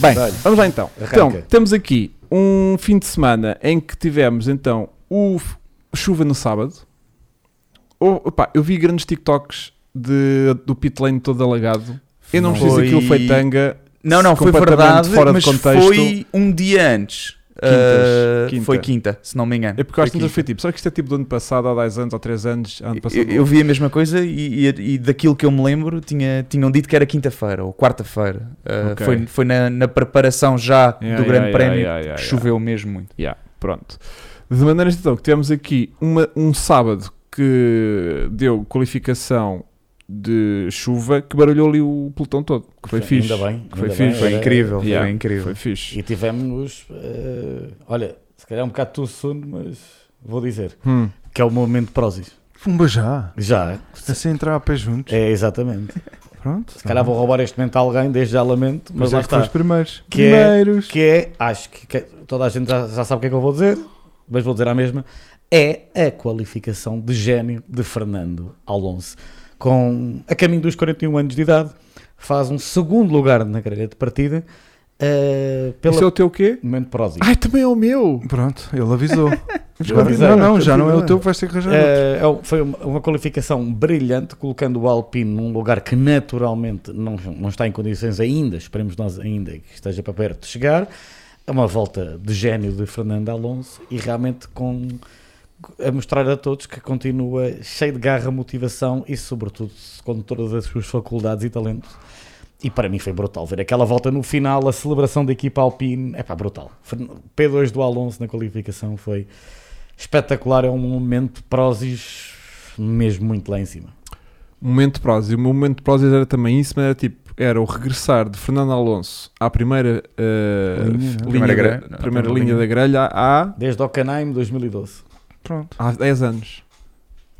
Bem, Dá-lhe. vamos lá então. Arranca. Então, temos aqui um fim de semana em que tivemos então o f- chuva no sábado. Oh, opá, eu vi grandes TikToks de, do pit lane todo alagado. Eu não preciso Foi- aquilo foi tanga. Não, não, foi completamente verdade, fora de mas contexto. foi um dia antes. Quintas, Ah, quinta. Foi quinta, se não me engano. É porque eu acho que Foi ainda foi quinta. tipo, será que isto é tipo do ano passado, há 10 anos, ou 3 anos, ano passado? Eu, eu vi a mesma coisa e, e- e daquilo que eu me lembro tinha, tinham dito que era quinta-feira ou quarta-feira. Ah, Ok. Foi, foi na, na preparação já Yeah, do Grande yeah, Prémio yeah, yeah, yeah, que choveu mesmo muito. Yeah, pronto. De maneira então que tivemos aqui uma- um sábado que deu qualificação de chuva que baralhou ali o pelotão todo. Que foi fixe. Ainda bem. que foi ainda fixe. bem, Foi era- incrível, Yeah. foi incrível. Foi fixe. E tivemos, eh, olha, se calhar um bocado too soon, mas vou dizer, Hum. que é o momento prósis. Pumba já. Já, Assim entrar a pé juntos. é exatamente. Pronto. Se calhar vou roubar este momento a alguém, desde já lamento, mas Mas lá é que foi os está. primeiros. Que é- primeiros. Que é, acho que, que toda a gente já, já sabe o que é que eu vou dizer, mas vou dizer a mesma, é a qualificação de gênio de Fernando Alonso. Com, a caminho dos 41 anos de idade, faz um segundo lugar na grelha de partida eh, pela... Isso é o teu quê? Momento prósis. Ai, também é o meu! Pronto, ele avisou. Já Agora- avisaram, não, não, já não é o continua. teu que vais ter que arranjar. outro. Eh, é um- foi uma, uma qualificação brilhante, colocando o Alpine num lugar que naturalmente não, não está em condições ainda, esperemos nós ainda que esteja para perto de chegar. É uma volta de gênio de Fernando Alonso e realmente com a mostrar a todos que continua cheio de garra, motivação e sobretudo com todas as suas faculdades e talentos. E para mim foi brutal ver aquela volta no final, a celebração da equipa Alpine, é pá, brutal. Fern- P2 do Alonso na qualificação foi espetacular, é um momento prósis mesmo muito lá em cima. Momento prós. E o meu momento prós era também isso, mas era tipo, era o regressar de Fernando Alonso à primeira eh, Linha, f- né? linha, Primeira da- grelha. Não, primeira não, linha linha. da grelha há, Desde Ocanaim 2012. Pronto, há 10 anos.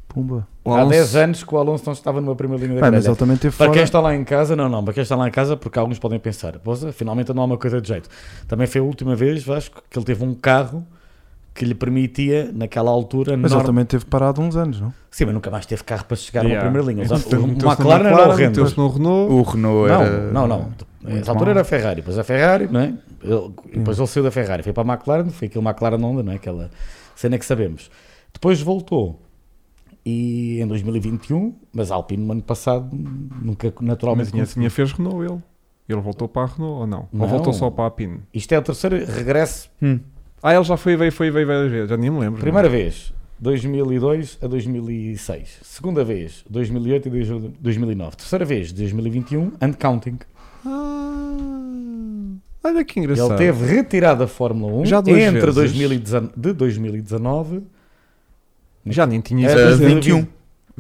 pumba. O Há Alonso- 10 anos que o Alonso não estava numa primeira linha da Bem, mas grelha. ele também teve Para fora. quem está lá em casa, não, não, para quem está lá em casa, porque alguns podem pensar, "Poxa, finalmente não há uma coisa de jeito. Também foi a última vez, Vasco, que ele teve um carro que lhe permitia, naquela altura, Mas norm- ele também teve parado uns anos, não? Sim, mas nunca mais teve carro para chegar a Yeah. uma primeira linha. Os- Então, O meteu-se no McLaren era McLaren, um horrendo. meteu-se no Renault. O Renault era. Não, não, não. Muito Nessa altura mal. era a Ferrari, depois a Ferrari, não é? Ele- depois ele saiu da Ferrari, foi para a McLaren, foi aquele McLaren Honda, não é? Aquela cena que sabemos. Depois voltou e em 2021, mas a Alpine no ano passado nunca Mas naturalmente. tinha, conseguiu. tinha fez Renault ele. Ele voltou para a Renault ou não? Não. Ou voltou só para a Pin? Isto é o terceiro regresso, Hum. Ah, ele já foi e veio, foi e veio várias vezes, já nem me lembro. primeira vez 2002 a 2006, segunda vez 2008 e 2009, terceira vez 2021 and counting. Ah, olha que engraçado. Ele teve retirado da Fórmula 1 Já duas entre vezes. 2019, de 2019 Já nem tinha É, isso. Ah, mas- 21. 20.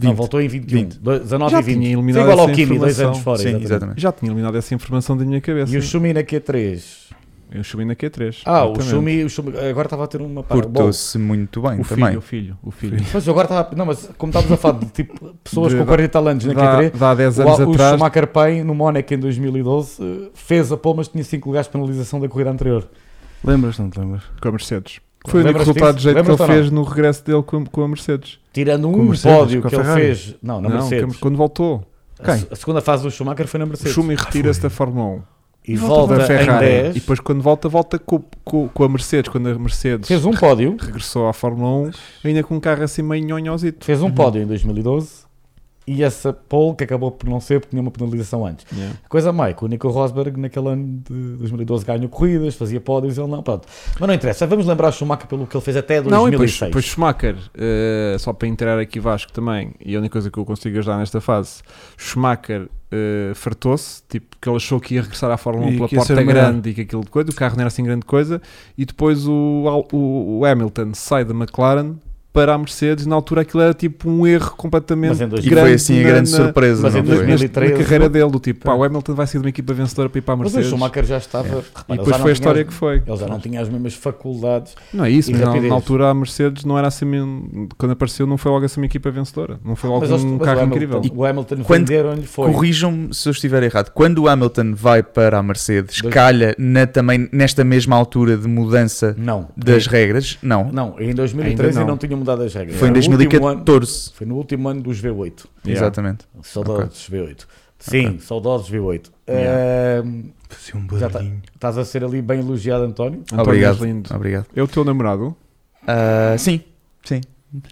Não, Ah, voltou em 21. 20. Dois- 19 Já e 20. tinha Foi eliminado igual ao essa Kimi, dois informação. anos fora. Sim, exatamente. exatamente. Já tinha eliminado essa informação da minha cabeça. E o Schumi na Q3. Eu chumi na Q3. Ah, o exatamente. Schumi, o Schumi- Agora estava a ter uma pá, bom. Portou-se muito bem O também. filho, o filho, o filho. Pois agora estava. Não, mas como estávamos a falar de tipo, pessoas De- com 40 anos na Dá, Q3. dá 10 o- anos o atrás. Schumacher Payne no Mónaco em 2012 eh, fez a pole, mas tinha 5 lugares de penalização da corrida anterior. Lembras, não te lembras? com a Mercedes. Foi o único Lembras-te resultado de disso? jeito que ele Lembras-te ou fez no regresso dele com, com a Mercedes. Tirando Com a um Mercedes, pódio com a que ele Ferrari. fez. Não, na não, Mercedes. que- quando voltou. A, se- a segunda fase do Schumacher foi na O Mercedes. Schumi retira-se da Fórmula 1. E volta, da em Ferrari. 10. E depois quando volta, volta com, com- com a Mercedes. Quando a Mercedes Fez um pódio. regressou à Fórmula 1, ainda com um carro assim meio nhonhosito. Fez um pódio em 2012 e essa pole que acabou por não ser porque tinha uma penalização antes. A coisa má é que o Nico Rosberg naquele ano de 2012 ganhou corridas, fazia pódios, ele não, pronto. Mas não interessa, vamos lembrar o Schumacher pelo que ele fez até Não, e depois, 2006. depois Schumacher, eh, só para entrar aqui Vasco também, e a única coisa que eu consigo ajudar nesta fase, Schumacher eh, fartou-se, tipo, que ele achou que ia regressar à Fórmula 1 E pela que ia ser porta o melhor. grande e que aquilo de coisa, o carro não era assim grande coisa, e depois o, Al- o, o Hamilton sai da McLaren para a Mercedes, na altura aquilo era tipo um erro completamente Mas em dois- E grande assim, foi assim a na- grande na- surpresa. mas em não na- foi? 2000 neste- na 2013. carreira dele, do tipo, Tá. pá, o Hamilton vai sair de uma equipa vencedora para ir para a Mas o Mercedes. Schumacher já estava. repara, e ele depois foi já a não tinha história que as- foi. Ele já não tinha as mesmas faculdades. Não é isso, E mas na, rapidez. na altura a Mercedes não era assim mesmo. Quando apareceu, não foi logo assim uma equipa vencedora. Não foi logo mas um mas é carro o Hamilton, incrível. O Hamilton Quando- venderam-lhe foi. Corrijam-me se eu estiver errado. Quando o Hamilton vai para a Mercedes, Dois- calha na, também nesta mesma altura de mudança Não. das regras? Não. Não, em Ainda 2013 ainda não. não tinham mudado as regras. Foi em Era o último É ano- 2014. Foi no último ano dos V8. Yeah. Exatamente. Saudades V8. Sim, saudosos V8. Ahm, Fazia um Já tá. barulhinho. estás a ser ali bem elogiado, António. António Obrigado. és lindo. Obrigado. É o teu namorado? Ah, sim, sim.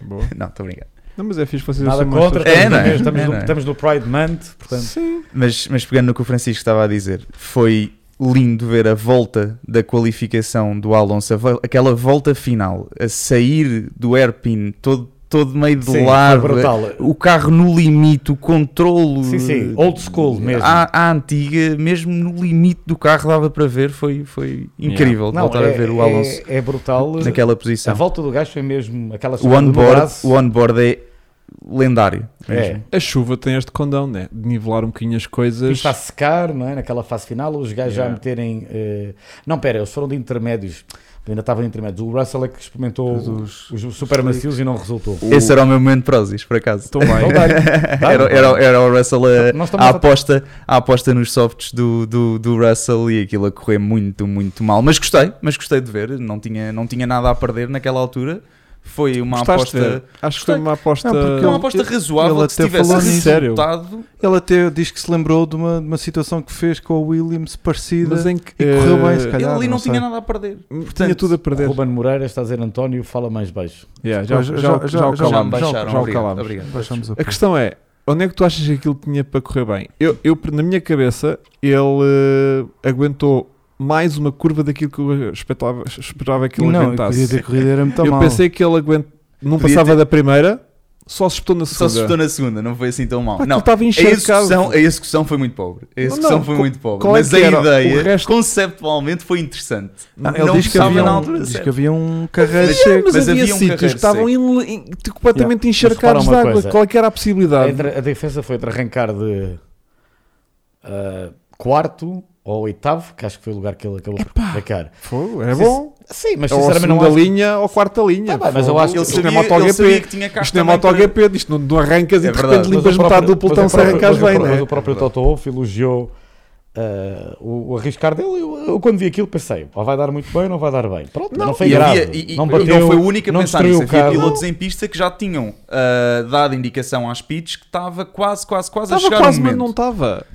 Boa. Não, estou obrigado. Não, mas é fixe vocês Nada assumirem contra, estas estamos, no, É, não é? coisas. mês, estamos, É, no, não é? estamos no Pride Month, portanto. Sim. Mas, mas pegando no que o Francisco estava a dizer, foi lindo ver a volta da qualificação do Alonso, a vo- aquela volta final, a sair do airpin todo, todo meio de sim, lado, foi é brutal. o carro no limite, o controlo. Sim, sim, old é, school mesmo. À, à antiga, mesmo no limite do carro, dava para ver, foi, foi incrível Não, voltar é- a ver o Alonso É, é brutal. naquela A posição. volta do gajo foi mesmo aquela O subida do onboard, braço. o onboard é lendário. É. mesmo. A chuva tem este condão, né? De nivelar um bocadinho as Isto coisas. está a secar, não é? Naquela fase final, os gajos já Yeah. meterem. eh, Não, pera, eles foram de intermédios. Ainda estavam de intermédios. O Russell é que experimentou Os- os super macios e não resultou. Esse é era o meu momento Prozis, por acaso. Estão bem. era, era, era o Russell a, Nós estamos a- a aposta, a aposta nos softs do, do, do Russell e aquilo a correr muito, muito mal. Mas gostei, mas gostei de ver. Não tinha, não tinha nada a perder naquela altura. Foi uma Gostaste de aposta, ver? Acho que foi uma aposta. Não, porque é uma ele- aposta ele- razoável ele que se até tivesse falou nisso. resultado. Ele até diz que se lembrou de uma, de uma situação que fez com o Williams parecida. Mas em que. E correu bem, eh, se Ele calhar, ali não, não tinha sei. nada a perder. Tinha Portanto, tudo a perder. Ruben Moreira está a dizer António, fala mais baixo. Yeah, já, já, Já- já, já- o já- Já calámos. me já- baixaram. já o obrigado, calámos. obrigado. Baixamos a A questão é, onde é que tu achas que aquilo tinha para correr bem? Eu, eu na minha cabeça, ele eh, aguentou mais uma curva daquilo que eu esperava, esperava é que ele Não, eu podia aguentasse. ter corrido, era muito Eu mal. pensei que ele aguent... não Podia passava ter- da primeira, só se espetou na Só segunda. se estou na segunda, não foi assim tão mal. Pá, Não, aquilo estava A encharcado. execução, a execução foi muito pobre. A execução não, foi qual- muito pobre. qual é Mas que a era? O ideia, resto- conceptualmente, foi interessante. Ah, não ele diz que, estava havia na um, altura diz certa. que havia um carreiro Havia, cheio. mas, mas havia, havia um sítios que carreiro estavam in- in- completamente encharcados repara de uma água. coisa. Qual é que era a A, possibilidade? entre- a diferença foi entre arrancar de ah, quarto ou oitavo, que acho que foi o lugar que ele acabou por arrancar. Fogo, é- era É bom. É Sim, É mas Ou a sinceramente não segunda acho linha ou a quarta linha. Tá bem, mas eu Fogo. acho que Ele Isto sabia, não é MotoGP. ele sabia que tinha carro Isto não é também para- MotoGP, isto não, não arrancas e É de verdade. repente Mas limpas o metade próprio- do pelotão mas o se próprio- arrancares mas o bem, próprio- não né? é? Mas o próprio Toto Wolff elogiou ah, o, o arriscar dele. Eu, eu quando vi aquilo pensei, "Pá, vai dar muito bem ou não vai dar bem. Pronto, não, foi E grave. havia- e- e- não eu bateu, não foi o único a não pensar destruiu nisso. o Havia carro. pilotos em pista que já tinham ah, dado indicação às pits que estava quase, quase, quase a Estava chegar quase, o mas momento. não estava.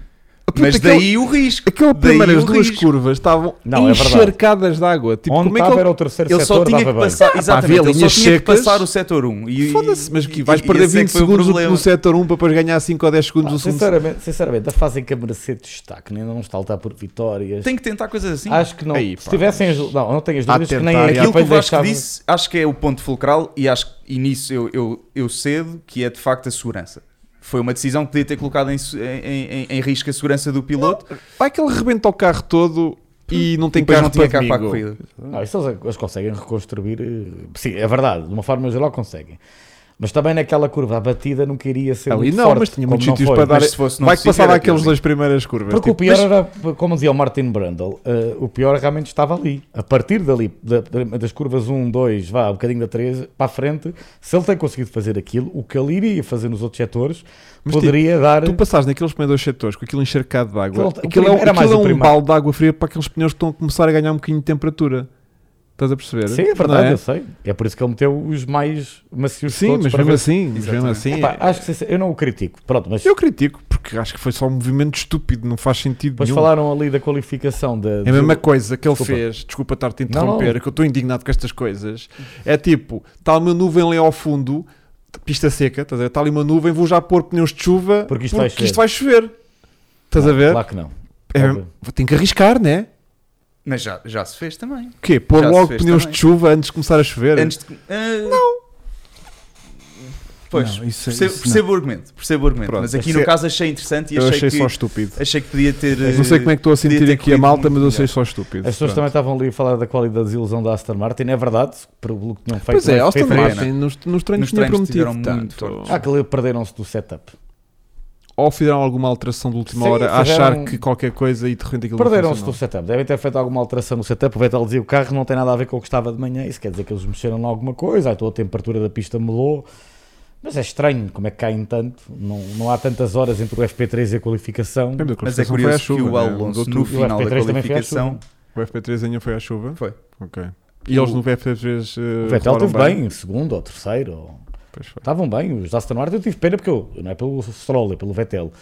Mas Aquele- daí o risco. Aquelas daí primeiras o duas risco. curvas estavam Não, é verdade. encharcadas de água. Tipo, Onde como é que estava ele- era o terceiro Ele só setor, tinha que dava bem. passar, exatamente, havia ele só linhas tinha que secas. passar o setor 1. E, Foda-se, mas que e- vais e- perder esse é 20 que foi o segundos problema. no setor 1 para depois ganhar 5 ou 10 segundos Ah, no segundo setor. sinceramente, sinceramente, a fase em que a Mercedes destaque, né? ainda não está a lutar por vitórias. Tem que tentar coisas assim. Acho que não. Aí, se pá, tivessem as, não, não tenho as dúvidas que nem tentar, é a já. equipa Aquilo que o lhe Vasco deixava- disse, acho que é o ponto fulcral e acho e nisso eu, eu, eu cedo, que é de facto a segurança. Foi uma decisão que podia ter colocado em, su- em, em- em risco a segurança do piloto Vai que ele rebenta o carro todo e não Hum. e tem depois carro, não tinha para carro para a domingo. corrida. Não, Ah, isso eles, eles conseguem reconstruir. eh, Sim, é verdade, de uma forma geral conseguem. Mas também naquela curva, a batida não queria ser Ali muito não, forte, mas tinha como muitos não sítios foi. para dar. Mas se fosse no Vai que sítio passava era pior, aqueles sim. dois primeiras curvas. Porque o tipo, pior era, como dizia o Martin Brundle, eh, o pior realmente estava ali. A partir dali, da- da- das curvas 1, 2, vá, um bocadinho da 3, para a frente, se ele tem conseguido fazer aquilo, o que ele iria fazer nos outros setores, Mas, tipo, poderia dar... Tu passares naqueles primeiros setores com aquilo encharcado de água, Aquilo- aquilo o é, primeiro- um- era mais aquilo é o um primeiro. balde de água fria para aqueles pneus que estão a começar a ganhar um bocadinho de temperatura. Estás a perceber? Sim, é Não verdade, eu sei. É por isso que ele meteu os mais macios Sim, todos mas para mesmo ver- assim, mas mesmo Exatamente. assim. Epá, acho que sincer- eu não o critico. Pronto, mas Eu critico, porque acho que foi só um movimento estúpido, não faz sentido depois nenhum. falaram ali da qualificação da É a do- mesma coisa que ele Desculpa. fez, desculpa estar-te a Não, interromper, não. que eu estou indignado com estas coisas. É tipo, está uma nuvem ali ao fundo, pista seca, estás a ver? Está ali uma nuvem, vou já pôr pneus de chuva Porque isto vai isto vai chover. Estás a ver? Claro que não. É, óbvio. tem que arriscar, né? Mas já, já se fez também. O quê? Pôr Já se logo fez pneus também. de chuva antes de começar a chover? Antes de, não. Pois, Não, isso- é- percebo, isso não. percebo o argumento, percebo o argumento. Pronto, mas aqui esse no é- caso achei interessante e eu achei, achei que, só estúpido. achei que podia ter... Não sei como é que estou a podia sentir ter aqui a corrido malta, mas muito eu achei melhor. só estúpido. As pessoas Pronto. também estavam ali a falar da qualidade da desilusão da Aston Martin, é verdade, pelo que tinham feito. Pois é, mas Austin foi- feio, Martin nos, nos treinos tinha Nos treinos prometido tiveram muito tanto. fortes. Ah, que ali perderam-se do setup. Ou fizeram alguma alteração de última Sim, hora, a fizeram- um- achar que qualquer coisa e de repente aquilo não Perderam-se do funcionou. setup. Devem ter feito alguma alteração no setup. O Vettel dizia o carro não tem nada a ver com o que estava de manhã. Isso quer dizer que eles mexeram em alguma coisa. Ai, então a temperatura da pista melou. Mas é estranho como é que caem tanto. Não, não há tantas horas entre o FP3 e a qualificação. Lembra que a Mas é classificação foi à curioso chuva, que o né? Alonso, Mudou no tudo. E o final da FP3 também foi à qualificação, O FP3 ainda foi à chuva? Foi. Ok. E eles no FP3 eh, O Vettel rolaram esteve bem, segundo ou terceiro. ou- Pois foi. Estavam bem. Os da Aston Martin eu tive pena porque eu, não é pelo Stroll, é pelo Vettel.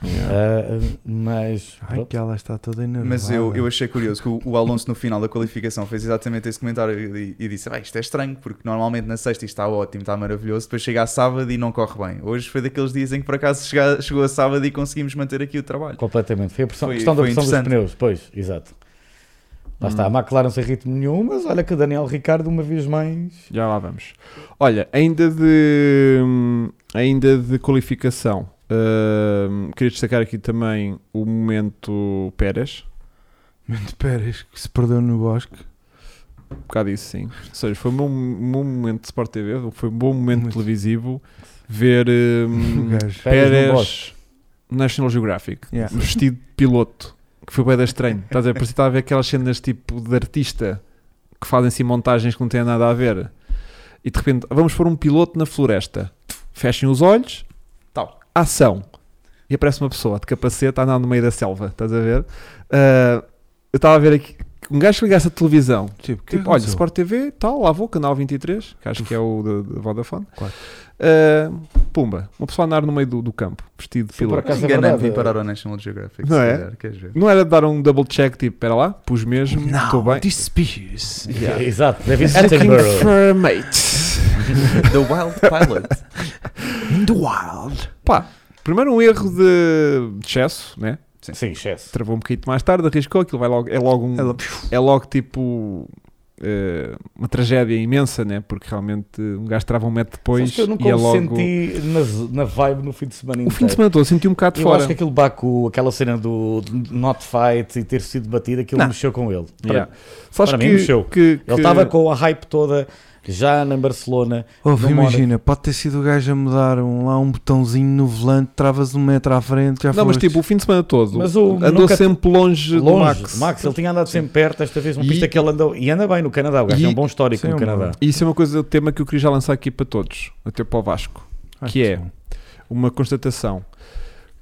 Ah, mas Ai, pronto. que ela está toda enervada. Mas eu, eu achei curioso que o, o Alonso no final da qualificação fez exatamente esse comentário e, e disse: "Bem, isto é estranho, porque normalmente na sexta isto está ótimo, está maravilhoso, depois chega a sábado e não corre bem. Hoje foi daqueles dias em que por acaso chega- chegou a sábado e conseguimos manter aqui o trabalho. completamente. Foi a pressão- Foi- questão da foi pressão dos interessante. pneus, pois, exato. Lá está, a McLaren sem ritmo nenhum, mas olha que Daniel Ricardo uma vez mais. Já lá vamos. Olha, ainda de hum, ainda de qualificação, hum, queria destacar aqui também o momento Pérez, Mas Pérez, que se perdeu no bosque. um bocado isso sim. Ou seja, foi um bom, um bom momento de Sport TV, foi um bom momento Muito. televisivo ver hum, O Pérez no gajo. Pérez bosque. National Geographic, Yeah. É. vestido de piloto, que foi bem estranho. Estás a ver? Parecia que estava a ver aquelas cenas tipo de artista que fazem assim montagens que não têm nada a ver. E de repente, vamos pôr um piloto na floresta. Fechem os olhos, tal, ação. E aparece uma pessoa de capacete a andar no meio da selva. Estás a ver? Ah, eu estava a ver aqui. Um gajo que ligasse a televisão Tipo, que Tipo, olha, aconteceu? Sport TV, tal, lá vou, canal 23, que acho que é o da- da Vodafone. Claro. Ah, pumba, uma pessoa a andar no meio do, do campo, vestido de Sim, por piloto. acaso é Enganei-me vim verdade. parar ao National Geographic, Não se é? calhar, queres ver? Não era de dar um double check, tipo, pera lá, pus mesmo, estou bem. Dispious. Yeah. Exato, David Attacking Attenborough. for mate. The Wild Pilot. In the wild. Pá, primeiro um erro de de excesso, né? Sim, excesso. Travou um bocadinho mais tarde, arriscou, aquilo vai logo, é logo um, Ela- é logo tipo... eh, uma tragédia imensa, né? Porque realmente um gajo trava um metro Sabes depois que eu nunca e é o logo. senti na, z- na vibe no fim de semana O inteiro. fim de semana todo senti um bocado de eu fora. acho que é aquele Baku, aquela cena do not fight e ter sido batido, aquilo Não. mexeu com ele. Para- Yeah. Sabes para mim que, mexeu. que- que- Ele estava com a hype toda já na Barcelona. Ouve, Numa hora- imagina, pode ter sido o gajo a mudar um, lá um botãozinho no volante, travas um metro à frente, já Não, mas foste. tipo, o fim de semana todo Mas o andou nunca- sempre longe, do longe Max. do Max. Ele tinha andado sempre perto, esta vez uma E- pista que ele andou. E anda bem no Canadá, o gajo E- tem um bom histórico Sim, no um Canadá. bom. Isso é uma coisa, o tema que eu queria já lançar aqui para todos, até para o Vasco. Ah, Ai, que é? bom. Uma constatação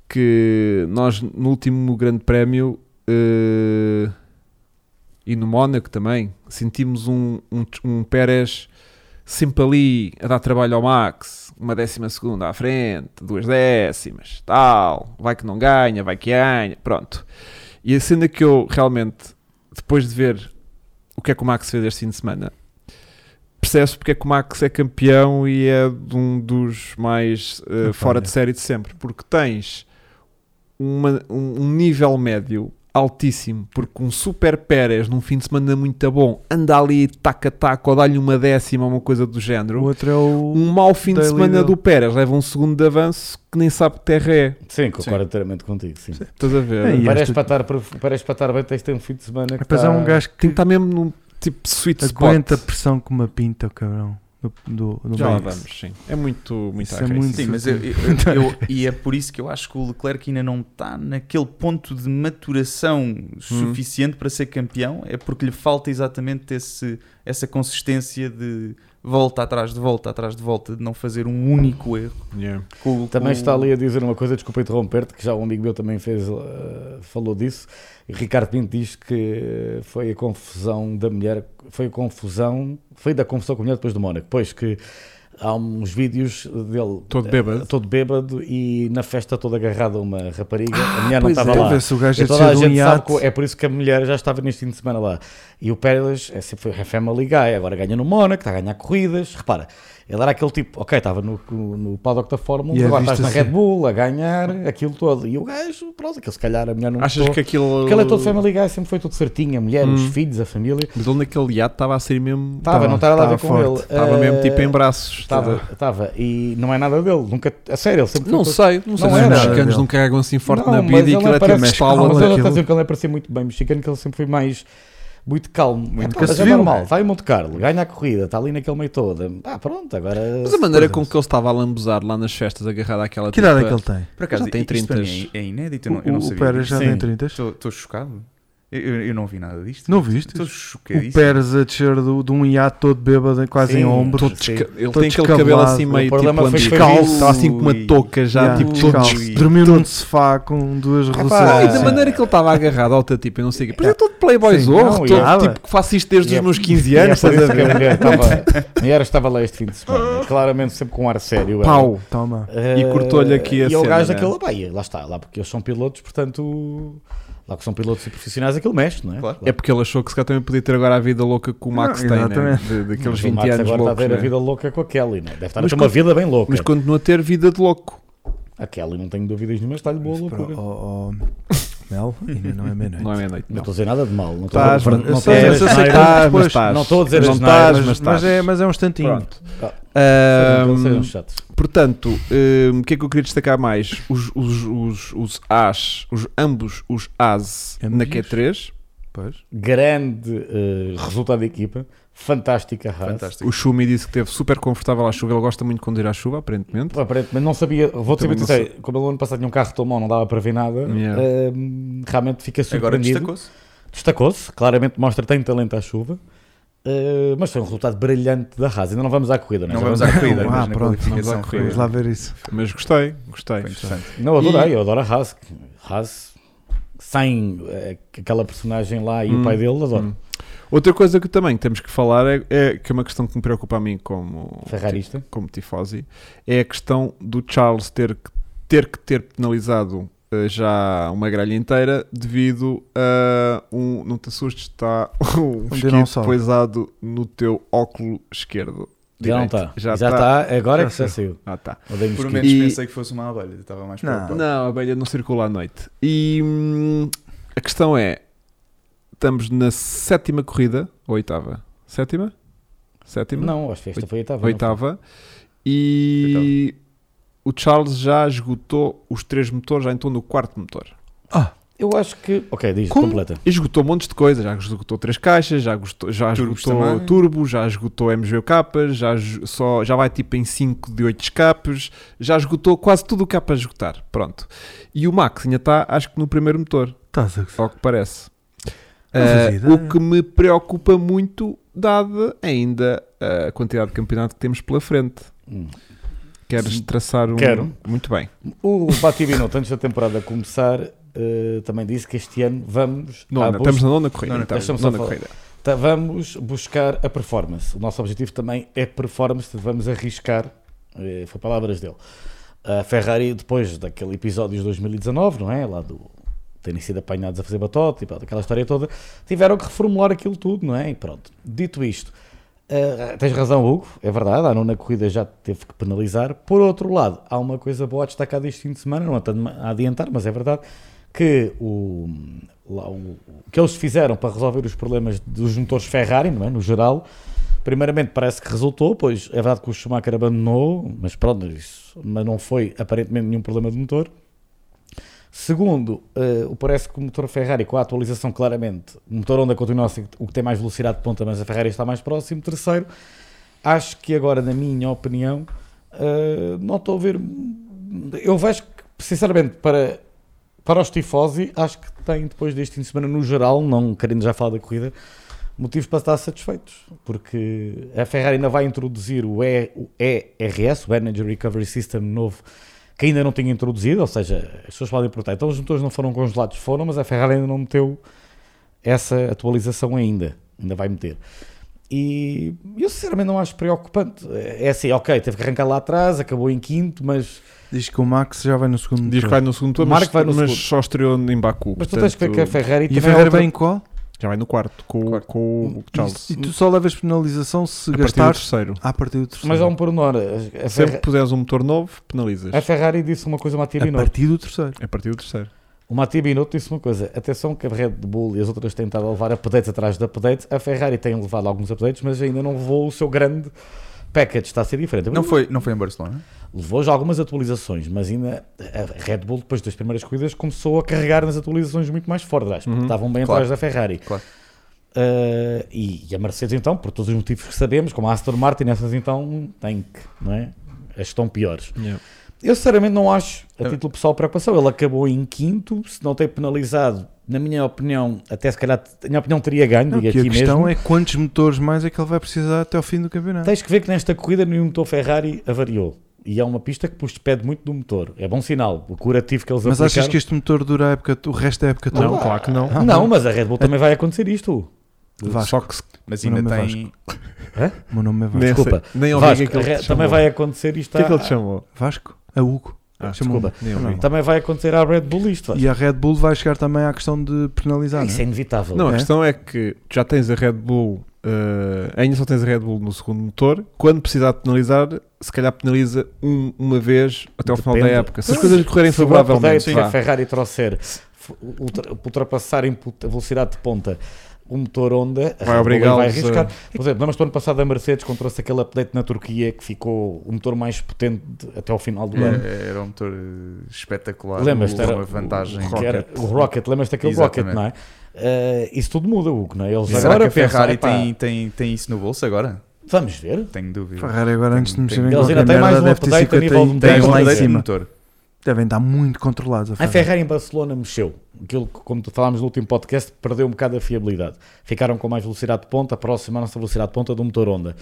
que nós no último Grande Prémio eh, e no Mónaco também sentimos um, um, um Pérez sempre ali a dar trabalho ao Max, uma décima segunda à frente, duas décimas, tal, vai que não ganha, vai que ganha, pronto. E a cena que eu realmente, depois de ver o que é que o Max fez este fim de semana, percebe-se porque é que o Max é campeão e é de um dos mais eh, Opa, fora olha. de série de sempre, porque tens uma- um, um nível médio altíssimo, porque um super Pérez num fim de semana muito bom anda ali taca-taca ou dá-lhe uma décima, uma coisa do O género. outro é o. Um mau fim de Daily semana Mail. do Pérez leva um segundo de avanço que nem sabe que terra é. Sim, concordo inteiramente contigo. Sim. Estás a ver? É, E Parece, esta- para estar, pro- parece para estar bem, tens de ter um fim de semana que Depois é tá- um gajo Tem que que estar mesmo num tipo sweet aguenta a spot. pressão com uma pinta, o cabrão. Do, do, do Já lá Max. vamos, sim. É muito, muito Isso à é raiz. muito- Sim, mas eu, eu- eu- e é por isso que eu acho que o Leclerc ainda não está naquele ponto de maturação suficiente para ser campeão, é porque lhe falta exatamente esse, essa consistência de volta atrás de volta atrás de volta, de não fazer um único erro. Yeah. Com- Também com- está ali a dizer uma coisa, desculpa interromper-te, que já um amigo meu também fez, eh, falou disso. E Ricardo Pinto diz que foi a confusão da mulher, foi a confusão, foi da confusão com a mulher depois do Mónaco. Pois que há uns vídeos dele Todo eh, bêbado. todo bêbado e na festa toda agarrado a uma rapariga, a mulher não Pois estava é, lá. vê se o gajo E é toda a de um gente sabe iate. que é por isso que a mulher já estava neste fim de semana lá. E o Pérez é sempre foi a family guy, agora ganha no Mónaco, está a ganhar corridas. Repara, ele era aquele tipo, ok, estava no, no paddock da Fórmula, um, E é agora visto estás na assim. Red Bull a ganhar aquilo todo. E o gajo, pronto, aquele se calhar a mulher não Achas gostou. que aquilo. Porque ele é todo family guy, sempre foi tudo certinho, a mulher, os filhos, a família. Mas é ele naquele iate estava a sair mesmo. Estava, não estava a ver com estava ele. forte. Estava mesmo tipo em Eh, braços. Estava, estava. E não é nada dele, nunca, a sério, ele sempre foi Não todo- sei, não sei Não se os era. mexicanos Não. não carregam assim forte Não, na mas vida e ele aquilo é até parece mexe calmo, palmas. Mas ele aquilo. está a dizer que ele é para ser muito bem mexicano, que ele sempre foi mais muito calmo. Muito Epá, que mas se é viu, normal, né? vai a Monte Carlo, ganha a corrida, está ali naquele meio todo. Ah, pronto, agora. Mas é a maneira com que ele estava a lambuzar lá nas festas, agarrado àquela Que idade é que ele tem? Por acaso, Já tem isto para 30s. mim é é inédito, eu não, eu não O, o sabia. Pérez já Sim. tem 30. Estou estou chocado. Eu, eu não vi nada disto. Não viste? Estou O chocadíssimo. Pérez a descer do- de um iate todo bêbado, quase Sim. em ombros. Todo Sim. desca- Ele Todo tem aquele cabelo descabelado. assim O meio tipo problema foi lambido. que foi Calço, visto- Está assim com uma touca já, Yeah. tipo Ui. todo Descalço. des- Dormiu num sofá com duas Epá, Não, e roçadas. da sim. maneira que ele estava agarrado ao teu tipo, eu não sei o quê. Pois é todo playboyzão, Sim, não, todo nada. tipo que faço isto desde E é- os meus 15 E é anos, por estás isso a que a ver? mulher estava- a mulher estava lá este fim de semana. né? Claramente sempre com um ar sério. ela. Pau, toma. Eh, E cortou-lhe aqui a E o cena, gajo né? daquele, pá, e lá está, lá porque eles são pilotos, portanto, lá que são pilotos e profissionais, aquilo mexe, não é? Claro. É porque ele achou que se calhar também podia ter agora a vida louca que o Max Não, tem, né? exatamente. De- daqueles Mas o 20 Max anos agora loucos. está a ver né? a vida louca com a Kelly, né? deve estar Mas a ter uma quando- vida bem louca. Mas continua a ter vida de louco. A Kelly, não tenho dúvidas nenhuma, está-lhe boa loucura. Oh, oh, Mel, ainda não é meia-noite. Não é meia-noite. Não não. estou a dizer nada de mal. Não estou a Estás, dizer- mano. não Eu estou a sei, dizer mas eu sei nada. que Estás, estás, mas mas estás. Não estou a dizer Não as estás, neiras, mas Mas, estás. é, mas é um instantinho. Pronto. Ah, Ahm, sejam- sejam chatos. Portanto, hum, o que é que eu queria destacar mais? Os, os, os, os as, os, ambos os as Ambos? na Q3, Pois. Grande eh, resultado da equipa, fantástica Haas. Fantástico. o Schumi disse que esteve super confortável à chuva, ele gosta muito de conduzir à chuva, aparentemente. Aparentemente não sabia, vou ser Também muito não sincero, como ele ano passado tinha um carro tão mau, não dava para ver nada, Yeah. ahm, realmente fica Agora surpreendido. destacou-se. Destacou-se, claramente mostra que tem talento à chuva, ah, mas foi um resultado brilhante da Haas. Ainda não vamos à corrida, Não é? Já vamos à corrida, Ah, mas na pronto, qualificação vamos à foi- corrida. Vamos lá ver isso. Mas gostei, gostei. foi interessante. Não, adorei, eu adoro a Haas. Haas, sem eh, aquela personagem lá e Hum, o pai dele, adoro. Hum. Outra coisa que também temos que falar é, é que é uma questão que me preocupa a mim como Ferrarista. como tifosi, é a questão do Charles ter que ter, que ter penalizado eh, já uma grelha inteira devido a um, não te assustes, está um mosquito dinossauro. poisado no teu óculo esquerdo. Já não Direito. está. Já Já, tá. está, agora Já é que já saiu. Ah, tá. Odeio Por mosquitos. menos E- pensei que fosse uma abelha. Estava mais Não. preocupado. Não, a abelha não circula à noite. E hum, a questão é: estamos na sétima corrida, ou oitava? Sétima? Sétima? Não, acho que esta foi a Tá oitava. não oitava. E o Charles já esgotou os três motores, já entrou no quarto motor. foi? Eu acho que. Ok, diz, Como? completa. E esgotou montes de coisas, já esgotou três caixas, já, gostou- já Turbos esgotou também. turbo, já esgotou MGK, já, es- só, já vai tipo em 5 de 8 escapes, já esgotou quase tudo o que há para esgotar. Pronto. E o Max ainda está, acho que no primeiro motor, Estás a gozar. ao que parece. Não Ah, fazia ideia. o que me preocupa muito, dada ainda a quantidade de campeonato que temos pela frente. Hum. Queres traçar um. Quero. Muito bem. O Batibinoto, antes da temporada começar, eh, também disse que este ano vamos, à Nona, busca- estamos na nona corrida. Nona, então, estamos nona a falar. corrida. tá- vamos buscar a performance. O nosso objetivo também é performance, portanto, vamos arriscar. eh, foi palavras dele. A Ferrari, depois daquele episódio de 2019, não é? Lá do terem sido apanhados a fazer batota e pá, aquela história toda, tiveram que reformular aquilo tudo, não é? E pronto. Dito isto, eh, tens razão, Hugo, é verdade, a nona corrida já teve que penalizar. Por outro lado, há uma coisa boa a destacar deste fim de semana, não é tanto a adiantar, mas é verdade, que o, lá o- o que eles fizeram para resolver os problemas dos motores Ferrari, não é? No geral, Primeiramente parece que resultou, pois é verdade que o Schumacher abandonou, mas pronto, isso, mas não foi aparentemente nenhum problema de motor. Segundo, eh, o- parece que o motor Ferrari, com a atualização claramente, o motor Honda continua a ser o que tem mais velocidade de ponta, mas a Ferrari está mais próximo. Terceiro, acho que agora, na minha opinião, eh, não estou a ver. Eu vejo que, sinceramente, para, para os tifosi, acho que tem depois deste fim de semana, no geral, não querendo já falar da corrida, motivos para estar satisfeitos, porque a Ferrari ainda vai introduzir o, e, o ERS, o Energy Recovery System novo, que ainda não tinha introduzido, ou seja, as pessoas podem perguntar, então os motores não foram congelados? Foram, mas a Ferrari ainda não meteu essa atualização ainda, ainda vai meter. E eu sinceramente não acho preocupante. É assim, ok, teve que arrancar lá atrás, acabou em quinto, mas, Diz que o Max já vai no segundo. Diz que vai no segundo turno, Marco mas, vai no mas segundo. só estreou em Baku. mas tu tens que ver que a portanto, Ferrari E a também é Ferrari outra- vai em qual? já vai no quarto com, o- com o Charles. E, e tu só levas penalização se a partir do gastares Ah, terceiro. a partir do terceiro. Mas há um pormenor. A, a, Sempre que Ferra- puseres um motor novo, penalizas. a Ferrari disse uma coisa, uma a Tiabinotto. partir do terceiro. A partir do terceiro. O Mati Binotto disse uma coisa: atenção que a Red Bull e as outras têm estado a levar updates atrás de updates. A Ferrari tem levado alguns updates, mas ainda não levou o seu grande package, está a ser diferente. Não foi, não foi em Barcelona? Levou já algumas atualizações, mas ainda a Red Bull, depois das primeiras corridas, começou a carregar nas atualizações muito mais fortes, acho, porque Uhum, estavam bem claro. atrás da Ferrari. Claro. Ah, e, e a Mercedes, então, por todos os motivos que sabemos, como a Aston Martin, essas então têm que, não é? As estão piores. Eu sinceramente não acho, a Eu- título pessoal, preocupação. Ele acabou em quinto, se não tem penalizado, na minha opinião, até se calhar, na minha opinião, teria ganho, Não, digo que aqui a questão mesmo. é quantos motores mais é que ele vai precisar até ao fim do campeonato. Tens que ver que nesta corrida nenhum motor Ferrari avariou. E é uma pista que pois, depende muito do motor. É bom sinal. O curativo que eles Mas achas aplicaram... que este motor dura a época, o resto da época toda? Ah, Não, claro que não. Não, mas a Red Bull também vai acontecer isto. Vasco. Só que se- Mas Meu ainda nome é tem. O meu nome é Vasco. nem Desculpa. sei- nem ouvi o que Vasco, é que ele a te Red- chamou. também vai acontecer isto O que é que à- ele te chamou? Vasco? A Hugo. Ah, Chamou-me. desculpa. Nem ouvi. Não, Também vai acontecer à Red Bull isto. Vasco. E a Red Bull vai chegar também à questão de penalizar. Isso é né? inevitável. Não, a É? questão é que tu já tens a Red Bull, eh, ainda só tens a Red Bull no segundo motor. Quando precisar de penalizar, se calhar penaliza um- uma vez até ao final da Depende. época. Se as coisas correrem Se o Apple der, favoravelmente, se a vá. Ferrari trouxer f- ultra- ultrapassar em put- a velocidade de ponta o motor Honda, a Vai Red Bull obrigá-los vai a- arriscar. Por exemplo, lembras do ano passado a Mercedes quando trouxe aquele update na Turquia que ficou o motor mais potente de- até ao final do ano. É, Era um motor eh, espetacular. Lembras-te? uma Era o- vantagem. O Rocket, o Rocket lembras daquele Rocket, Exatamente. não é? Eh, isso tudo muda, Hugo, não é? Eles Será agora que a Ferrari pensam, "Epá, tem, tem, tem isso no bolso agora? Vamos ver. Tenho dúvida. Ferrari agora, antes de me Tem- tem- mexerem em eles ainda qualquer têm mais merda, um deve ter update a 50 nível de- e tem Tem 10 um lá em update no cima. motor. Devem estar muito controlados a A Ferrari. Ferrari em Barcelona mexeu. Aquilo que, como falámos no último podcast, perdeu um bocado a fiabilidade. Ficaram com mais velocidade de ponta, aproximaram-se da velocidade de ponta do motor Honda.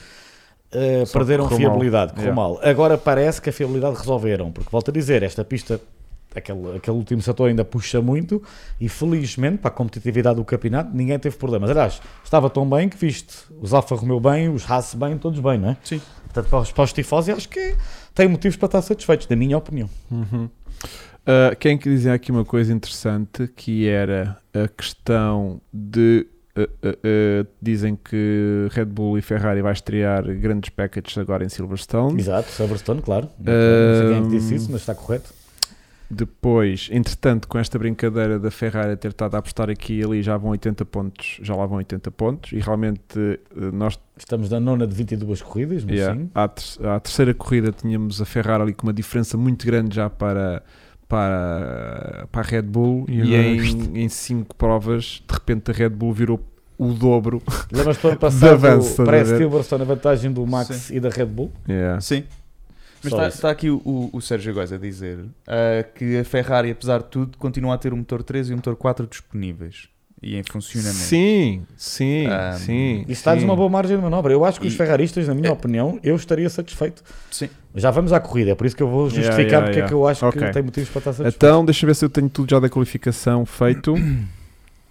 Uh, Só perderam correu mal. fiabilidade, correu Yeah. mal. Agora parece que a fiabilidade resolveram, porque volto a dizer, esta pista, aquele, aquele último setor ainda puxa muito e felizmente para a competitividade do campeonato ninguém teve problemas. Aliás, estava tão bem que viste os Alfa Romeo bem, os Haas bem, todos bem, não é? Sim. Portanto, para os, para os tifosi, acho que têm motivos para estar satisfeitos, na minha opinião. Uhum. Ah, quem que dizia aqui uma coisa interessante que era a questão de ah, ah, ah, dizem que Red Bull e Ferrari vai estrear grandes packages agora em Silverstone. Exato, Silverstone, claro. Não sei quem é que disse Ahm, isso, mas está correto. Depois, entretanto, com esta brincadeira da Ferrari ter estado a apostar aqui e ali, já vão 80 pontos, já lá vão 80 pontos, e realmente eh, nós Estamos na nona de 22 corridas, mas yeah, sim. à, ter- à terceira corrida tínhamos a Ferrari ali com uma diferença muito grande já para, para, para a Red Bull, E e, agora em, em cinco provas, de repente a Red Bull virou o dobro. Lembras-te do ano passado, avanço, estás a parece ver? Silverstone a vantagem do Max Sim. e da Red Bull. Yeah. Sim. Mas Só está, isso. está aqui o, o Sérgio Góes a dizer ah, que a Ferrari, apesar de tudo, continua a ter o motor 3 e o motor 4 disponíveis e em funcionamento. Sim, sim, Ah, sim. Isso está-lhes sim. uma boa margem de manobra. Eu acho que os E- ferraristas, na minha É. opinião, eu estaria satisfeito. Sim. Já vamos à corrida, é por isso que eu vou Yeah, justificar yeah, porque é yeah. que eu acho que Ok. tem motivos para estar satisfeito. Então, deixa eu ver se eu tenho tudo já da qualificação feito.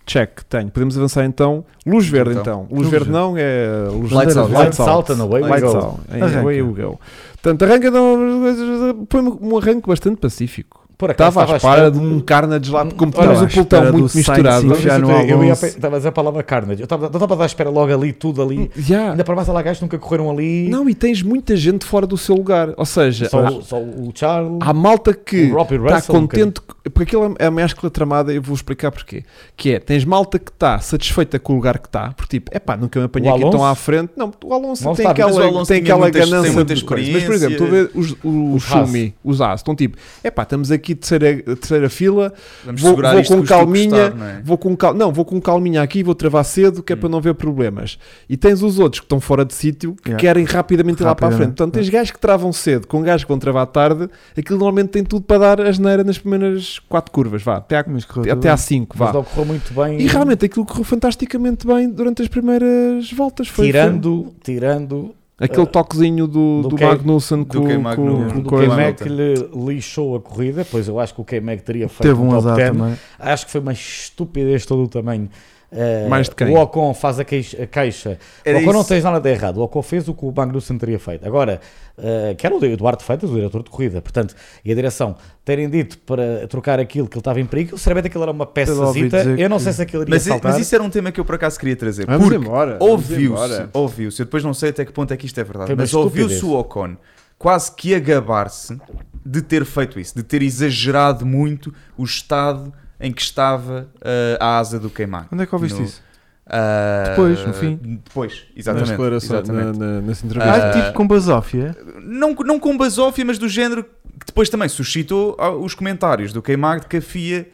Check, tenho. Podemos avançar então. Luz verde, então. Luz, Luz verde verde. não, é luz Lights out. Lights out and away we Lights go. out. Arranca. Away we go. Portanto, arranca de um- põe um arranque bastante pacífico. Por acaso Estava Então, à espera de um É, espera- carnage lá, como tu Olha, estavas à o espera pelotão do muito Sainz misturado. e- Já no eu, eu ia Alonso. estava a dizer a palavra carnage. Eu estava, eu estava a dar espera logo ali, tudo ali. Hum, Yeah. Ainda para mais, lá gajos nunca correram ali. Não, e tens muita gente fora do seu lugar. Ou seja, só, há- o- só o Charles. há malta Ah, que tá o Robbie está Russell, um bocadinho. contente que- porque aquilo é a mescla tramada eu vou explicar porquê que é tens malta que está satisfeita com o lugar que está porque tipo é pá nunca me apanhei O aqui Alonso? tão à frente não o Alonso Não tem sabe, aquela mas o Alonso tem tinha aquela muitas- tem ganância muita de coisas. mas por exemplo tu experiência. vês os, o Os Haas. Schumi os As estão tipo é pá estamos aqui terceira, terceira fila Vamos Vou- segurar vou isto com custa o que calminha, custar, não é? vou com cal... não vou com calminha aqui vou travar cedo que é para não ver problemas e tens os outros que estão fora de sítio que Yeah. querem rapidamente ir lá para a frente Rapidamente, portanto tens gajos que travam cedo com gajos que vão travar tarde aquilo normalmente tem tudo para dar asneira nas primeiras quatro curvas vá até à, Mas correu tudo até bem. à cinco Mas vá não correu muito bem. e realmente aquilo correu fantasticamente bem durante as primeiras voltas foi tirando, tirando foi aquele eh, toquezinho do, do do, Kay- Magnussen do com, Kay com- Magnussen. com do coisa. K-Mag malta. que lhe lixou a corrida, pois eu acho que o K-Mag teria feito Teve um top azar 10. também. Acho que foi uma estupidez todo o tamanho. Eh, Mais de quem? O Ocon faz a queixa. A queixa. Era o Ocon não isso. tens nada de errado. O Ocon fez o que o Magnussen teria feito. Agora, eh, que era o Eduardo Feitas, o diretor de corrida, portanto, e a direção terem dito para trocar aquilo que ele estava em perigo, sinceramente aquilo era uma ouvi peçazita. dizer Eu não sei que- se aquilo iria Mas, i- saltar. mas isso era um tema que eu por acaso queria trazer. Vamos porque embora, vamos Ouviu-se, embora. ouviu-se. Eu depois não sei até que ponto é que isto é verdade, Foi uma mas ouviu-se estupidez. o Ocon quase que agabar-se de ter feito isso, de ter exagerado muito o estado em que estava ah, a asa do queimar. Onde é que ouviste No- isso? Ah, Depois, no fim. Depois, nas exatamente. declarações na, exatamente. na, nas entrevistas Ah, tipo com basófia. Não, não com basófia, mas do género que depois também suscitou ah, os comentários do queimar de cafia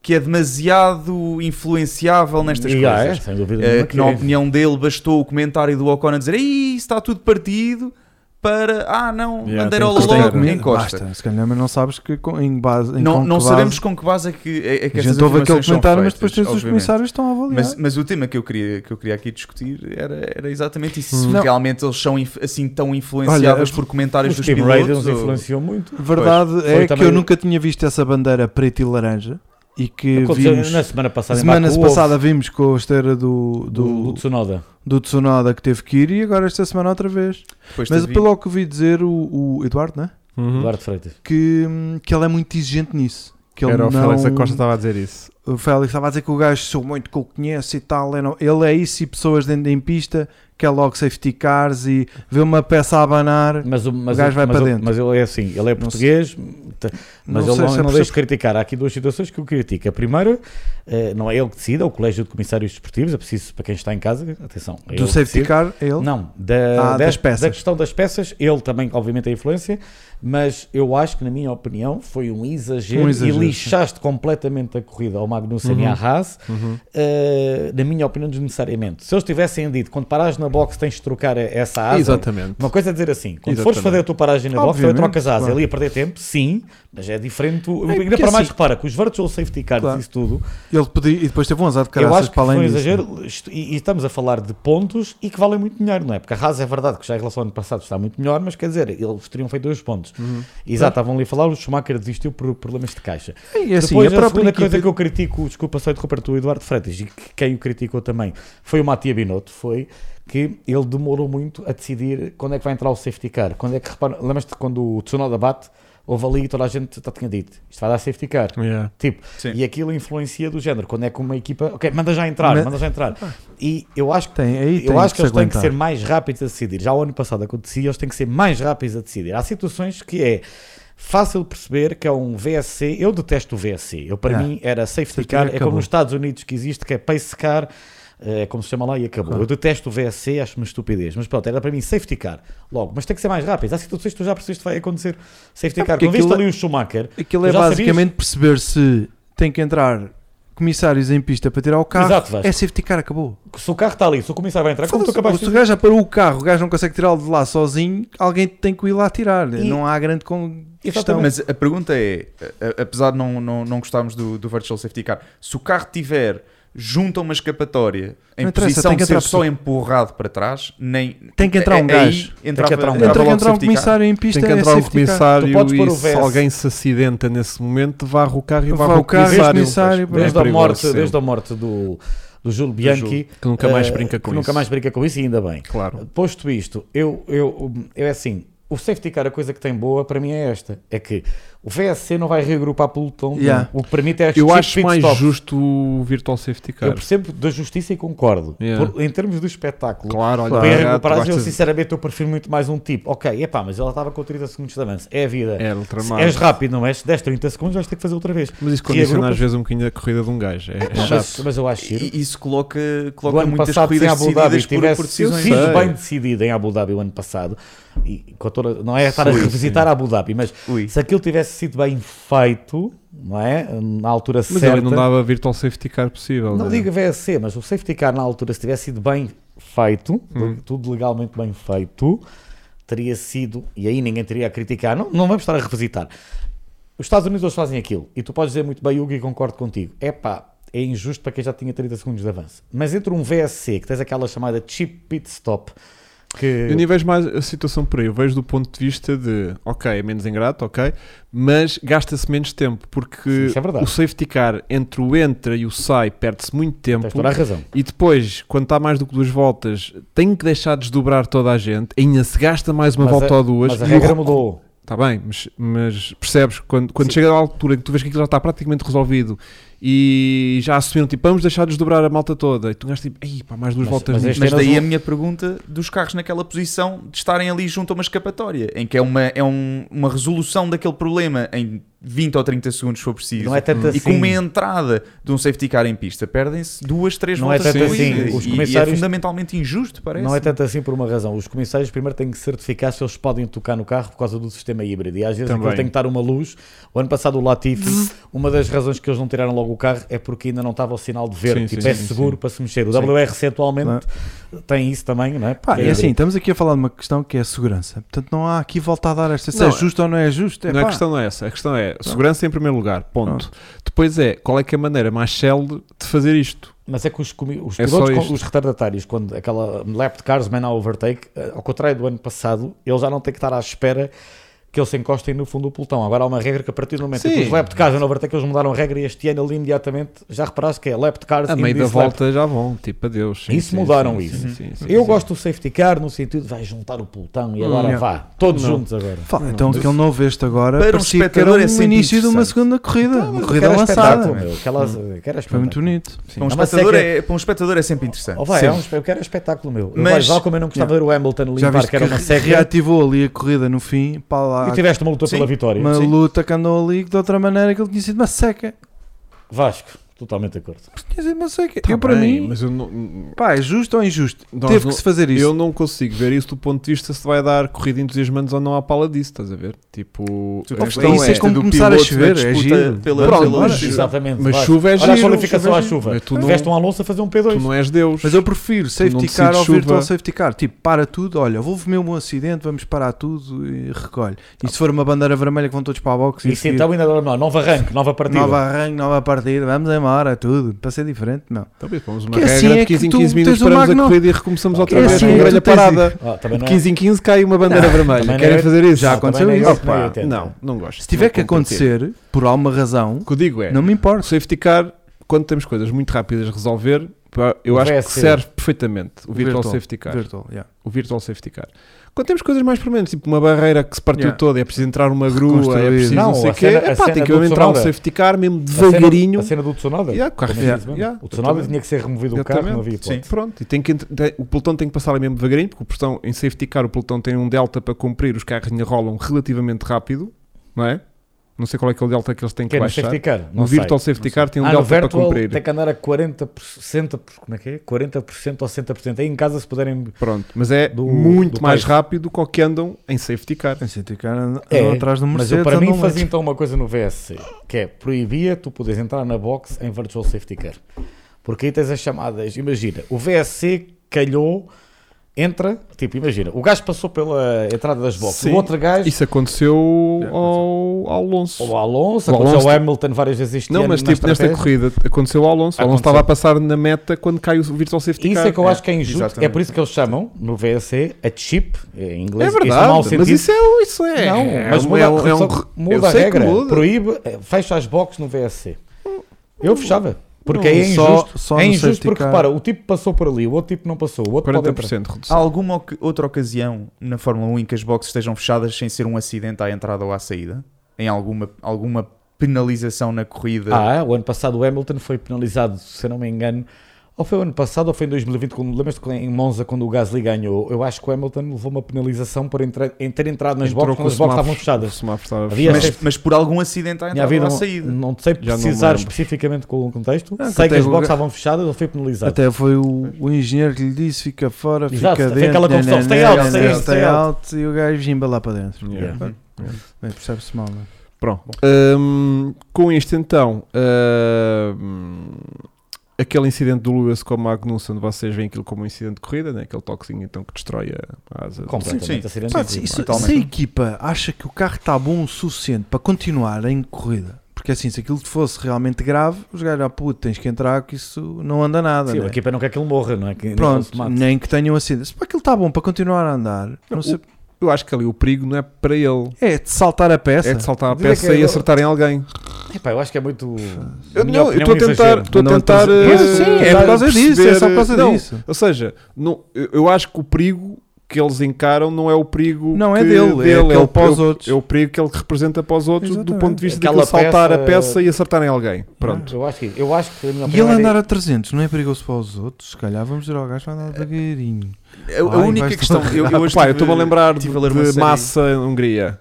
que é demasiado influenciável nestas E, ah, coisas. é, sem dúvida Eh, nenhuma que na é. opinião dele bastou o comentário do Ocon a dizer "Ih, isso está tudo partido para ah não, Yeah, bandeira tem que logo cortar. em Costa. Basta, se calhar mas não sabes que com- em base. Em com Não, que não base- sabemos com que base é que, é, é que A essas gente ouve aquele afirmações são comentário, mas feitas, depois tens os obviamente. comissários que estão a avaliar. Mas, mas o tema que eu queria, que eu queria aqui discutir era, era exatamente isso. Se Não. realmente eles são inf- assim tão influenciados Olha, por comentários Os dos Team pilotos. Raiders ou- influenciou muito. A Verdade Foi é que também- eu nunca tinha visto essa bandeira preta e laranja e que Aconteceu é, vimos. na semana passada. em Semana Baku, passada vimos com a esteira do, houve do, do do, Tsunoda. do Tsunoda que teve que ir e agora esta semana outra vez. Depois Mas teve- pelo que ouvi dizer o, o Eduardo, né? Uhum. Eduardo Freitas. que, hum, que ele é muito exigente nisso. Que ele Era o não... Félix Acosta estava a dizer isso. O Félix estava a dizer que o gajo sou muito que eu conheço e tal. é não- Ele é isso e pessoas dentro em pista, que é logo safety cars e vê uma peça a abanar. Mas, o, mas, gajo vai mas, para ele- dentro. mas ele é assim, ele é Não português, tá- mas ele sei não, se é não por deixa de ser- criticar. Há aqui duas situações que eu critico. A primeira, eh, não é ele que decide, é o Colégio de Comissários Desportivos, é preciso para quem está em casa, atenção. é ele Do que safety decide. car, é ele. Não, da, Ah, da- das peças. da questão das peças, ele também, obviamente, tem influência, mas eu acho que, na minha opinião, foi um exagero, Um exagero, Uhum. e lixaste completamente a corrida ao Magnussen e à Haas, eh, na minha opinião, desnecessariamente. Se eles tivessem dito, quando parares na box tens de trocar essa Ah, asa, Exatamente. uma coisa é dizer assim, quando fores Exatamente. fazer a tua paragem na box, também Obviamente, trocas a asa. claro. Ele ia perder tempo, sim, mas é diferente. O- É, Ainda porque para mais, assim- repara, que os virtual safety cars Claro. e isso tudo, Ele pediu e depois teve um azar de eu caraças acho que para foi além um disso. né? exagero isto- e, e estamos a falar de pontos e que valem muito dinheiro, não é? Porque a Haas é verdade que já em relação ao ano passado está muito melhor, mas quer dizer, eles teriam feito dois pontos. Uhum. Exato, estavam ali a falar, o Schumacher desistiu por problemas de caixa. E assim, Depois, a a, própria segunda coisa equipa- que eu critico, desculpa só interromper tu, Eduardo Freitas, e que quem o criticou também foi o Matia Binotto, foi que ele demorou muito a decidir quando é que vai entrar o safety car. Quando é que, repara, lembras-te quando o Tsunoda bate, houve ali e toda a gente já tinha dito, isto vai dar safety car. Yeah. Tipo, Sim. e aquilo influencia do género, quando é que uma equipa, ok, manda já entrar, Mas- manda já entrar. E eu acho que Tem, aí tem eu acho que se eles têm que aguentar. ser mais rápidos a decidir. Já o ano passado acontecia, eles têm que ser mais rápidos a decidir. Há situações que é fácil de perceber que é um VSC. Eu detesto o VSC. Eu, para É. mim era safety Safety car. É acabou. como nos Estados Unidos que existe, que é pace car. É como se chama lá e acabou. Eu detesto o VSC, acho-me uma estupidez. Mas pronto, era para mim safety car logo. Mas tem que ser mais rápido. Há situações que tu já percebeste que vai acontecer safety É car. porque Quando viste aquilo- ali o Schumacher, Aquilo Tu é já sabias? basicamente perceber se tem que entrar comissários em pista para tirar o carro. Exato, Vasco. é safety car, acabou. se o carro está ali, se o comissário vai entrar, como tu acabaste de Foda-se, o gajo já parou o carro, o gajo não consegue tirá-lo de lá sozinho, alguém tem que o ir lá tirar. E- Não há grande con- questão. Mas a pergunta é: a- a- apesar de não, não, não gostarmos do, do Virtual Safety Car, se o carro tiver junto a uma escapatória em Não interessa, posição tem que de ser entrar só pessoa. empurrado para trás, nem. Tem que entrar um aí gajo. entrava- Tem que entrar um gajo. entrava Entra que logo entrar um safety car. comissário em Tem pista, que é entrar um safety car. comissário Tu podes pôr e o se VS. alguém se acidenta nesse momento, varra o carro e Varra varra o o carro, comissário. este comissário, É Desde, a perigoso morte, sempre. desde a morte do, do Júlio Bianchi. Que nunca mais eh, brinca com que Nunca isso. mais brinca com isso e ainda bem. Claro. Posto isto, eu, eu, eu é assim, o safety car, a coisa que tem boa para mim é esta, é que o VSC não vai reagrupar pelotão, Yeah. o que permite é Eu estes acho pit mais stops. justo o Virtual Safety Eu Car. percebo da justiça e concordo. Yeah. Por- em termos do espetáculo, Claro, olha, é para gato, recuperar, eu gostas- sinceramente eu prefiro muito mais um tipo. Ok, epá, mas ela estava com 30 segundos de avanço. É a vida. é Se ultramar. és rápido, não és? Se des 30 segundos, vais ter que fazer outra vez. Mas isso condiciona reagrupa- às vezes um bocadinho a corrida de um gajo. É, é Não, chato. mas, mas eu acho giro. E isso coloca, do coloca ano muitas passado sem corridas Abu Dhabi decididas por, tivesse por decisões. Sei. sido bem decidida em Abu Dhabi o ano passado e com toda- não é estar a Ui, revisitar Abu Dhabi mas Ui. se aquilo tivesse sido bem feito não é na altura Mas certa ele não dava Virtual Safety Car possível. não né? digo VSC mas o safety car na altura se tivesse sido bem feito Hum. tudo legalmente bem feito teria sido e aí ninguém teria a criticar não, não vamos estar a revisitar os Estados Unidos eles fazem aquilo e tu podes dizer muito bem, Hugo, e concordo contigo. É pá, é injusto para quem já tinha 30 segundos de avanço. Mas entre um VSC, que tens aquela chamada cheap pit stop, Eu que nem vejo mais a situação por aí. Eu vejo do ponto de vista de, ok, é menos ingrato, ok, mas gasta-se menos tempo Sim, porque isso é verdade. o safety car entre o entra e o sai perde-se muito tempo. tens toda a razão. E depois, quando está mais do que duas voltas, tem que deixar desdobrar toda a gente. Ainda se gasta mais uma Mas volta a- ou duas. Mas a e o regra recu- mudou. Está bem, mas, mas percebes? Quando, quando Sim. chega à altura que tu vês que aquilo já está praticamente resolvido e já assumiram, tipo, vamos deixar desdobrar a malta toda. E tu gastas tipo, "Ei, pá, mais duas Mas- voltas mas nisto." este Mas era daí azul. a minha pergunta dos carros naquela posição de estarem ali junto a uma escapatória, em que é uma, é um- uma resolução daquele problema em 20 ou 30 segundos se for preciso. Não é tanto assim. E com uma entrada de um safety car em pista, perdem-se duas, três Não é voltas de tanto corrida. assim. E- Os e, é comissários- fundamentalmente injusto, parece. Não é tanto assim por uma razão. Os comissários primeiro têm que certificar se eles podem tocar no carro por causa do sistema híbrido. E às vezes Também. aquilo tem que estar uma luz. O ano passado o Latifi, uma das razões que eles não tiraram logo o carro é porque ainda não estava o sinal de verde. Sim, tipo, sim, é sim, seguro sim. para se mexer. O WRC atualmente tem isso também, não é? Pá, Porque e assim, estamos aqui a falar de uma questão que é a segurança. Portanto, não há aqui volta a dar esta. Se Não, é justo ou não é justo, é não, pá. a questão não é essa. A questão é segurança em primeiro lugar, ponto. Depois é qual é que é a maneira mais célere de fazer isto. Mas é que os, comi- os É só pilotos, com- isto. os retardatários, quando aquela lap de cars man overtake, eh, ao contrário do ano passado, eles já não têm que estar à espera que eles se encostem no fundo do pelotão. Agora há uma regra que a partir do momento em que Sim. os lap de cars man overtake, eles mudaram a regra e este ano ali imediatamente, já reparaste que é lap de cars A in meio da this lap. volta já vão, tipo, adeus. Isso mudaram isso. sim, sim, Eu sim. gosto do safety car no sentido de vai juntar o pelotão e agora Não. vá, todos juntos agora. Fala, então, aquele novo este agora Para um parecia que era espectador um é sempre início de uma interessante. segunda corrida. uma corrida Aquela um espetáculo, lançada. meu, aquelas, aquelas Foi muito bonito. Para um, Não, mas é espectador que- é, para um espectador é sempre interessante. Oh, vai, Sim. é um, espe- eu quero espetáculo meu. Eu, Mas- vai, já como eu não gostava de ver o Hamilton Já limpar, viste que era uma que seca, reativou ali a corrida no fim. Pá lá, e tiveste uma luta Sim. pela vitória. uma sim. luta que andou ali que de outra maneira que ele tinha sido uma seca. Vasco, totalmente de acordo. Tinha sido uma seca. Tá eu, para bem, mim, mas eu não, pá, é justo ou injusto? Nós Teve não- que se fazer isso. Eu não consigo ver isso do ponto de vista se vai dar corrida entusiasmante ou não à pala disso, estás a ver? Tipo, Tu a tens questão isso é é, como do começar a piloto na chover, é disputa giro. pela- Pronto, pela- mas- Exatamente. mas Vasco. chuva é Olha a giro, qualificação chuva é à giro. chuva. Mas tu não- Tiveste um Alonso a fazer um P2. tu não és Deus. Mas eu prefiro safety decides car ao chuva. virtual safety car. Tipo, para tudo, olha, vou ver um acidente, vamos parar tudo e recolhe. E se for uma bandeira vermelha que vão todos para a boxe Isso e então ainda não, não, nova arranque, nova partida. nova arranque, nova partida, vamos embora, tudo, para ser diferente, não. Talvez pomos uma Que regra assim é de que 15 em tu 15 minutos tens o paramos a Magno- corrida e recomeçamos outra é vez assim, com é que grelha tu tens parada. Ah, também De não é- 15 em 15 cai uma bandeira vermelha. também Querem não é- fazer isso? Já aconteceu Também não é isso, Opa, nem 80. Não, não gosto. Se tiver Não um que vou competir. acontecer, por alguma razão, O que eu digo é, não me o importa. safety car, quando temos coisas muito rápidas a resolver, pá, eu O acho que VSC. serve perfeitamente o virtual, safety car. Virtual, yeah. o virtual safety car. Quando temos coisas mais permanentes, tipo uma barreira que se partiu Yeah. toda, é preciso entrar uma grua, é Reconstruir. preciso não, Não, sei a o quê, cena- a é pá, cena tem que do entrar um Tsunoda. safety car mesmo A cena- devagarinho. A cena do Tsunoda. Yeah, o carro Como fica- diz mesmo. yeah, O Tsunoda exatamente. tinha que ser removido do carro, não havia Exatamente. hipótese. é Pronto, e tem que entr- tem- o pelotão tem que passar mesmo devagarinho, porque o pelotão em safety car, o pelotão tem um delta para cumprir, os carros ainda rolam relativamente rápido, não é? Não sei qual é que é o delta que eles têm que Que é no baixar. safety car? No Não sei. virtual safety car tem um Ah, no delta para virtual cumprir. tem que andar a 40%, por- como é que é? 40% ou 60%. Aí em casa se puderem... Pronto, mas é Do- muito do mais pace. rápido do que andam em safety car. Tem safety car andam É, atrás do Mas Mercedes. eu para andam mim lá. fazia então uma coisa no VSC, que é proibia tu poderes entrar na box em virtual safety car. Porque aí tens as chamadas, imagina, o VSC calhou, entra, tipo, imagina, o gajo passou pela entrada das boxes, Sim. o outro gajo, É, Isso aconteceu ao, ao Alonso. ou o Alonso, O aconteceu Alonso- ao Hamilton várias vezes este Não, ano mas é na tipo, nesta estratégia. corrida aconteceu ao Alonso. O Alonso Aconteceu. estava a passar na meta quando cai o Virtual Safety Isso Car. é que eu acho que é injusto, é exatamente. por isso que eles chamam no VSC a chip, em É inglês, que isso é mau verdade, mas sentido. isso é, isso é. Não, é mas um- muda, é um- é um- só- muda eu a sei que regra, muda. proíbe, eh, fecha as boxes no VSC. Eu fechava. Porque aí é só- injusto, só é no injusto safety porque car. repara, o tipo passou por ali, o outro tipo não passou, o outro pode entrar. 40% de Há redução. alguma oc- outra ocasião na Fórmula 1 em que as boxes estejam fechadas sem ser um acidente à entrada ou à saída? Em alguma, alguma penalização na é. corrida? Ah, o ano passado o Hamilton foi penalizado, se eu não me engano, ou foi o ano passado ou foi em 2020, quando, lembras-te quando- em Monza quando o Gasly ganhou, eu acho que o Hamilton levou uma penalização por entra- em ter entrado nas Entrou boxes com quando as o boxes semáforo- estavam o fechadas. semáforo estava Havia fechado. mas, mas por algum acidente à Minha um- entrada ou vida, à não- saída? não, sei não me precisar lembro. Ah, especificamente com o contexto, Não, sei que até as o boxes ga- estavam fechadas, ele foi penalizado. Até foi o, o engenheiro que lhe disse: fica fora, fica Exato, dentro. tem aquela confusão, stay né, out, né, stay né, out, stay stay out, E o gajo gimba lá para dentro. Yeah. Bem, Percebe-se mal, não é? Pronto. Hum, com isto então, hum, aquele incidente do Lewis com o Magnussen, vocês veem aquilo como um incidente de corrida, né? aquele toquezinho então que destrói a a asa. do- Sim, Completamente sim. é? acidente. Pá, se, se- totalmente. se a equipa acha que o carro está bom o suficiente para continuar em corrida, porque assim, se aquilo fosse realmente grave, os gajos, ah puto, tens que entrar que isso não anda nada. Sim, né? a equipa não quer que ele morra, não é? Que Pronto, se mate. nem que tenham acidente. Se para aquilo está bom para continuar a andar, não Não, sei- Eu acho que ali o perigo não é para ele. é de saltar a peça. É de saltar a Dizer que peça e eu- acertar em alguém. Epá, eu acho que é muito. Eu, na não, minha eu estou a opinião, é tentar. um exagero. Estou a Não, não, tentar. estamos a- eh, Pois, sim, é por causa disso, é só por causa não, disso. Ou seja, não, eu, eu acho que o perigo que eles encaram não é o perigo. Não, é que- dele, é aquele o- para os é o- outros. É o perigo que ele representa para os outros do Exatamente. ponto de vista de Aquela ele saltar a peça- Ah. peça e acertar em alguém. Pronto. Eu acho que. Eu acho que a minha E ele opinião andar era- a 300 não é perigoso para os outros? Se calhar vamos dizer ao gajo vai andar devagarinho. A, a Ai, única vais-te questão. Eu, eu hoje Ah, Pá, eu tive- estou-me a lembrar de, tive a ler uma de série- Massa, Hungria.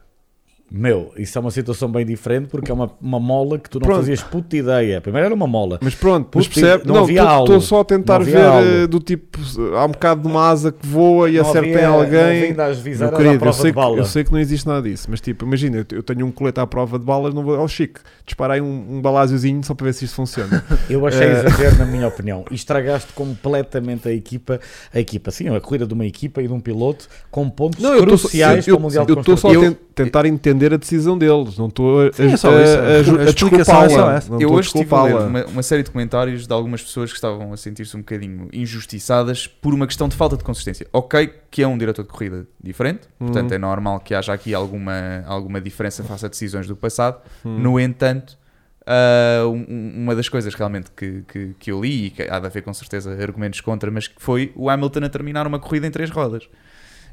Meu, isso é uma situação bem diferente porque é uma, uma mola que tu não Pronto. fazias puta ideia. Primeiro era uma mola. Mas pronto, mas Puto, percebe? não Não, havia algo. estou só a tentar Não havia ver algo. eh, do tipo, eh, há um bocado de uma asa que voa e Não acerta havia- em não havia alguém. ainda as viseiras Meu à querido, eu prova sei, de que, bala. eu sei que não existe nada disso, mas tipo, imagina, eu te- eu tenho um colete à prova de balas, não vou ao chique. Dispara aí um, um baláziozinho só para ver se isto funciona. Eu achei Eh. exagero, na minha opinião. E estragaste completamente a equipa. A equipa, sim, a corrida de uma equipa e de um piloto com pontos Não, eu tô só- cruciais eu- para o Mundial eu de tô só a Construtores. ten- tentar entender a decisão deles, não estou a, Sim, é só a- isso. a- a- A a explicação é só desculpá-la. essa. Não eu estou a hoje estive a ler desculpá-la. uma, uma série de comentários de algumas pessoas que estavam a sentir-se um bocadinho injustiçadas por uma questão de falta de consistência. Ok, que é um diretor de corrida diferente, portanto Uhum. é normal que haja aqui alguma, alguma diferença face a decisões do passado. Hum. No entanto, ah, um- um- uma das coisas realmente que, que, que eu li, e que há de haver com certeza argumentos contra, mas que foi o Hamilton a terminar uma corrida em três rodas.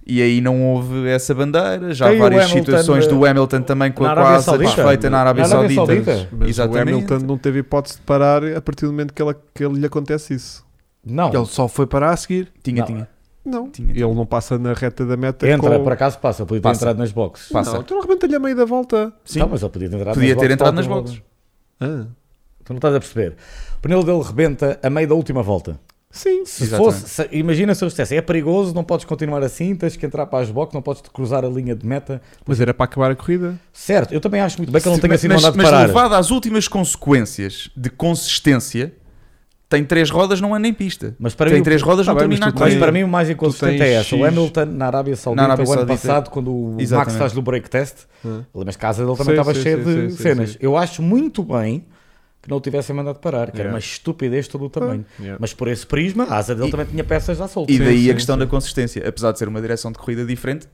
E aí não houve essa bandeira, já há Tem o várias Hamilton, eh, situações do Hamilton também com na a Arábia quase Saudita. satisfeita na Arábia, Na Arábia é Saudita. Saudita. Mas Exatamente. o Hamilton não teve hipótese de parar a partir do momento que, ela, que ele lhe acontece isso. Não, Ele só foi parar a seguir. Tinha, Não. tinha. Não. Tinha. Ele não passa na reta da meta entra, tá com... por acaso passa. Podia ter Passa. entrado nas boxes. Passa. Não, tu não arrebenta-lhe a meio da volta. Sim. Não, mas ele podia ter entrado Podia nas ter boxes, entrado tal nas como- boxes. Ah, Tu não estás a perceber. O pneu dele rebenta a meio da última volta. sim. Se Exatamente. fosse, se- imagina se eles dissessem, é perigoso, não podes continuar assim, tens que entrar para as boxes, não podes cruzar a linha de meta. Mas era para acabar a corrida. Certo, eu também acho muito bem que ele então não tenha Mas- sido mas, mandado assim mas parar. levado às últimas consequências de consistência, tem três rodas, não anda em pista. Mas para tem mim, três rodas, Tá não bem, mas termina a tu Mas corrida. Tem- para mim o mais inconsistente tens é essa. O X- Hamilton na Arábia Saudita, Arábia o ano Saudita. passado, quando o Max Exatamente. faz no break test, Ah. mas casa dele Sim, também estava sim, cheia sim, de sim, sim, cenas. sim. Eu acho muito bem que não o tivessem mandado parar, que era Yeah. uma estupidez todo o tamanho. Yeah. Mas por esse prisma, a asa dele E- também tinha peças à solta. E daí sim, a questão sim. da consistência. Apesar de ser uma direção de corrida diferente, Sim,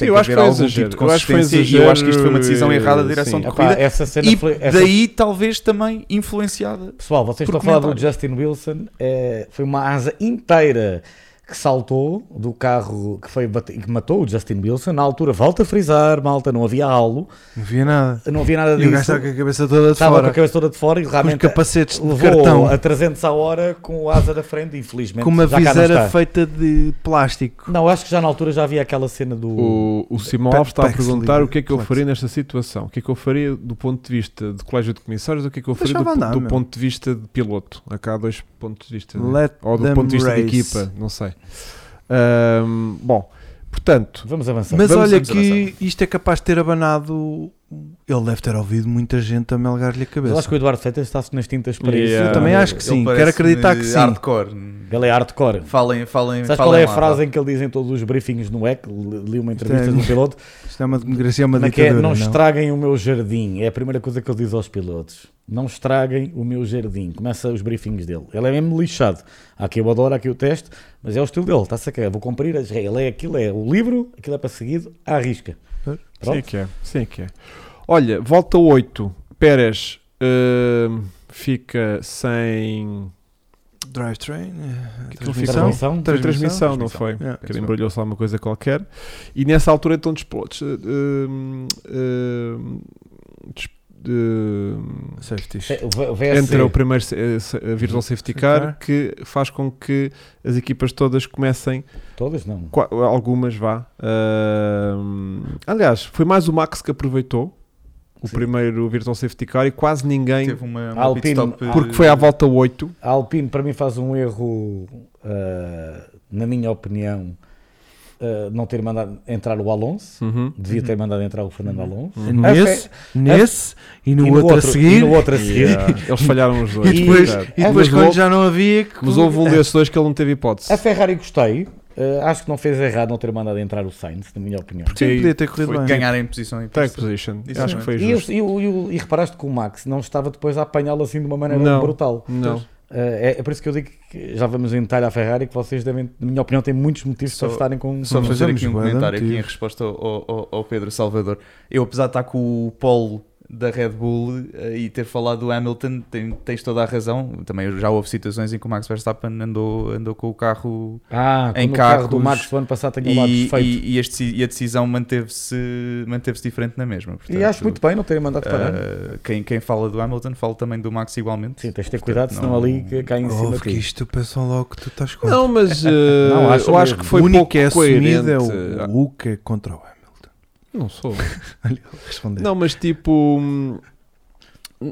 tem eu que acho haver que foi algum exagero. tipo de Eu acho que foi consistência. e eu acho que isto foi uma decisão exagero, errada da direção sim. de Epá, corrida. essa cena e foi- essa- daí talvez também influenciada. Pessoal, vocês Por estão a falar do comentário. Justin Wilson, eh, foi uma asa inteira que saltou do carro que, foi bate- que matou o Justin Wilson. Na altura, volta a frisar, malta, não havia halo, Não via nada. não havia nada E o gajo disso. estava com a cabeça toda de Estava com fora. a cabeça toda de fora e Com os realmente capacetes de levou cartão. a 300 à hora com o asa da frente, infelizmente. Com uma já cá não viseira está. feita de plástico. Não, acho que já na altura já havia aquela cena do. O, o Simão Pa- Alves está a Paxley, perguntar o que é que eu Paxley. faria nesta situação. O que é que eu faria do ponto de vista de colégio de comissários? O que é que eu faria do, Deixava andar, do meu. ponto de vista de piloto? Acá há dois pontos de vista. né? Let Ou do them ponto de vista race. de equipa, não sei. Ahm, bom, portanto, Vamos avançar. Mas Vamos- olha vamos que isto é capaz de ter abanado. Ele deve ter ouvido muita gente a melgar-lhe a Mas eu cabeça. acho que o Eduardo Freitas está-se nas tintas para Yeah. isso. Eu também acho que Ele sim. Quero parece-me acreditar que sim. Hardcore. Ele é hardcore. Falem, falem, Sabes falem qual é a lá, frase vá. em que ele diz em todos os briefings no EC? Li li uma entrevista Tem. de um piloto Isto é uma democracia, é uma na que é, ditadura. não Não estraguem o meu jardim. É a primeira coisa que ele diz aos pilotos. Não estraguem o meu jardim. Começa os briefings dele. Ele é mesmo lixado. Há quem eu adoro, há quem eu testo, mas é o estilo dele. Está-se a cagar. Vou cumprir as regras. É aquilo, é o livro, aquilo é para seguir à risca. Pois. sim Pronto. é que é. Sim é que é. Olha, volta 8. Pérez ahm, fica sem Drivetrain. eh, Que transmissão. Intervenção. transmissão, Transmissão? não foi? É. que ele embrulhou-se lá uma coisa qualquer. E nessa altura, então, dos pilotos, eh, hum, hum, des- hum, Safety. É, o V- assim. entra o VSC. primeiro se- eh, se- eh, virtual safety car que faz com que as equipas todas comecem, Todas não. qua- algumas vá. hum, aliás, foi mais o Max que aproveitou o Sim. primeiro virtual safety car e quase ninguém, um Teve uma, uma Alpine- pit stop, eh, porque foi à volta 8. A Alpine, para mim, faz um erro, ah, na minha opinião, ah, não ter mandado entrar o Alonso. Uhum. Devia ter mandado entrar o Fernando Alonso. Nesse, nesse e no, E outro, a seguir. E no outro a seguir. Yeah, Eles falharam os dois. E depois, verdade. e depois É. Mas É, quando houve- já É, não havia. que- é, Mas houve um desses dois que ele não teve hipótese. A Ferrari gostei. eh, acho que não fez errado não ter mandado entrar o Sainz, na minha opinião. Sim, podia ter corrido Foi bem. ganhar em posição em Tag pista. position. Isso Acho mesmo. que foi E, justo. eu- e o- e o- e reparaste que o Max não estava depois a apanhá-lo assim de uma maneira Não. brutal. Não. Eh, é, é por isso que eu digo que já vamos em detalhe à Ferrari que vocês devem, na minha opinião, têm muitos motivos Só- para estarem com. Só Mas fazer vamos aqui um bué de comentário aqui em motivos. resposta ao, ao- ao Pedro Salvador. Eu, apesar de estar com o polo da Red Bull eh, e ter falado do Hamilton, tem- tens toda a razão. Também já houve situações em que o Max Verstappen andou, andou com o carro Ah, em em carro do carros. Max do ano passado tenho um lado e, feito. E, e, e este- e a decisão manteve-se manteve diferente na mesma. Portanto, acho muito bem não terem mandado parar. eh, quem, quem fala do Hamilton fala também do Max igualmente. Sim, tens de ter cuidado, senão não- ali que cai em cima Ouve de Oh, que ti. isto pensam logo que tu estás contra. Não, mas eh, Não, acho eu acho que é mesmo. foi o único pouco ah. que é assumido coerente. é o Luca contra o Hamilton. Não sou. Olha, ele respondeu. Não, mas tipo. hum,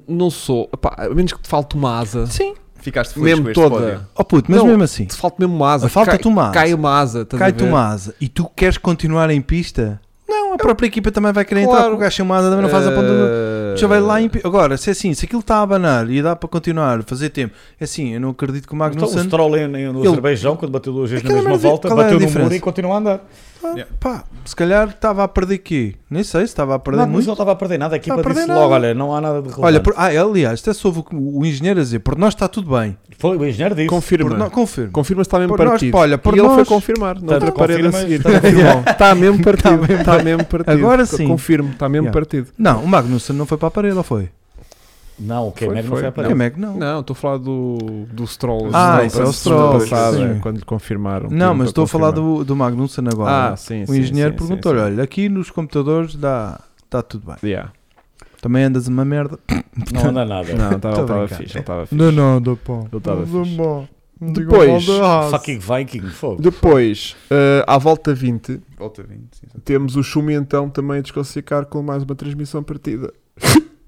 Não sou. Epá, a menos que te falte uma asa. Sim. Ficaste feliz com Mesmo este pódio. toda. Oh puto, mas Não. mesmo assim, Te falta mesmo uma asa. Falta-te Cai- uma asa. Cai uma asa. estás a cai-te ver? uma asa e tu queres continuar em pista? Não, a própria equipa também vai querer entrar, Claro. porque o gajo sem uma asa também não faz a ponta do... Eh, Já vai lá em... pi- Agora, se é assim, se aquilo está a abanar e dá para continuar, fazer tempo, é assim, eu não acredito que o Então, o Magnussen... Stroll em- em- no Ele- Azerbaijão, quando bateu duas vezes na Aquela mesma merda, volta, qual é a bateu no muro diferença? e continua a andar. pá, Yeah. Ah, pá, se calhar estava a perder quê? Nem sei se estava a perder Não, mas muito. não estava a perder nada. A equipa a perder disse nada. logo: olha, não há nada de relevante. Olha, por... ah, aliás, até soube o, que o engenheiro a dizer, por nós está tudo bem. Foi o engenheiro disse. Confirma. Por nós- confirmo. Confirma se está mesmo Por nós, partido. pá, olha, por e ele foi nós- confirmar. Não Portanto, outra parede a confirma, seguir. está confirmado. Está mesmo partido. Está mesmo partido. Agora Co- sim. Confirmo. Está mesmo Yeah. partido. Não, o Magnussen não foi para a parede, ou foi? Não, o Kemer não foi. foi a Não. parede. Como é que não? Não, estou a falar do, do Stroll. Ah, Não, isso é o da Stroll, passada, sim. Quando lhe confirmaram. Não, mas estou a falar Confirmaram. do, do Magnussen agora. Ah, sim, o sim, engenheiro sim, perguntou-lhe: sim, sim. olha, aqui nos computadores dá, está tudo bem. Yeah. Também andas uma merda. Não anda nada. Não, ele estava- ele Tô estava brincando. fixe. ele estava fixe. Não, não, dá pá. Eu tava Não dá fixe. pá. Não digo Depois- mal da Haas. Fucking Viking, fogo. Depois, eh, à volta 20, Volta 20. sim, sim. temos o Schumi então também a desclassificar com mais uma transmissão partida.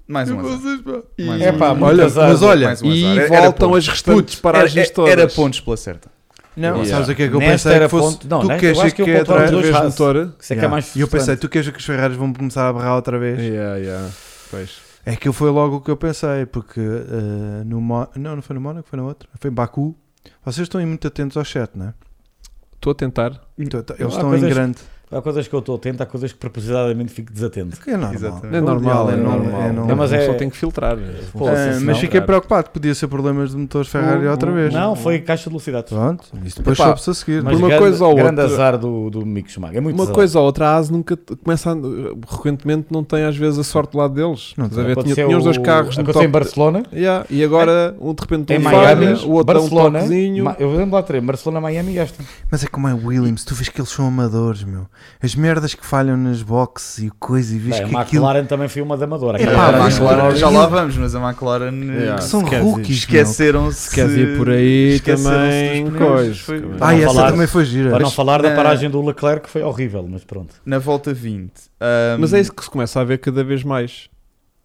Mais um azar. E- Mais É pá, um- muito Olha, azar. Ah, mas olha, mais um azar. E Era- era voltam pontos. as restantes para as Era- gestoras. Era pontos pela certa. Não, Yeah. sabes o que é que eu Nesta pensei era que fosse? ponto- não, tu nesta eu queres acho que eu que é pontuava atrás? Outra dois vez Haas. motora. Isso é que é Yeah. mais E eu pensei, frustrante. tu queres que os Ferraris vão começar a barrar outra vez? Yeah, yeah. Pois. É que foi logo o que eu pensei, porque eh, no Mo- não, não foi no Mónaco, foi na outra, foi em Baku. Vocês estão aí muito atentos ao chat, não é? Estou a tentar. Então, tá- Há Eles estão em coisas- grande. Há coisas que eu estou atento, há coisas que prepositadamente fico desatento. Que é normal. Exatamente. É O normal, ideal é normal. normal. Não, Não, mas mas é- Só tem que filtrar. Pô, Ah, se não- mas fiquei preocupado, podia ser problemas de motores Ferrari Hum, outra hum, vez. Não, foi caixa de velocidade. Pronto, isso depois Epá, soube-se a seguir. Mas uma grande, coisa ou grande outra- azar do, do Mick Schumacher. É muito Uma azar. coisa ou outra, a ASE nunca t- começa a, frequentemente não tem às vezes a sorte do lado deles. Não Estás tem. a ver? Tinha, Aconteceu- tinha os dois carros no Aconteceu top. em Barcelona. Yeah, E agora um de repente Em um Miami, falha, o outro dá um Barcelona, toquezinho. Ma- eu lembro lá três, Barcelona, Miami e Aston. Mas é como é Williams, tu vês que eles são amadores, meu. As merdas que falham nas boxes e coisa, e vês Bem, a que McLaren aquilo também foi uma da amadora. É, Epá, Aquela Epá, a era- a McLaren, McLaren- já lá vamos, mas a McLaren Yeah. que são se quer rookies, meu. esqueceram-se. Se quer dizer por aí também esqueceram-se dos pneus. coisas. Foi- Também. Ah, Para não essa falar- também foi gira. Para não falar da na- paragem do Leclerc, que foi horrível, mas pronto. Na volta um, 20. ahm, Mas é isso que se começa a ver cada vez mais.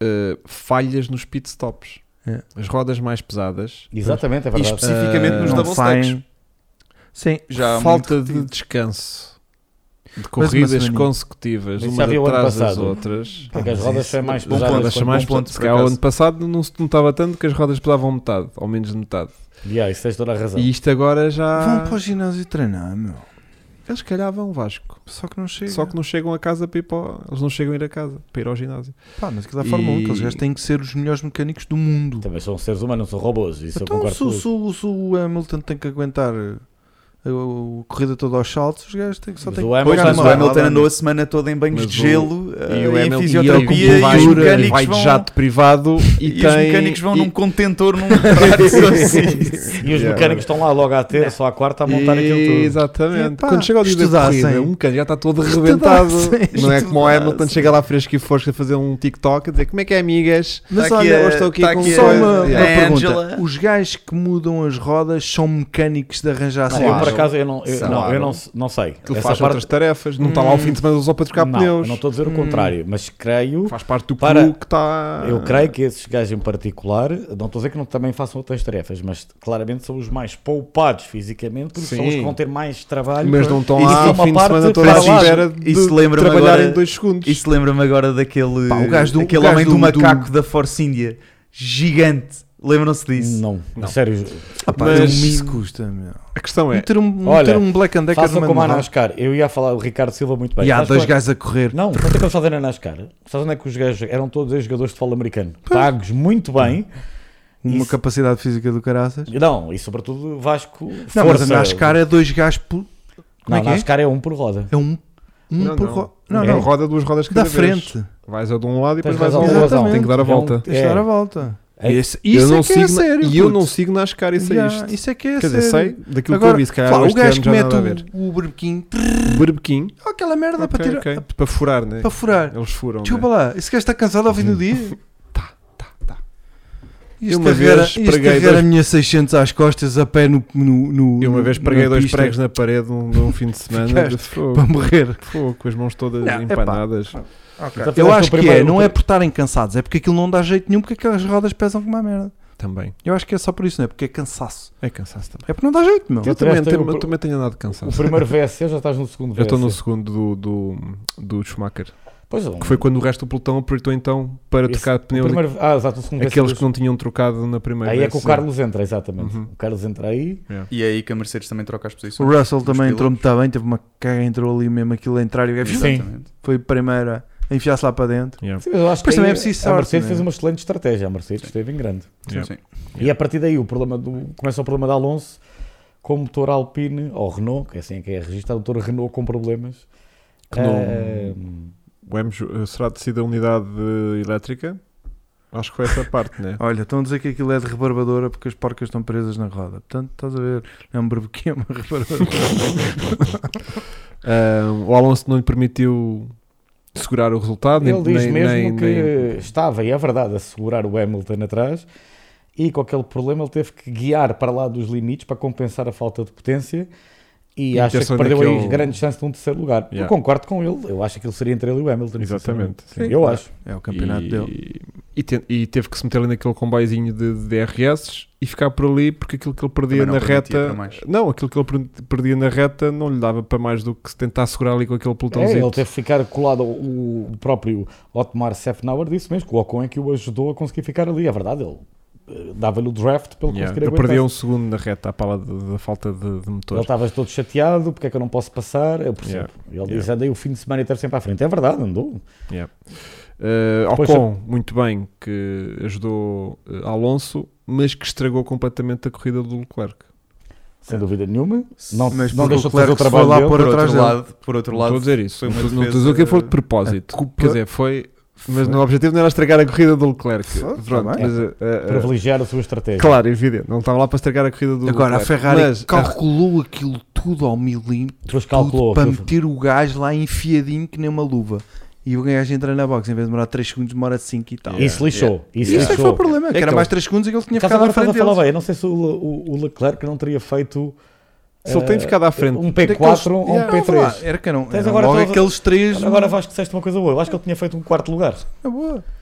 Uh, falhas nos pit stops. É. As rodas mais pesadas. Exatamente, é e verdade. especificamente nos Ah, não double saem. stacks. Sim, Já há Falta muito de repetido. descanso. De uma corridas semaninha. consecutivas, Mas isso uma já vi o ano atrás das passado. outras. Porque as mas rodas isso- são mais bom As ponto, pesadas. rodas bom são mais ponto, pontos. por Se calhar o acaso. ano passado não se notava tanto que as rodas pesavam metade, ou menos de metade. Yeah, isso tens toda a razão. E isto agora já. Ah. vão para o ginásio treinar, meu. Eles calhar vão Vasco. Só que não chega. Só que não chegam a casa para ir para o- Eles não chegam a ir a casa para ir ao ginásio. Pá, mas aquilo é E- Fórmula 1, aqueles gajos têm que ser os melhores mecânicos do mundo. Também são seres humanos, não são robôs. Isso eu Então, concordo se, com o- isso. se o- se o Hamilton tem que aguentar a, a- a corrida toda aos saltos, os gajos têm que só Mas têm o que Hamilton- pegar Mas numa o Hamilton balada, andou a semana toda em banhos Mas de o- gelo, e o ah, em Hamilton- e ele fisioterapia, com e os pintura, mecânicos vai de vão... jato privado e, E, tem. os mecânicos vão e- num contentor num braço assim. E os Yeah. mecânicos estão lá logo à terça só à quarta a montar aquilo tudo. Exatamente. Epá, Quando chega ao dia da estudassem. corrida, um bocadinho já está todo Estudassem, arrebentado. Não é como o estudassem. Hamilton chega lá fresco e fosco a fazer um TikTok a dizer como é que é, amigas? Mas Tá aqui olha, a- hoje estou aqui tá com aqui Só coisa. uma, uma Yeah. É, pergunta: Angela. os gajos que mudam as rodas são mecânicos de arranjar Não, sempre? eu por acaso eu não, eu, Claro. não, eu não, não sei. Tu Essa faz parte- outras tarefas, não está lá ao fim de semana só para trocar não, eu pneus. não estou a dizer o contrário, mas creio, Faz parte do Para. para. que está. eu creio que esses gajos em particular, não estou a dizer que não também façam outras tarefas, mas claramente são os mais poupados fisicamente, porque são os Sim. que vão ter mais trabalho. Mas não estão Isso é lá ao uma fim de parte semana toda à para lá. espera de Isso lembra-me trabalhar agora- em dois segundos. Isso lembra-me agora daquele, Pá, o gajo do- daquele o gajo homem do, do- macaco da Force India, gigante. Lembram-se disso? Não, sério. Ah, pá, Mas- mas isso custa, meu. A questão é, Meter um, Olha, meter um Black and Decker Façam numa como a mão. NASCAR. Eu ia falar o Ricardo Silva muito bem. E há Sabes dois qual é- gajos a correr. Não, quanto é que eles fazem na NASCAR? Sabes onde é que os gajos eram todos ex jogadores de futebol americano? Pagos muito bem. Uma Isso- capacidade física do caraças. Não, e sobretudo Vasco. Não, força. mas a NASCAR é dois gajos por. Como Não, é que é? NASCAR é um por roda. É um, um Não, por não. ro- Não, É é não. roda duas rodas cada Da vez. frente. Vais a de um lado e Tens depois vais ao razão, outro. Exatamente. razão. Tem que dar a É um- volta. Tens de dar a volta. É- Esse- Eu isso não é que é sigo na- sério. E eu puto. não sigo NASCAR isso é Yeah, isto. Isso é que é Quer dizer, sei sério. daquilo que eu Agora, vi, se calhar pá, o este ano gajo que já nada mete um a ver. o, o berbequim, trrr, Berbequim, oh, aquela merda Ok, para, tirar, ok. para furar, né? para furar. Eles furam. Desculpa né? lá, esse gajo está cansado ao fim do dia. Tá, tá, tá. Eu Isto uma a ver, vez isto a preguei ver a dois- minha 600 às costas a pé no. no, no Eu uma vez na preguei dois pista pregos na parede num, num fim de semana Ficaste de fogo, para morrer. fogo, com as mãos todas Não, é epá. empanadas. Então fizeste Eu o acho que é, primeiro- não é por estarem cansados, é porque aquilo não dá jeito nenhum, porque aquelas rodas pesam como uma merda. Também. Eu acho que é só por isso, não é? Porque é cansaço. É cansaço também. É porque não dá jeito, meu. Eu Outra também, esta- tenho, o eu pr- também tenho andado cansado. O primeiro VSC já estás no segundo VSC. Eu estou no segundo do, do, do Schumacher. Pois é, Que foi quando o resto do pelotão apertou então para Esse- trocar o pneus. primeiro- Ah, exato, o segundo VSC. Aqueles que não tinham trocado na primeira Aí é que o vez, Carlos entra, exatamente. Uhum. O Carlos entra aí. E é aí que a Mercedes também troca as O posições. Russell Os também entrou pilotos. muito bem, teve uma caga, entrou ali mesmo aquilo a entrar e o gajo Sim. foi o primeiro a enfiar-se lá para dentro. sim. Yeah, Sim, mas eu acho Pois que também aí é preciso a sorte, Mercedes né? fez uma excelente estratégia. A Mercedes esteve em grande. yeah. Sim, sim. E a partir daí o problema do, começa o problema da Alonso com o motor Alpine ou Renault, que é assim que é registrado, o motor Renault com problemas. Que não- Ahm, O MJ será decida a unidade eh, elétrica? Acho que foi essa parte, né? Olha, estão a dizer que aquilo é de rebarbadora porque as porcas estão presas na roda. Portanto, estás a ver, é um barbequim, é uma rebarbadora. Ah, o Alonso não lhe permitiu segurar o resultado. nem- Ah, ele diz nem- mesmo nem- que nem- estava, e é verdade, a segurar o Hamilton atrás. E com aquele problema ele teve que guiar para lá dos limites para compensar a falta de potência. E, E acha que atenção perdeu aí naquele- grande chance de um terceiro lugar. Eu Yeah. concordo com ele, eu acho que ele seria entre ele e o Hamilton. Exatamente. sim. sinceramente. Eu acho. É o campeonato e, dele. E, te- e teve que se meter ali naquele comboiozinho de, de DRS e ficar por ali porque aquilo que ele perdia Também não na permitia reta. para mais. Não, aquilo que ele per- perdia na reta não lhe dava para mais do que se tentar segurar ali com aquele É, pelotãozinho. ele teve que ficar colado. O o próprio Otmar Sefnauer disse mesmo que o Ocon é que o ajudou a conseguir ficar ali. É verdade, ele eh, dava-lhe o draft para ele Yeah, conseguir ele perdia aguentar. um segundo na reta à pala de- da falta de, de motor. Ele estava todo chateado, porque é que eu não posso passar? Eu percebo. Yeah, Ele diz: andei o fim de semana e esteve sempre à frente. É verdade, andou. Uh, Depois- Ocon, muito bem, que ajudou uh, Alonso, mas que estragou completamente a corrida do Leclerc. Sem dúvida nenhuma. Não, Mas não deixou porque o de fazer o Leclerc se trabalho foi lá dele. pôr- Por, atrás outro dele. lado, por outro Não estou a lado, dizer isso, foi não uma estou não estou a defesa- dizer que foi de propósito. Quer dizer, foi, mas no objetivo não era estragar a corrida do Leclerc. Foi, tá Pronto, bem. mas, uh, eh, uh, uh, privilegiar a sua estratégia. claro, é evidente, não estava lá para estragar a corrida do Agora, a Leclerc. Ferrari mas, calculou aquilo tudo ao milímetro, Depois tudo, calculou. para aquilo. meter o gajo lá enfiadinho que nem uma luva. E o gajo entra na box, em vez de demorar 3 segundos, demora 5 e tal. Isso lixou. Isso Isso é que foi o lixou. problema, que que era ele- mais 3 segundos e que ele tinha Estás ficado agora à estás a frente falar deles. bem. Eu não sei se o, o, o Leclerc não teria feito. Se ele eh, tem ficado à frente Um P4 ou um Yeah, vamos P3. lá, Era que não. Tens Era agora logo todas- aqueles 3. Agora Vasco disseste uma coisa boa. Eu acho que ele tinha feito um quarto lugar.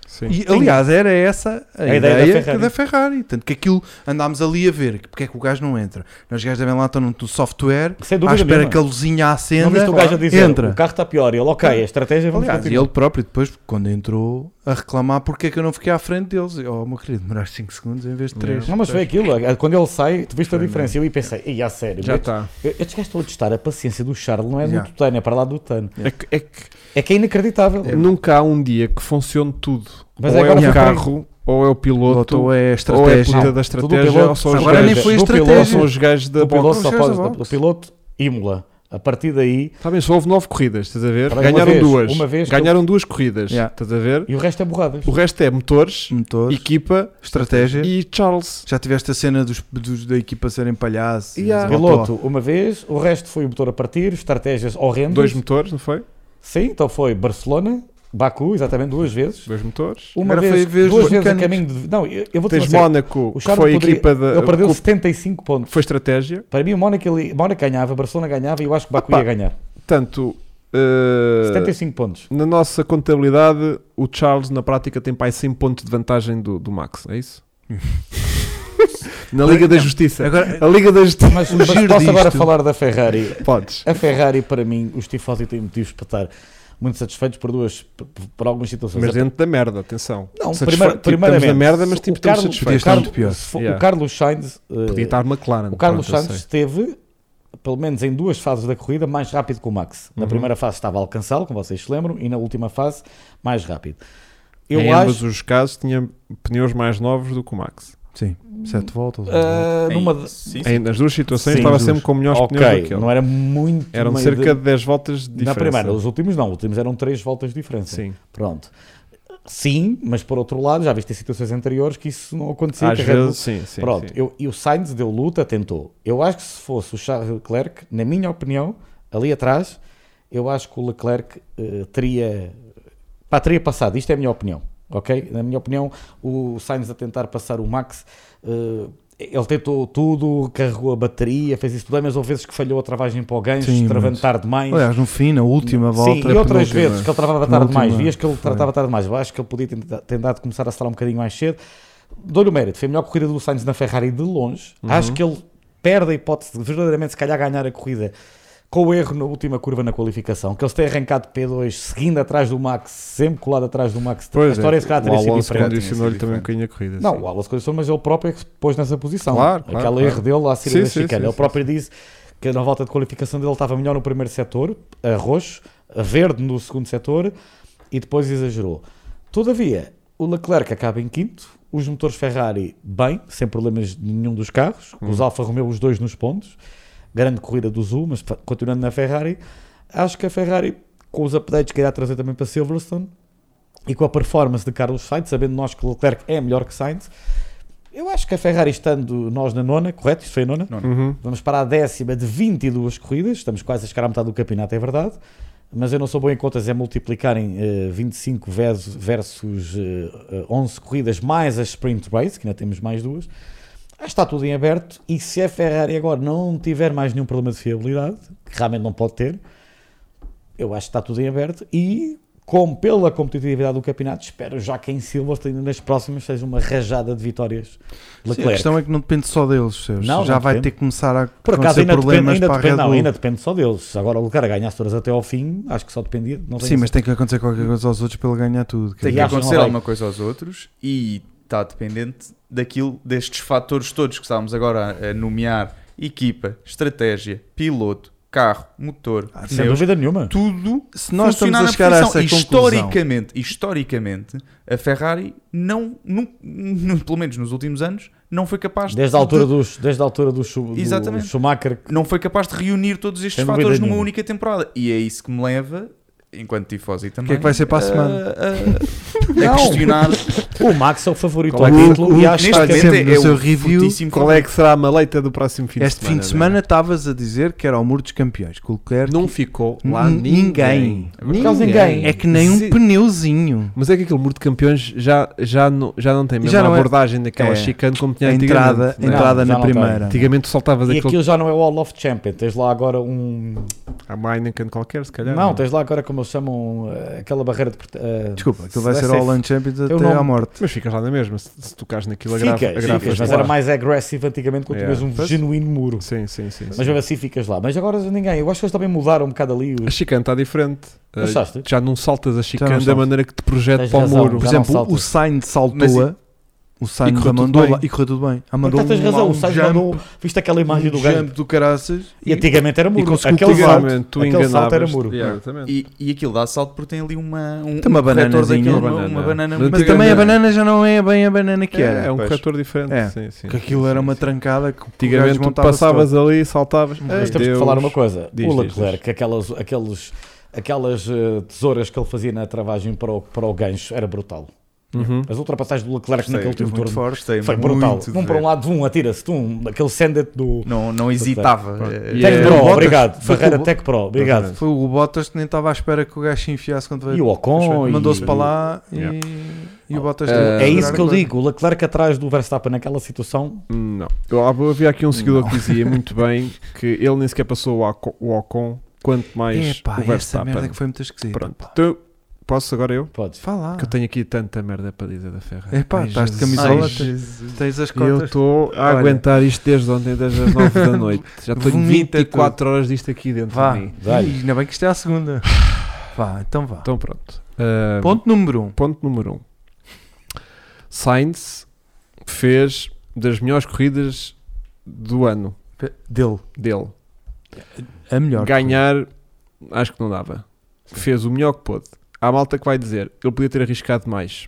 sim. E, aliás, era essa a, A ideia da ideia, que- da, Ferrari. Ferrari. Tanto que aquilo andámos ali a ver que- porque é que o gajo não entra. Nós gajos devem lá estar no software, Sem à dúvida espera nenhuma. que a luzinha Não acenda. viste o gajo a dizer entra. o carro está pior. E Ele, ok, a estratégia vamos Aliás, Ah, e continuar. ele próprio, depois, quando entrou, a reclamar porque é que eu não fiquei à frente deles. Eu, Oh, meu querido, demoraste 5 segundos em vez de 3. Não, mas foi aquilo. Quando ele sai, tu viste a diferença. Eu aí pensei, e a sério. já eu- está. Eu, estes gajos estão a testar a paciência do Charles, não é Já. do Tutano, é para lá do Tutano. É que- é que É que é inacreditável. nunca há um dia que funcione tudo. Mas ou é agora o foi- carro, ou é o piloto, Piloto é a ou é a estratégia. puta da tudo estratégia, piloto. ou são os Agora gajos, nem foi a do ou piloto, são estratégia. os gajos da do piloto box. só Não pode, seja do, boxe. do piloto Imola. A partir daí, Sabem, só houve nove corridas, estás a ver? Olha, uma Ganharam vez- duas. uma vez que Ganharam duas corridas, Yeah. estás a ver? e o resto é borradas. O resto é motores, Motores, equipa estratégia. e Charles. Já tiveste a cena dos, dos- da equipa serem palhaços. e Yeah. eles Piloto, uma vez, o resto foi o motor a partir, estratégias horrendas. Dois motores, não foi? Sim, então foi Barcelona, Baku, exatamente duas vezes. Dois motores. Uma Agora vez, foi vez duas dos vezes a caminho mecânicos. de. Não, eu, eu vou te Tens dizer. Mónaco, que o Charles foi a poderia- equipa da. Ele perdeu que 75 pontos. Foi estratégia. Para mim, o Mónaco, ele, Mónaco ganhava, Barcelona ganhava e eu acho que Baku Opa. ia ganhar. Portanto, eh, 75 pontos. na nossa contabilidade, o Charles na prática tem pai 100 pontos de vantagem do, do Max, é isso? na Liga da Justiça. Agora, A Liga da Justiça. Mas, O mas giro posso agora disto- falar da Ferrari. Podes. A Ferrari, para mim, os tifosi têm motivos para estar muito satisfeitos por duas, por, por algumas situações. Mas dentro da merda, atenção. não, Satisfe- primeiro, tipo, primeiramente, estamos na merda, mas tipo, o Carlos, estamos satisfeitos. Podia estar Carlos- muito pior. se for- Yeah. O Carlos Sainz, eh, Podia estar McLaren. o Carlos pronto, eu Sainz sei. esteve, pelo menos em duas fases da corrida, mais rápido que o Max. Uhum. Na primeira fase estava a alcançá-lo, como vocês se lembram, e na última fase, mais rápido. Eu em ambos acho, os casos tinha pneus mais novos do que o Max. Sim, 7 voltas. eh, Em- numa... sim, sim. Em, nas duas situações Sim, estava dos- sempre com melhores pneus do Ok, que ele. não era muito... Eram meio cerca de... de 10 voltas de Na diferença. primeira, os últimos não, os últimos eram três voltas de diferença. Sim. Pronto. Sim, mas por outro lado, já viste em situações anteriores que isso não acontecia. Às que a Red Bull- vezes, sim, sim. Pronto, sim. Eu, e o Sainz deu luta, tentou. Eu acho que se fosse o Charles Leclerc, na minha opinião, ali atrás, eu acho que o Leclerc eh, teria, pá, teria passado. Isto é a minha opinião. ok? Na minha opinião, o Sainz a tentar passar o Max, eh, ele tentou tudo, carregou a bateria, fez isso tudo, bem, mas houve vezes que falhou a travagem para o gancho, Sim, travando muito. tarde demais. Aliás, no fim, na última volta. Sim, e a outras penúltima. vezes que ele travava tarde penúltima, demais, vias que ele foi. tratava tarde demais. Eu acho que ele podia ter ter dado começar a acelerar um bocadinho mais cedo. Dou-lhe o mérito, foi a melhor corrida do Sainz na Ferrari de longe. Uhum. Acho que ele perde a hipótese de verdadeiramente, se calhar, ganhar a corrida com o erro na última curva na qualificação. Que eles têm arrancado P2, seguindo atrás do Max, sempre colado atrás do Max. a Pois é, história se calhar o teria sido Alonso diferente. condicionou-lhe Tinha sido também um bocadinho a corrida. Não, sim. o Alas condicionou, mas ele próprio é que se pôs nessa posição. Claro, claro, Aquele claro. erro dele à saída Sim, da sim, chicane. sim, Ele sim, próprio disse que na volta de qualificação dele estava melhor no primeiro setor, a roxo, a verde no segundo setor e depois exagerou. Todavia, o Leclerc acaba em quinto, os motores Ferrari bem, sem problemas de nenhum dos carros, os Hum. Alfa Romeo os dois nos pontos, grande corrida do Zul, mas fa- continuando na Ferrari, acho que a Ferrari, com os updates que irá trazer também para Silverstone, e com a performance de Carlos Sainz, sabendo nós que Leclerc é melhor que Sainz, eu acho que a Ferrari estando nós na nona, correto? Isto foi a nona? Uhum. Vamos para a décima de 22 corridas, estamos quase a chegar à metade do campeonato, é verdade. Mas eu não sou bom em contas, é multiplicarem eh, 25 versus, versus eh, eh, 11 corridas mais a sprint race, que ainda temos mais duas. Ah, está tudo em aberto e se a Ferrari agora não tiver mais nenhum problema de fiabilidade, que realmente não pode ter, eu acho que está tudo em aberto e como pela competitividade do campeonato, espero já que em Silverstone nas próximas seja uma rajada de vitórias de Sim, a Leclerc. questão é que não depende só deles, Sérgio. Não, Já não vai depende. ter que começar a Por acaso acontecer ainda depende, problemas ainda, para a Red depende, não, Bull. ainda depende só deles. Se Agora o cara ganhasse todas até ao fim, acho que só dependia. Não tenho Sim, certeza. mas tem que acontecer qualquer coisa aos outros para ele ganhar tudo. quer Tem E que acham acontecer bem. alguma coisa aos outros e está dependente daquilo, destes fatores todos que estávamos agora a- a nomear: equipa, estratégia, piloto, carro, motor, Ah, sem pneus, dúvida nenhuma. tudo Se nós estamos funcionar a na chegar a perfeição. essa E conclusão, historicamente, historicamente, a Ferrari não, nu- nu- pelo menos nos últimos anos, não foi capaz Desde a altura de, dos, desde a altura do, Schu- do Exatamente. Schumacher, não foi capaz de reunir todos estes Sem dúvida fatores numa nenhuma. única temporada. E é isso que me leva, enquanto tifosi também, que é que vai ser para a- a semana? a- a Não. questionar o Max é o favorito Qual ao é que- título o- e o- acho neste que momento sempre é no o seu review, fortíssimo Qual é que será a maleita do próximo fim este de semana? fim de semana estavas a dizer que era o muro dos campeões, que o Leclerc Não ficou lá N- ninguém. ninguém. causa ninguém. é que nem um Sim. pneuzinho. Mas é que aquele muro de campeões já, já, não, já não tem mesmo Já a não é- abordagem daquela é. chicane como tinha A entrada, antigamente. a não é? Não, já entrada na não tem. primeira. Antigamente tu soltavas E aquele... aquilo já não é o All of Champion. Tens lá agora um. A Heineken qualquer, se calhar. é? Não, tens lá agora como eles chamam eh, aquela barreira de. prote- eh, Desculpa, aquilo vai ser SF. o Land Champions Eu até não- à morte. Mas ficas lá na mesma, se, se tocares naquilo Ficas, agrava, ficas, agravas. mas claro. era mais agressivo antigamente quando Yeah. tinhas um Pois. genuíno muro. Sim, sim, sim. Mas sim. mesmo assim ficas lá. Mas agora ninguém. Eu acho que eles também mudaram um bocado ali. A chicane está diferente. Ah, Achaste? já não saltas a chicane da saltas. maneira que te projeta Tens para o razão, muro. Por já exemplo, não o saltas. Sainz Mas saltou-a, o e Sainz correu tudo amandou bem. lá e correu tudo bem. Amandou Portanto, Então tens um- razão. um o Sainz jump, mandou. Viste aquela imagem do um gajo? jump do caraças. E antigamente era muro. aquele consecutivamente, salto, tu aquele salto era enganavas. muro. Yeah, exatamente. E, e aquilo dá salto porque tem ali uma, um, Tem uma um corretor bananazinha. daquilo, Uma uma, banana. uma banana. Mas Mas muito também a grande. banana já não é bem a banana que É, é era. um Pois. corretor diferente. É. Sim, sim, Que aquilo era uma trancada que o gajo Antigamente tu montava-se passavas ali e saltavas. Mas Ei, temos de Deus. falar uma coisa. Diz, o diz, Leclerc, aquelas, aqueles, aquelas eh, tesouras que ele fazia na travagem para o, para o gancho, era brutal. Uhum. As ultrapassagens do Leclerc Sei, naquele todo. último turno Muito forte. é Gostei foi muito brutal. de Um para ver. um lado, um atira-se, um, aquele send-it do Não, não hesitava. Pronto. Eh, E Tech é- Pro. Bottas. Obrigado. Foi Barreira com o- Tech Pro. Obrigado. Exatamente. Foi o Bottas que nem estava à espera que o gajo se enfiasse E quando o veio. Ocon. e- Mandou-se para lá e, Yeah. e o Bottas Eh, teve É isso segurar que eu a coisa. digo. O Leclerc atrás do Verstappen naquela situação Hum, Não. Eu, há- havia aqui um seguidor que dizia muito bem que ele nem sequer passou o Ocon, o Ocon quanto mais o Epá, essa merda Verstappen. que foi muito esquisita. Pronto. pá. Então, eu- posso agora eu? Pode. Fala. Que eu tenho aqui tanta merda para dizer da Ferrari. Epá, Ai, estás de Jesus. camisola, Ai, tens- Jesus. Tens as E Eu contas. estou a Olha. aguentar isto desde ontem, desde as 9 da noite. Já estou Vomita 24 horas disto aqui dentro Vá. de mim. Dá-lhe. Ih, Ainda bem que isto é a segunda. Vá, então vá. Então pronto. Ah, Ponto número 1. Um. Ponto número 1. Um. Sainz fez das melhores corridas do ano Pe- Dele. dele. A melhor. Ganhar, acho que não dava. Fez o melhor que pôde. Há malta que vai dizer, ele podia ter arriscado mais.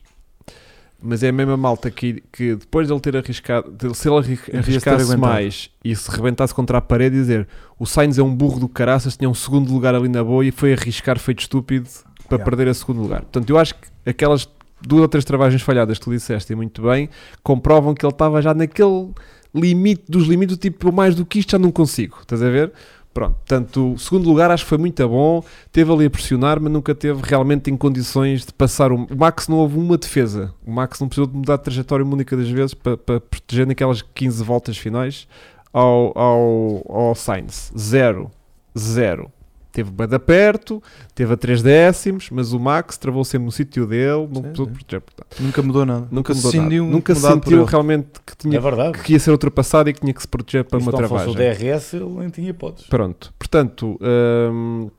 Mas é a mesma malta que, que depois de ele ter arriscado, de- se ele arri- ter arriscasse aguentado. mais e se rebentasse contra a parede e dizer o Sainz é um burro do caraças, tinha um segundo lugar ali na boa e foi arriscar feito estúpido para Yeah. perder a segundo lugar. Portanto, eu acho que aquelas duas ou três travagens falhadas que tu disseste e muito bem comprovam que ele estava já naquele limite dos limites, do tipo, eu mais do que isto já não consigo. Estás a ver? Pronto, portanto, o segundo lugar acho que foi muito bom, teve ali a pressionar, mas nunca teve realmente em condições de passar. O, o Max não houve uma defesa, o Max não precisou de mudar de trajetória uma única das vezes para, para proteger naquelas 15 voltas finais ao, ao, ao Sainz. Zero, zero. Teve bem de perto, teve a 3 décimos, mas o Max travou sempre no sítio dele, não Sim, precisou de sim. proteger. Portanto, Nunca mudou nada. nunca se mudou nada. sentiu Nunca se incomodado por sentiu ele. realmente que, É tinha, verdade. que ia ser ultrapassado e que tinha que se proteger para E se uma não fosse travagem. o DRS, ele nem tinha hipóteses. Pronto, portanto, hum,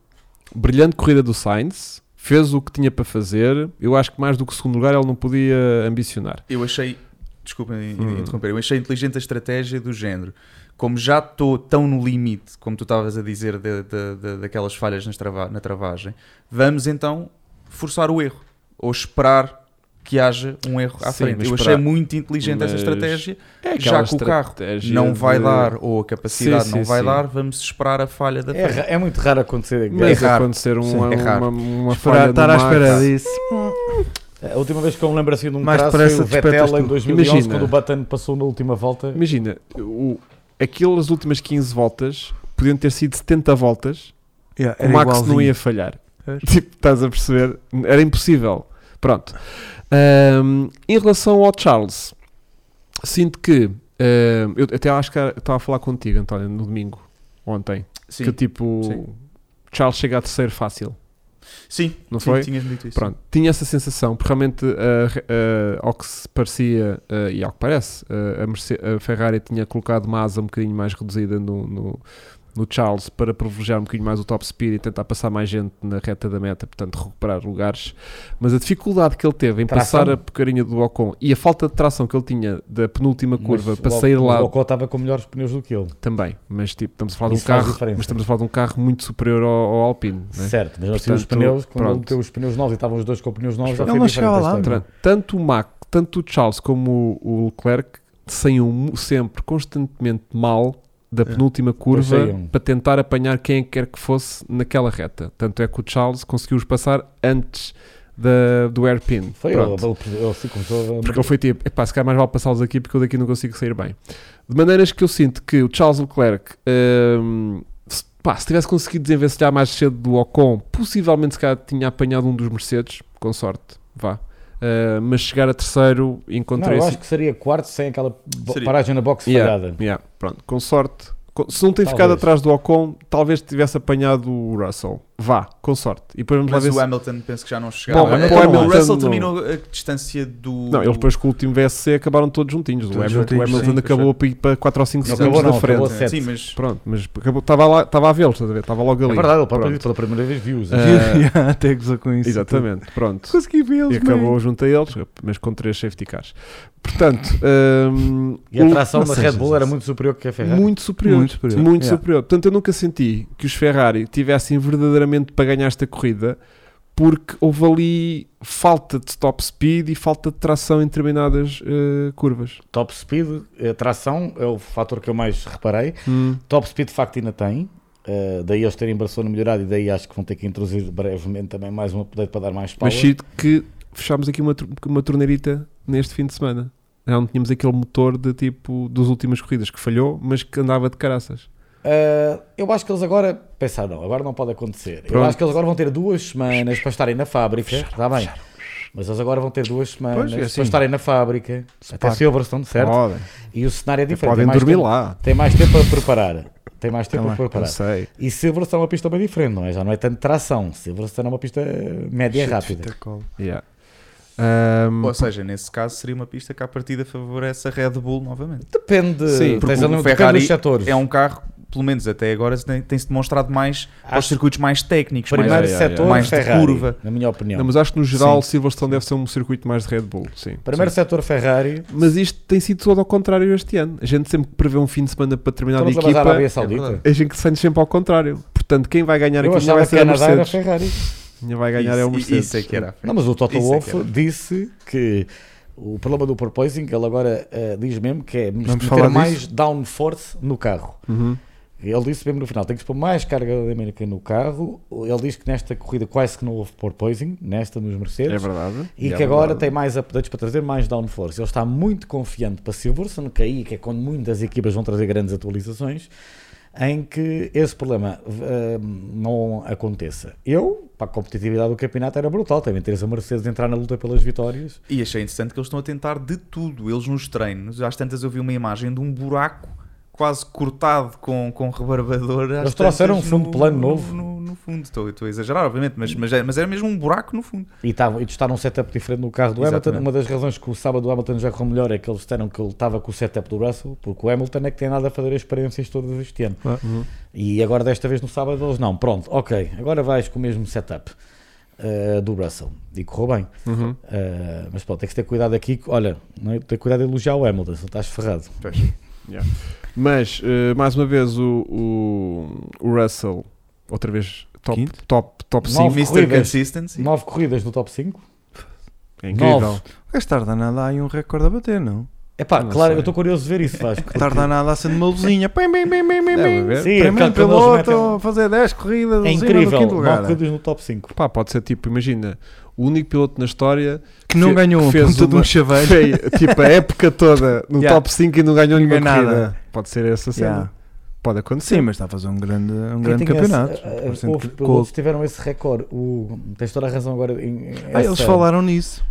brilhante corrida do Sainz, fez o que tinha para fazer. Eu acho que mais do que o segundo lugar ele não podia ambicionar. Eu achei, desculpa me Hum. interromper, eu achei inteligente a estratégia do género. Como já estou tão no limite, como tu estavas a dizer, da- da- da- daquelas falhas nas trava- na travagem, vamos então forçar o erro ou esperar que haja um erro à Sim, frente. mas Eu achei esperar. muito inteligente essa Mas estratégia. É Já aquela que o carro estratégia Não vai de- dar, ou a capacidade Sim, não sim, vai sim. dar, vamos esperar a falha da É, frente. ra- é muito raro acontecer. Mas raro. acontecer um- Sim, uma, é uma, raro. uma Esperar- falha Estar do à Max. Hum. espera disso. A última vez que eu me lembro assim de um Mais traço depressa foi o despertas Vettel em tu. 2011, Imagina. quando o Button passou na última volta. Imagina, o, aquelas últimas 15 voltas podiam ter sido 70 voltas, Yeah, o era Max não igualzinho. ia falhar. Pois. Tipo, estás a perceber? Era impossível. Pronto. Ahm, em relação ao Charles, sinto que. ahm, eu até acho que estava a falar contigo, António, no domingo, ontem. Sim, que tipo. sim. Charles chega a terceiro fácil. sim, Não sim, foi? tinhas-me dito isso. Pronto, tinha essa sensação, porque realmente ah, re- ah, ao que se parecia ah, e ao que parece, ah, a, Merce- a Ferrari tinha colocado uma asa um bocadinho mais reduzida no, no, no Charles para privilegiar um bocadinho mais o top speed e tentar passar mais gente na reta da meta, portanto recuperar lugares. Mas a dificuldade que ele teve em Tração. passar a porcarinha do Ocon e a falta de tração que ele tinha da penúltima curva para sair lá O Ocon estava com melhores pneus do que ele. também, mas tipo, estamos a falar de um Isso faz carro, diferença. mas estamos a falar de um carro muito superior ao, ao Alpine, né? Certo, mas assim, os Portanto, pneus, quando pronto. ele meteu os pneus novos e estavam os dois com pneus novos, já Ele foi não diferente chegava a lá, história. Tra- tanto o Mac, tanto o Charles como o, o Leclerc saiam mu- sempre constantemente mal da penúltima curva É. saiam. para tentar apanhar quem quer que fosse naquela reta. Tanto é que o Charles conseguiu os passar antes da, do airpin. Foi ele, Pronto. ele, ele se começou a... Porque ele foi tipo, epá, se calhar mais vale passá-los aqui porque eu daqui não consigo sair bem. De maneiras que eu sinto que o Charles Leclerc, hum, se, pá, se tivesse conseguido desenvencilhar mais cedo do Ocon, possivelmente se calhar tinha apanhado um dos Mercedes, com sorte, vá. Ah, mas chegar a terceiro, Não, encontrei eu esse- acho que seria quarto sem aquela bo- Seria. paragem na box Yeah, falhada. yeah, pronto, com sorte. Com- Se não tem ficado Talvez. atrás do Ocon, talvez tivesse apanhado o Russell. Vá, com sorte. E depois vamos lá Mas ver o se... Hamilton penso que já não chegava. Bom, Olha, o Hamilton o Russell não- terminou a distância do. Não, eles depois com o último VSC acabaram todos juntinhos. Todos o Hamilton, juntinhos, o Hamilton sim. acabou para ir para 4 ou 5 Não segundos acabou da não, frente. acabou a sete. Sim, mas Pronto, mas acabou- estava lá, estava a vê-los, estás a ver? Estava logo É ali. verdade, ele próprio Pronto. disse pela primeira vez viu-os. Ah, Yeah, Até gozou com isso. Exatamente, pronto. Consegui vê-los, E acabou junto a eles, mas com três safety cars. Portanto, hum, e a o- tração da Ou Red seja, Bull era muito superior que a Ferrari. muito superior. Muito superior. Muito Yeah. superior. Portanto, eu nunca senti que os Ferrari tivessem verdadeiramente para ganhar esta corrida porque houve ali falta de top speed e falta de tração em determinadas eh, curvas. Top speed, a tração é o fator que eu mais reparei. Hum. Top Speed de facto ainda tem. eh, daí eles terem Barcelona melhorado e daí acho que vão ter que introduzir brevemente também mais um update para dar mais power. Mas sinto que fechámos aqui uma, tru- uma torneirita neste fim de semana. Já não tínhamos aquele motor de tipo das últimas corridas que falhou, mas que andava de caraças. Eh, eu acho que eles agora pensaram, não, agora não pode acontecer. Eu Pronto. acho que eles agora vão ter duas semanas para estarem na fábrica, está bem. Mas eles agora vão ter duas semanas Pois, é assim. para estarem na fábrica, até Spark. Silverstone, certo? Podem, E o cenário é diferente. Oh. podem tem mais dormir tempo- lá. Tem mais tempo a preparar. Tem mais tempo Tá a bem, Não preparar. sei. E Silverstone é uma pista bem diferente, não é? Já não é tanto tração. Silverstone é uma pista média é Shit, rápida. fita cola. Yeah. Ahm, Ou seja, nesse caso seria uma pista que à partida favorece a Red Bull novamente. Depende, Sim, tens porque ali, um- o depende Ferrari dos setores. É um carro, pelo menos até agora, se tem- tem-se demonstrado mais aos Acho- circuitos mais técnicos. primeiro Ah, mais, é, é, setor, é. Mais de Ferrari, curva. na minha opinião. não, mas acho que no geral Silverstone deve ser um circuito mais de Red Bull. Sim. Primeiro setor Ferrari, Mas isto tem sido todo ao contrário este ano. A gente sempre que prevê um fim de semana para determinada estamos a equipa, basar a Arábia é Saudita. a gente que sente sempre ao contrário. Portanto, quem vai ganhar Eu aqui já achava vai que ser a Canadá era Mercedes. Ferrari. Ainda vai ganhar é o isso, Mercedes. isso é que era. a frente. Não, mas o Toto Isso é que Wolff disse que o problema do porpoising, ele agora eh, diz mesmo que é falar meter mais downforce no carro. Uhum. Ele disse mesmo no final, tem que se pôr mais carga aerodinâmica no carro. Ele diz que nesta corrida quase que não houve porpoising, nesta nos É Mercedes. verdade. E É que agora verdade. tem mais updates para trazer, mais downforce. Ele está é muito confiante para Silverstone, que aí que é quando muitas equipas vão trazer grandes atualizações. em que esse problema eh, não aconteça. Eu, para a competitividade do campeonato, era brutal. Também interesse a Mercedes de entrar na luta pelas vitórias. E achei interessante que eles estão a tentar de tudo. Eles nos treinos, às tantas eu vi uma imagem de um buraco quase cortado com, com rebarbador. às Eles trouxeram tantas um fundo de plano no- novo. No, no fundo, estou, estou a exagerar, obviamente, mas, mas, era, mas era mesmo um buraco no fundo. E, tava, e testaram um setup diferente no carro do Exatamente. Hamilton. Uma das razões que o sábado do Hamilton já correu melhor é que eles disseram que ele estava com o setup do Russell, porque o Hamilton é que tem nada a fazer as experiências todas este ano. Uhum. E agora, desta vez no sábado, eles não. Pronto, ok, agora vais com o mesmo setup eh, do Russell. E correu bem. Uhum. Eh, mas pronto, tem que ter cuidado aqui. que- Olha, não é? ter cuidado de elogiar o Hamilton, senão estás ferrado. Mas, eh, mais uma vez, o, o, o Russell, outra vez, top, Quinto? top, top Nove 5. Mr. corridas. Consistency. Nove corridas no top 5. É incrível. Nove. Gajo tarda nada há aí um recorde a bater, não? É pá, Não claro, sei. eu estou curioso de ver isso, Vasco. Tarda nada a ser de uma luzinha. Pim, pim, pim, pim, pim, Deve pim. haver. Sim, Primeiro aquele que eles metem- piloto um- a fazer 10 corridas, É luzinha incrível, no quinto lugar. né? nove corridas no top 5. Pá, pode ser tipo, imagina, o único piloto na história Que não Fe- ganhou um fez ponto de uma- um chaveiro. foi tipo a época toda no Yeah. top 5 e não ganhou nenhuma Não ganha corrida. nada. Pode ser essa cena. Yeah. Pode acontecer. Sim, mas está a fazer um grande, um grande Quem tem esse- campeonato. eh, eh, Por cento Houve de- pilotos que tiveram esse recorde. O, tens toda a razão agora. Em, em- Ah, eles essa- falaram nisso.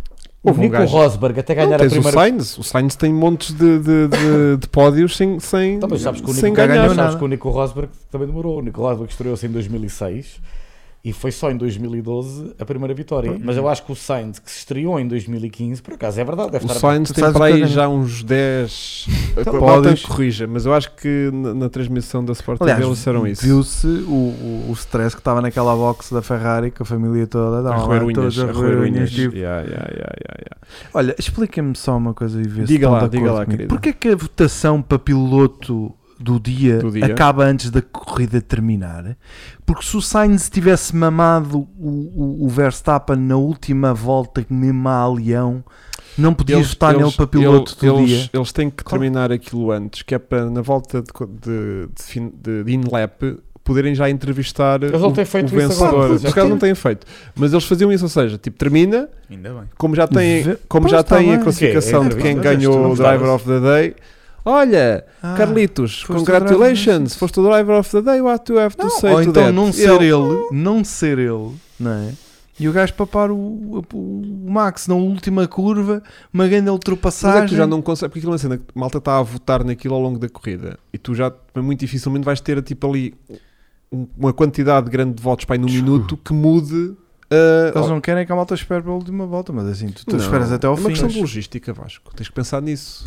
O Houve um Nico gajo- Rosberg até Não, ganhar a tens primeira. o Sainz. O Sainz tem montes de, de, de, de pódios sem, sem, Então, mas sabes que o sem Nico, ganhar. ganhou sabes nada. que o Nico Rosberg também demorou. O Nico Rosberg estreou-se em 2006 e foi só em 2012 a primeira vitória. Mas eu acho que o Sainz, que se estreou em 2015, por acaso é verdade, deve O estar. Sainz tem Sabes o para que eu aí ganho? já uns 10 Então, pódios. pódios. corrija, mas eu acho que na, na transmissão da Sport TV eles Aliás, disseram isso. viu-se o, o, o stress que estava naquela box da Ferrari com a família toda. A Dá roer unhas, todos a roer unhas. tipo. Yeah, yeah, yeah, yeah, yeah. Olha, explica-me só uma coisa e vê se Diga estão lá, de acordo diga lá, comigo. querida. Porquê que a votação para piloto do dia, Do dia. acaba antes da corrida terminar? Porque se o Sainz tivesse mamado o, o- o Verstappen na última volta, que mesmo a leão, não podias votar nele para piloto eles, do eles- dia. eles têm que Claro. terminar aquilo antes, que é para na volta de, co- de, de, fin- de- de in-lap poderem já entrevistar Eles o, não têm feito o isso agora, vencedor. pois, Por já acaso não têm. têm feito. Mas eles faziam isso, ou seja, tipo, termina, Ainda bem. como já têm, Vê- como Pois, já está têm a bem. classificação Ok, de quem entrevista. ganhou Não o Driver of the Day. Olha, Ah, Carlitos, foste o congratulations, driver. foste o driver of the day, what you have to say ou to então that? não E ser ele- é ele, não ser ele, não é? E o gajo papar o, o- o Max na última curva, uma grande Mas ultrapassagem. é que tu já não consegues, porque aquilo é uma cena que a malta está a votar naquilo ao longo da corrida e tu já muito dificilmente vais ter tipo ali um- uma quantidade grande de votos para aí num minuto que mude. ah, Eles oh, não querem que a malta espere pela última volta, mas assim, tu, tu não. esperas até ao É fim. uma questão mas- de logística, Vasco. Tens que pensar nisso.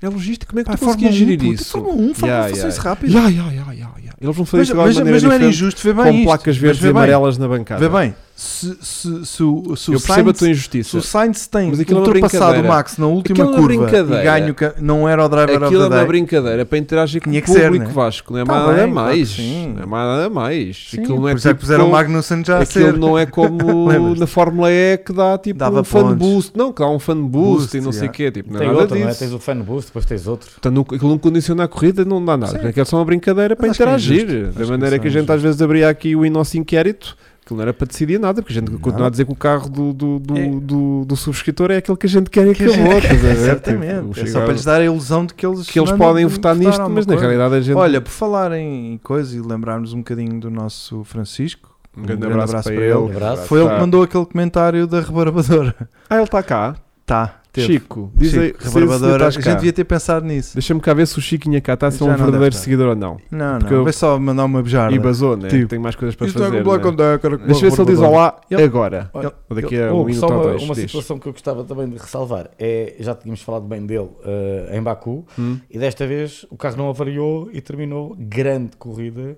É logística, como é que Pá, tu conseguias gerir puto, isso? Fórmula 1, Fórmula Yeah, 1, façam yeah. isso rápido. Ya, ya, ya, ya, ya. Eles vão fazer Mas, isso de alguma mas, maneira mas não era diferente, injusto, vê com bem isto. placas Mas verdes vê e bem, amarelas na bancada. Vê bem, se, se, se, o- se o Eu percebo a tua Sainz... Se injustiça. o Sainz tem Mas aquilo é uma ultrapassado o brincadeira. Max na última Aquilo é uma curva e brincadeira. ganha o ca- não era o driver Aquilo é of the uma day. brincadeira para interagir com Tinha o que ser, público né? Vasco, não é Tá nada bem, claro mais. que sim. não é nada mais. Sim, aquilo não é por isso é que tipo puseram o como- Magnussen já a aquilo ser. não é como Lembras-te? na Fórmula E que dá tipo Dava um fan pontos. boost, não, que dá um fan boost, Boost, e não sei o yeah. quê, tipo, não é Tem nada outro, não é? disso. Tens o fan boost, depois tens outro. Portanto, não- aquilo não condiciona a corrida, não dá nada. Sim. Aquilo é só uma brincadeira para acho que é interagir. injusto. Acho da que maneira isso é que a gente injusto. às vezes abria aqui o nosso inquérito, aquilo não era para decidir nada, porque a gente continua a dizer que o carro do, do, do, É. do- do subscritor é aquele que a gente quer e Que a gente acabou. estás a ver? Exatamente. Tipo, É chegar- só para lhes dar a ilusão de que eles, que eles mandam podem votar nisto, alguma mas na coisa. realidade a gente. Olha, por falar em coisa e lembrarmos um bocadinho do nosso Francisco, um grande abraço, para, ele. Um abraço. foi ele Tá. que mandou aquele comentário da rebarbadora. Ah, ele está cá. Tá, teve. Chico, diz Chico, aí. rebarbadora. tipo tá A gente devia devia... ter pensado nisso. Deixa-me cá ver se o Chiquinha cá está, se é Já um não deve verdadeiro estar. seguidor ou não. Não, Porque não. eu- Vai só mandar uma bejarda. E basou, né? Tipo, Tem mais coisas para Isto é fazer. um com Black né? on Deck, era com Deixa eu ver se ele diz rebarbadora. olá Ele- agora. ele- Ou daqui a um Houve só minuto ou uma, dois. uma diz. situação que eu gostava também de ressalvar. É, já tínhamos falado bem dele eh, em Baku Hum? e desta vez o carro não avariou e terminou grande corrida.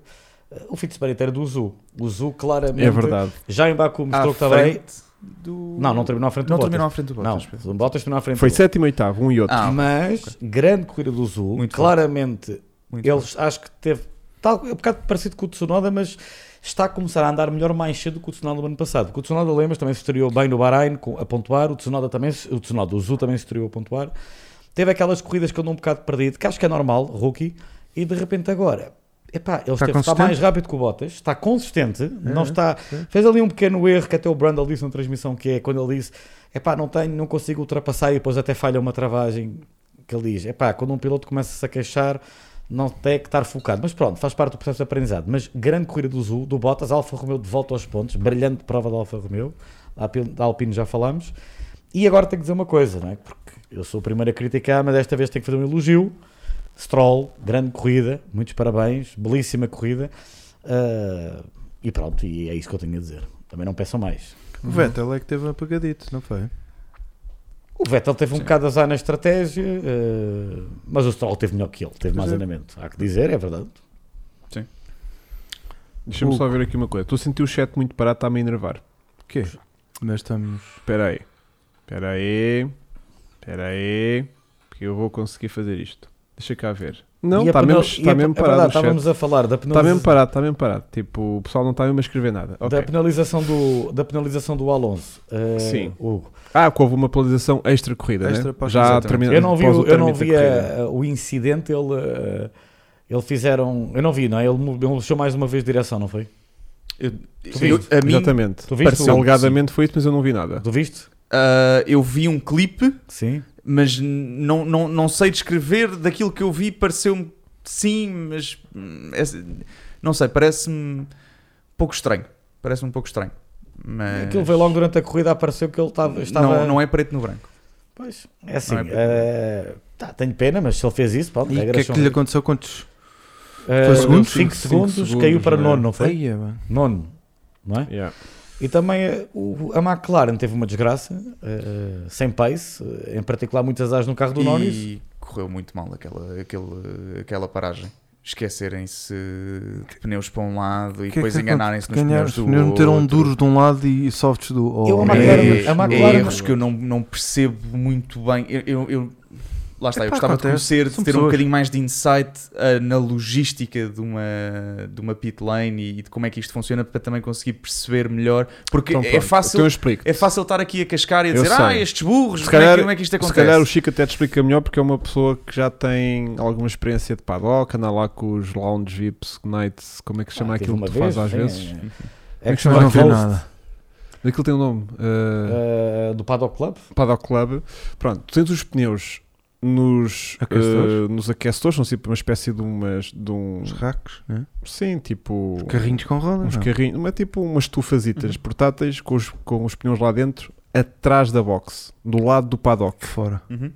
Eh, o fim de semana inteiro do Zu. O Zu claramente É verdade. já em Baku mostrou À que estava aí. frente do... Não, não terminou à frente Não do terminou à Bottas. frente do Não, Bottas. o Bottas terminou à frente Foi do Bottas. sétimo, oitavo, um e outro. Ah, Mas grande corrida do Zu. Muito claramente muito bem. eles acho que teve tal, é um bocado parecido com o Tsunoda, mas está a começar a andar melhor mais cedo que o Tsunoda do ano passado. Porque o Tsunoda, lembras, também se estreou bem no Bahrein com- a pontuar, o Tsunoda também, se- o Tsunoda, o Zu também se estreou a pontuar. Teve aquelas corridas que andou um bocado perdido, que acho que é normal, rookie, e de repente agora, epá, ele esteve- Está está consistente. É, mais rápido que o Bottas, está consistente, não está, fez ali um pequeno erro que até o Brandel disse na transmissão, que é quando ele disse, epá, não tenho, não consigo ultrapassar e depois até falha uma travagem, que ele diz, epá, quando um piloto começa-se a queixar, não tem que estar focado. Mas pronto, faz parte do processo de aprendizado. Mas grande corrida do Zul, do Bottas, Alfa Romeo de volta aos pontos, brilhante prova da Alfa Romeo, da Alpine- da Alpine já falámos. E agora tenho que dizer uma coisa, não é? Porque eu sou o primeiro a criticar, mas desta vez tenho que fazer um elogio. Stroll, grande corrida, muitos parabéns, belíssima corrida. Ah, e pronto, e é isso que eu tenho a dizer. Também não peçam mais. O Vettel é que teve um apagadito, não foi? O Vettel teve um Sim. bocado de azar na estratégia, eh, mas o Stroll teve melhor que ele, teve mais Pois é. andamento. Há que dizer, é verdade. Deixa-me só ver aqui uma coisa. Estou a sentir o chat muito parado, está-me a enervar. quê? Nós estamos. Espera aí. Espera aí. Espera aí. Porque eu vou conseguir fazer isto. Deixa cá ver. Não, E a está penal- mesmo, e a- está mesmo é verdade, parado o chat. estávamos a falar Está da mesmo penalização, parado, está mesmo parado. Tipo, o pessoal não está mesmo a escrever nada. Ok. da penalização, do, da penalização do Alonso. eh, Sim. Hugo. Ah, que houve uma penalização extra corrida, Extra né? pós- Já exatamente. termina, Eu não vi, pós o o- eu não término da vi corrida. a- o incidente, ele, eh, ele fizeram. Eu não vi, não é? Ele mu- ele mexeu mais uma vez de direção, não foi? Eu, viste? eu- a mim, Exatamente. tu viste Pareceu- o- Alegadamente foi isso, mas eu não vi nada. Tu viste? ah, eu vi um clipe, Sim. mas n- não, não, não sei descrever. Daquilo que eu vi, pareceu-me sim, mas hum, é- não sei, parece-me pouco estranho. Parece-me um pouco estranho. Eh, Mas Aquilo veio logo durante a corrida, apareceu que ele estava. estava... não, não é preto no branco. Pois, é assim. Não é- eh, tá, tenho pena, mas se ele fez isso, pronto, E o que é regras que são lhe aconteceu? Quantos? Eh, Foi segundos? Cinco cinco segundos, segundos, caiu para não é? nono, não foi? Eia, mano. Nono, não é? Yeah. E também eh, o- a McLaren teve uma desgraça, eh, sem pace, eh, em particular muitas asas no carro do e Norris. correu muito mal aquela, aquele, aquela paragem. Esquecerem-se de pneus para um lado e Que é depois que enganarem-se nos Ganharam, pneus os do pneus meteram outro. duros de um lado e softs do outro. Eu, a Ou McLaren- médios é, a do McLaren- outro. erros que eu não, não percebo muito bem. Eu, eu- eu- lá está, eu Epá, gostava acontece. de conhecer, de São ter um pessoas. bocadinho mais de insight ah, na logística de uma, de uma pit lane e, e de como é que isto funciona para também conseguir perceber melhor. Porque Então, é, pronto, fácil, Então eu explico. é fácil estar aqui a cascar e a Eu dizer, sei. ah, estes burros, Se como, é calhar- que, como é que isto Se acontece? calhar o Chico até te explica melhor porque é uma pessoa que já tem alguma experiência de paddock, anda lá com os lounge vips, nights, como é que se chama Ah, teve aquilo uma que tu fazes vez, às sim, é. vezes? é eh, que Action chama Mas não vi Host, nada. Aquilo tem um nome, uh, eh, do Paddock Club. Paddock Club. Pronto, tu tens os pneus nos Aquecedores? uh, nos aquecedores, são tipo uma espécie de umas de um Os racos, né? sim, tipo Os carrinhos Ah. Uhum. com rodas. uns não? carrinhos, mas tipo umas estufazitas portáteis com os, com os pneus lá dentro atrás da box, do lado do paddock. De Fora. Uhum.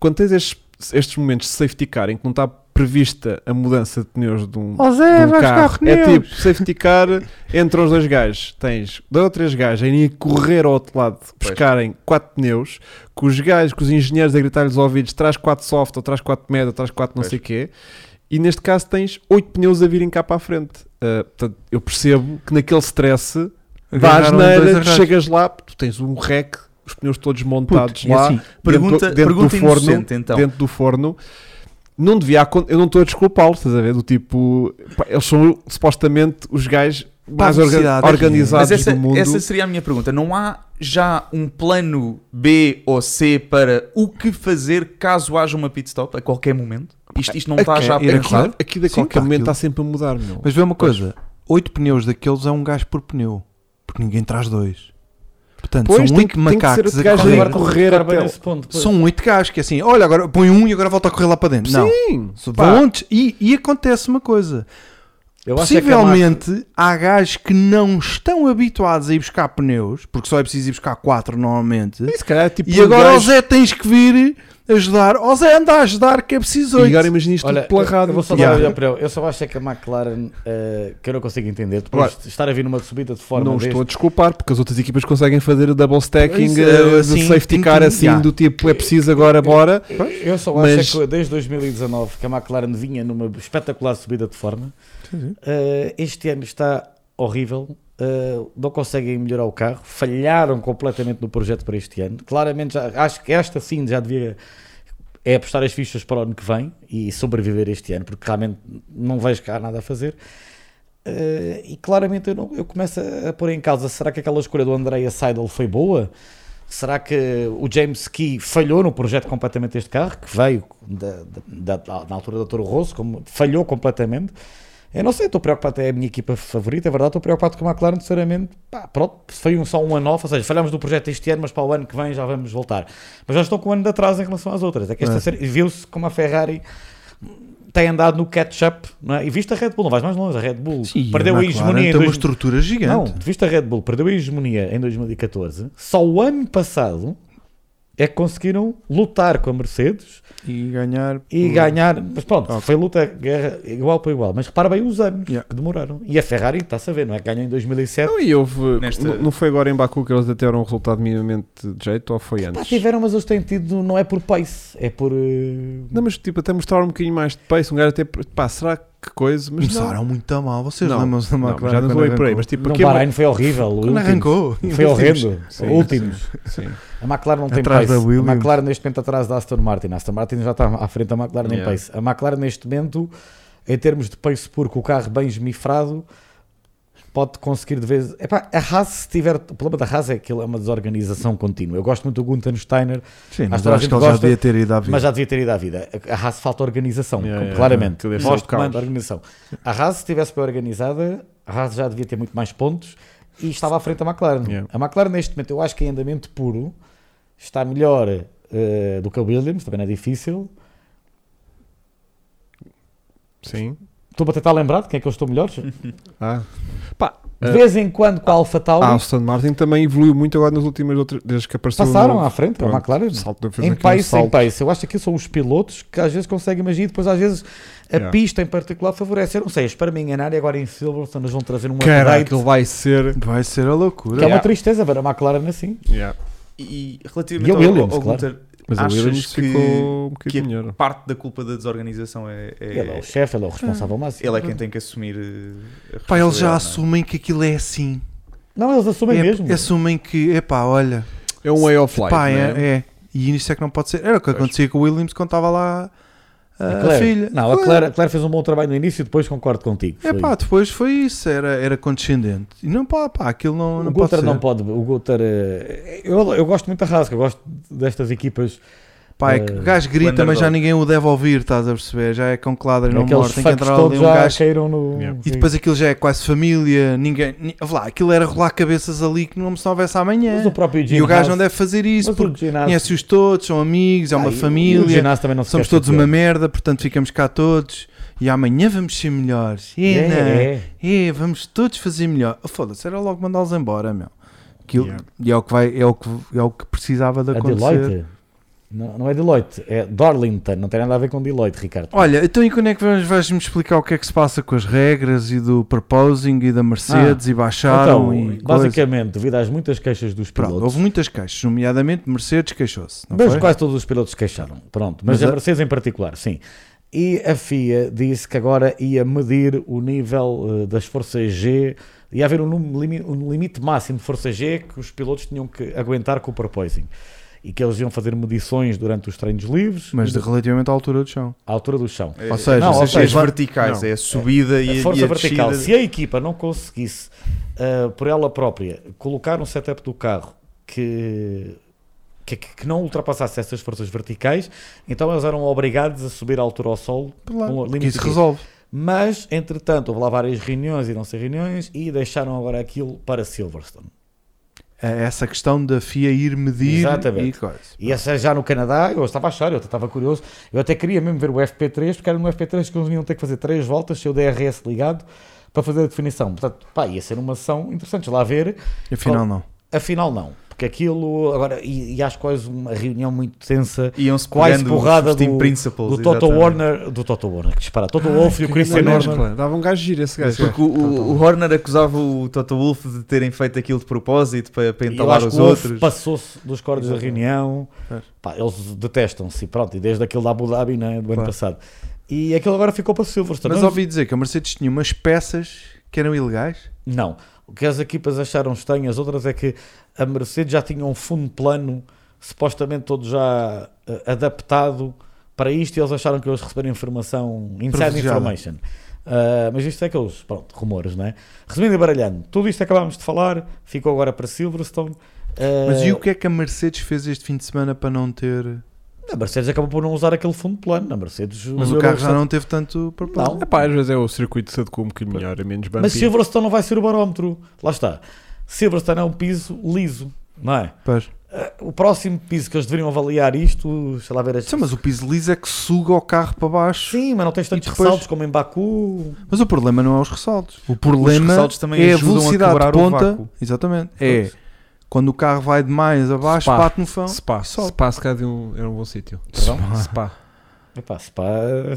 Quando tens estes, estes momentos de safety car em que não está prevista a mudança de pneus de um, de Ó Oh, Zé, um vais carro, carro é neles. tipo safety car entre os dois gajos. Tens dois ou três gajos a irem correr ao outro lado, pescarem quatro pneus, com os gajos, com os engenheiros a gritar-lhes aos ouvidos: traz quatro soft, ou traz quatro média, ou traz quatro não Pois. sei o quê. E neste caso tens oito pneus a virem cá para a frente. Ah, portanto, eu percebo que naquele stress, dá Agarraram dois asneira, tu arrastos. chegas lá, tu tens um rec, os pneus todos montados Puto, e lá assim, Pergunta, dentro, dentro pergunta do forno, inocente, então. dentro do forno, não devia acon- Eu não estou a desculpá-lo, estás a ver? Do tipo, pá, eles são supostamente os gajos mais orga- Publicidade, organizados Mas essa, do mundo. essa seria a minha pergunta. Não há já um plano B ou C para o que fazer caso haja uma pit stop a qualquer momento? Isto, isto não está Aqui- já aquilo, pensado? aquilo a Sim, qualquer pá, momento aquilo. está sempre a mudar, meu. Mas vê uma coisa: oito pneus daqueles é um gajo por pneu. Porque ninguém traz dois. Portanto, Pois, são tem que- oito tem que ser macacos outro a gajo correr. a correr Tocar bem até- nesse ponto, pois. São oito gajos que é assim: olha, agora põe um e agora volta a correr lá para dentro. Não. Sim, Se pá, vão antes- E, e acontece uma coisa: Eu acho é que a Mac- possivelmente há gajos que não estão habituados a ir buscar pneus, porque só é preciso ir buscar quatro normalmente. e se calhar, tipo, E um agora, ó gajo- Zé, tens que vir ajudar. Ó Zé, anda a ajudar, que é preciso e oito. agora imagina isto Olha, tudo pela eu- rádio. tipo, Eu, vou só Yeah. dar olhar para ele. Eu só acho é que a McLaren, eh, que eu não consigo entender, depois Agora, de estar a vir numa subida de forma não deste, estou a desculpar, porque as outras equipas conseguem fazer double stacking Isso, eh, de assim, safety tim, car tim, assim, yeah. do tipo, é preciso agora, bora. Eu só acho Mas- é que desde 2019 que a McLaren vinha numa espetacular subida de forma. Eh, este ano está horrível. eh, não conseguem melhorar o carro. Falharam completamente no projeto para este ano. Claramente, já, acho que esta sim já devia é apostar as fichas para o ano que vem e sobreviver este ano, porque realmente não vejo cá nada a fazer. Eh, e claramente eu, não- eu começo a, a pôr em causa: será que aquela escolha do Andrea Seidel foi boa? Será que o James Key falhou no projeto completamente deste carro, que veio da, da- da- na altura da Toro Rosso, como, falhou completamente? Eu não sei, estou preocupado, é a minha equipa favorita, é verdade, estou preocupado com a McLaren, sinceramente, pá, pronto, foi um, só um ano off, ou seja, falhámos do projeto este ano, mas para o ano que vem já vamos voltar. Mas já estão com um ano de atraso em relação às outras, é que esta série viu-se como a Ferrari tem andado no catch-up, não é? E viste a Red Bull, não vais mais longe, a Red Bull Sim, é perdeu a McLaren hegemonia em Tem uma 2000. estrutura Não, gigante. viste a Red Bull, perdeu a hegemonia em 2014. Só o ano passado é que conseguiram lutar com a Mercedes E ganhar. e por- ganhar. Mas pronto, Hum. Ok. foi luta, guerra igual para igual. Mas repara bem os anos Yeah. que demoraram. E a Ferrari está-se a ver, não é? Ganhou em 2007. Não, e houve. Nesta- n- Não foi agora em Baku que eles até tiveram um resultado minimamente de jeito ou foi Pá, antes? tiveram, mas eles têm tido, não é por pace, é por. eh, Não, mas tipo, até mostrar um bocadinho mais de pace, um gajo até. Pá, será que coisa? Mas não. Começaram muito a mal. Vocês Não, lembram-se da Não, McLaren? já não quando doei por aí, arrancou? mas tipo, não, aqui é uma- Bahrein foi horrível. o Quando último. arrancou. Foi horrendo. Sim. Últimos. Sim. A McLaren não tem Atrás da pace. A Williams. McLaren neste momento atrás da Aston Martin. A Aston Martin já está à frente da McLaren Yeah. em pace. A McLaren neste momento, em termos de pace puro, com o carro bem esmifrado, pode conseguir de vez... Epá, a Haas, se tiver... O problema da Haas é que ele é uma desorganização contínua. Eu gosto muito do Gunther Steiner, Sim, mas Acho que acho que a ele gente já gosta, devia ter ido à vida. mas já devia ter ido à vida. A Haas falta organização, Yeah, yeah, yeah. claramente. Aquilo deve ser Voz de o caos. comando, organização. A Haas, se estivesse bem organizada, a Haas já devia ter muito mais pontos e estava à frente da McLaren. Yeah. A McLaren, neste momento, eu acho que é em andamento puro está melhor eh, do que a Williams, também não é difícil. Sim. Estou-me a tentar lembrar de quem é que eu estou melhor. De Ah. Pá, Ah. vez em quando com a Alfa a Tauri, Aston Martin também evoluiu muito agora nas últimas outras. Desde que apareceu. o passaram novo- à frente com a Pronto, McLaren. Salto, fez Em aqui um país, em salto. país. Eu acho que aqui são os pilotos que às vezes conseguem magia e depois às vezes a Yeah. pista em particular favorece. Eu não sei, eu espero me enganar e agora em Silverstone eles vão trazer um Caraca, update. aquilo vai ser. Vai ser a Que loucura. é uma Yeah. tristeza ver a McLaren assim. Yeah. E E relativamente a ao, Williams, ao claro. Gunther, Mas Achas a Williams que- ficou um que bocadinho a melhor. parte da culpa da desorganização é, é- Ele é o chefe, ele é o responsável máximo. ele é quem tem que assumir eh, a Pá, eles já responsabilidade, assumem que aquilo é assim. Não, eles assumem É- mesmo. Assumem que, epá, olha, É um way of life. pá, não né? é? é, é. E isso é que não pode ser. Era o que acontecia com o Williams quando estava lá ah, A a, Claire- filha. Não, a Claire, a Claire fez um bom trabalho no início, depois concordo contigo. É Foi- pá, depois foi isso, era, era condescendente. E não, pá, pá, aquilo não, o não pode Guter ser. não pode. O Guter. eh, Eu, eu gosto muito da Rasca, eu gosto destas equipas. Pá, é que o gajo grita, mas já underdog. ninguém o deve ouvir, estás a perceber? Já é com cladras, não aqueles morre, tem que fucks entrar ali todos um já gajo. caíram no. Yeah. E depois aquilo já é quase família, ninguém. ni- vá Lá, aquilo era rolar cabeças ali que não se não houvesse amanhã. Mas o próprio E o Gene gajo Haas- não deve fazer isso, mas o porque Gene Haas- conhece-os todos, são amigos, é Ah, uma e- e o família. Gene Haas também não se Somos quer todos chatear. uma merda, portanto ficamos cá todos e amanhã vamos ser melhores. E É, não, é. é, vamos todos fazer melhor. Oh, Foda-se, era logo mandá-los embora, meu. Aquilo, Yeah. E é o, que vai, é, o que, é o que precisava de A acontecer. Deloitte? Não, não é Deloitte, é Darlington. Não tem nada a ver com Deloitte, Ricardo. Olha, então e quando é que vais- vais-me explicar o que é que se passa com as regras e do proposing e da Mercedes e baixaram então, e coisa? basicamente, devido às muitas queixas dos Pronto, pilotos, houve muitas queixas, nomeadamente Mercedes queixou-se, não mas foi? quase todos os pilotos se queixaram. Pronto, mas, Mas a a- Mercedes em particular, sim. E a FIA disse que agora ia medir o nível eh, das forças G, ia haver um, num- limi- um limite máximo de força G que os pilotos tinham que aguentar com o proposing. E que eles iam fazer medições durante os treinos livres, Mas de- relativamente à altura do chão. à altura do chão. não é? Ou seja, não, não, ou ou seja, as verticais, não. é a subida e a a, força e a vertical. descida. Se a equipa não conseguisse, ah, por ela própria, colocar um setup do carro que, que, que não ultrapassasse essas forças verticais, então eles eram obrigados a subir a altura ao solo. com um Claro, limite que isso de- resolve. Mas, entretanto, houve lá várias reuniões e não sei reuniões e deixaram agora aquilo para Silverstone. É essa questão da FIA ir medir Exatamente. e coisa. E essa já no Canadá, eu estava a achar, eu até estava curioso, eu até queria mesmo ver o FP3, porque era no FP3 que eles iam ter que fazer três voltas, sem o DRS ligado, para fazer a definição. Portanto, pá, ia ser uma sessão interessante lá ver. Afinal, Qual- não. Afinal, não. Porque aquilo, agora, e, e acho quase uma reunião muito tensa, Iam-se quase pegando os- porrada os team do- principals, do Toto exatamente. Warner, do Toto Warner, que dispara, Toto Wolff e o Christian Não, Horner. claro, Dava um gajo giro esse gajo. Então, Porque o, tá o- o Horner acusava o Toto Wolff de terem feito aquilo de propósito para, para E eu entalar acho os que o Wolff outros. passou-se dos cordes da Exatamente. reunião. Pois. Pá, eles detestam-se, e pronto, e desde aquele da Abu Dhabi né, do ano Claro. passado. E aquilo agora ficou para Silverstone. Mas Não- é? ouvi dizer que a Mercedes tinha umas peças que eram ilegais. Não. O que as equipas acharam estranho, as outras é que a Mercedes já tinha um fundo plano, supostamente todo já eh, adaptado para isto, e eles acharam que eles receberam informação, inside Privilegiada. information. Ah, mas isto é aqueles, pronto, rumores, não é? Resumindo e baralhando, tudo isto acabámos de falar, ficou agora para Silverstone. Ah, Mas e o que é que a Mercedes fez este fim de semana para não ter. A Mercedes acabou por não usar aquele fundo plano. A Mercedes Mas usou o carro já Silverstone. não teve tanto propósito. Não. Epá, às vezes é o circuito que se adequa um bocadinho melhor, é menos bumpy. Mas Silverstone não vai ser o barómetro. Lá está. Silverstone é um piso liso, não é? Pois. ah, o próximo piso que eles deveriam avaliar isto, sei lá ver as... Sim, mas o piso liso é que suga o carro para baixo. Sim, mas não tens tantos depois- ressaltos como em Baku. Mas o problema não é os ressaltos. O Os problema ressaltos também é a ajudam a velocidade quebrar de o ponta. vácuo. Exatamente. É, Quando o carro vai de mais abaixo, Spa. bate no fão. Spa. Só. Spa, se calhar, de um- era um bom sítio. Perdão? Spa. Epá, Spa,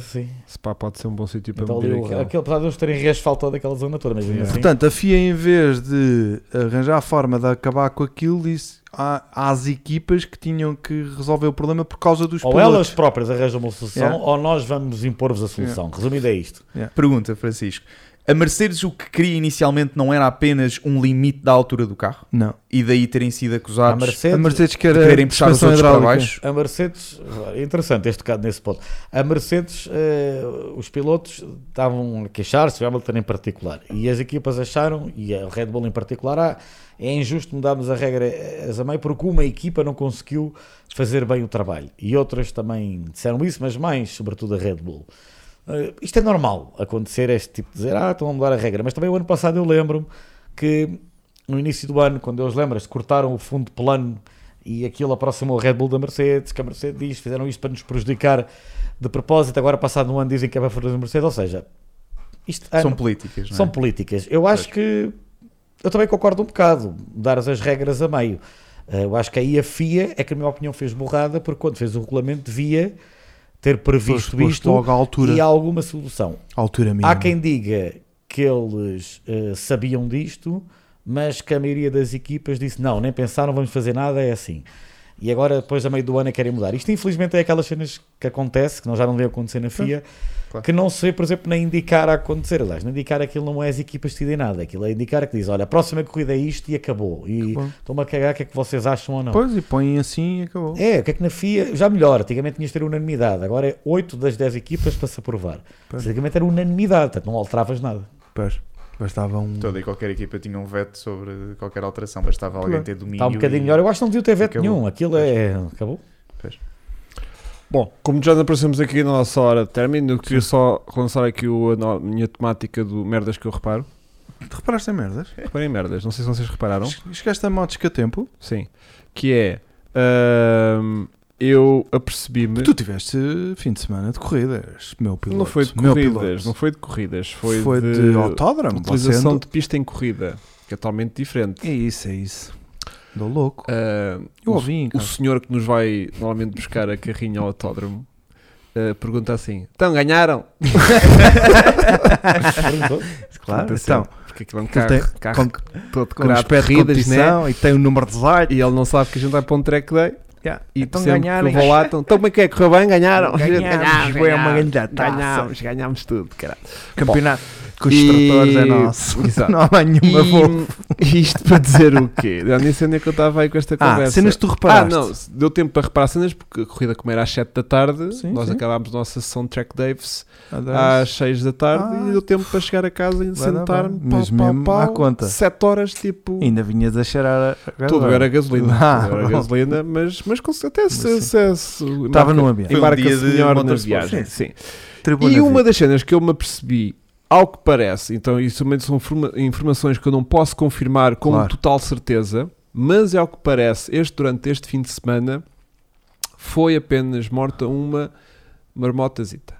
sim. Spa pode ser um bom sítio para Então, ali, medir o- aquilo. aquele, apesar de eles terem reasfaltado aquela zona toda, mas mesmo Yeah. assim... Portanto, a FIA, em vez de arranjar a forma de acabar com aquilo, disse há- às equipas que tinham que resolver o problema por causa dos Ou pilotos. elas próprias arranjam uma solução, Yeah. ou nós vamos impor-vos a solução. Resumido é isto. Pergunta, Francisco. A Mercedes o que queria inicialmente não era apenas um limite da altura do carro Não. e daí terem sido A acusados A Mercedes, Mercedes quer de a quererem puxar os suspensão outros para hidráulica. baixo. a Mercedes, é interessante este caso nesse ponto. A Mercedes, eh, os pilotos estavam a queixar-se, o Hamilton em particular, e as equipas acharam, e a Red Bull em particular, ah, é injusto mudarmos a regra eh, a meio porque uma equipa não conseguiu fazer bem o trabalho. E outras também disseram isso, mas mais, sobretudo a Red Bull. Eh, isto é normal acontecer este tipo de dizer, ah, estão a mudar a regra. Mas também o ano passado eu lembro-me que no início do ano, quando eles lembram-se, cortaram o fundo plano e aquilo aproximou a Red Bull da Mercedes, que a Mercedes diz, fizeram isto para nos prejudicar de propósito, agora passado um ano dizem que é para fora da Mercedes, ou seja, isto São ano- políticas, não é? são políticas. Eu acho que eu também concordo um bocado, dar as regras a meio. Eh, Eu acho que aí a FIA é que, na minha opinião, fez borrada, porque quando fez o regulamento devia ter Posto, previsto posto isto logo à altura. e há alguma solução. à altura mínima. Há quem diga que eles eh, sabiam disto, mas que a maioria das equipas disse não, nem pensaram, vamos fazer nada, é assim. E agora, depois a meio do ano, é que querem mudar. Isto, infelizmente, é aquelas cenas que acontece, que nós já não vê acontecer na FIA, claro. que não se vê, por exemplo, nem indicar a acontecer. Aliás, na indicar aquilo não é as equipas decidem nada. Aquilo é indicar que diz, olha, a próxima corrida é isto e acabou. E bom. estão-me a cagar o que é que vocês acham ou não. Pois, e põem assim e acabou. É, o que é que na FIA já melhor, antigamente tinhas de ter unanimidade, agora é 8 das 10 equipas para se aprovar. Pois. Antigamente era unanimidade, portanto não alteravas nada. Pois, bastava um. Toda e qualquer equipa tinha um veto sobre qualquer alteração, bastava alguém Claro. ter domínio. Está um bocadinho e- melhor, eu acho que não devia ter veto Acabou. nenhum, aquilo é. Acabou? Bom, como já nos aparecemos aqui na nossa hora de término, eu queria só lançar aqui o- a no- minha temática do merdas que eu reparo. Te reparaste em merdas? Reparem em merdas, não sei se vocês repararam. Chegaste a motos que a tempo? Sim. Que é. ahm, eu apercebi-me. Tu tiveste fim de semana de corridas, meu piloto. Não foi de meu corridas, piloto. não foi de corridas, foi, Foi de, de autódromo. utilização você de pista em corrida, que é totalmente diferente. andou- É isso, é isso. Dou louco. Ah, Eu o- ouvi em o casa. senhor que nos vai normalmente buscar a carrinha ao autódromo ah, pergunta assim: então ganharam? Perguntou? Claro, Pergunta então, sempre, porque aquilo é um aquilo carro, tem- carro todo decorado de aspecto de corridas, né? competição e tem o número 18. E ele não sabe que a gente vai para um track day. Yeah. E então sempre ganharam. que eu vou lá, então, então como é que é? Correu bem? Ganharam? Ganhámos, foi uma grande taça. ganhámos, ganhámos tudo, caralho. Campeonato com os E- tratores é nosso. Exato. Não há nenhuma boa. E isto para dizer o quê? Eu nem sei onde é que eu estava aí com esta Ah, conversa. cenas que tu Ah, reparaste. não, se- deu tempo para reparar cenas, porque a corrida como era às 7 da tarde, Sim, nós sim. acabámos a nossa sessão de Track Davis Adoro. às 6 da tarde Ah. e deu tempo para chegar a casa e Vai dar sentar-me, bem. pau, Mas pau, mesmo pau, à conta. 7 horas, tipo, Ainda vinhas a cheirar a. tudo era gasolina, Ah, tudo era bom. gasolina, mas, mas consegui- até sim. se, se, se Estava num ambiente. Foi um embarca-se dia de melhor na motorsport. viagem, Sim. sim. Tribuna E uma VIP. das cenas que eu me apercebi, ao que parece, então isso também são forma- informações que eu não posso confirmar com Claro. total certeza, mas é ao que parece, este, durante este fim de semana, foi apenas morta uma marmotazita,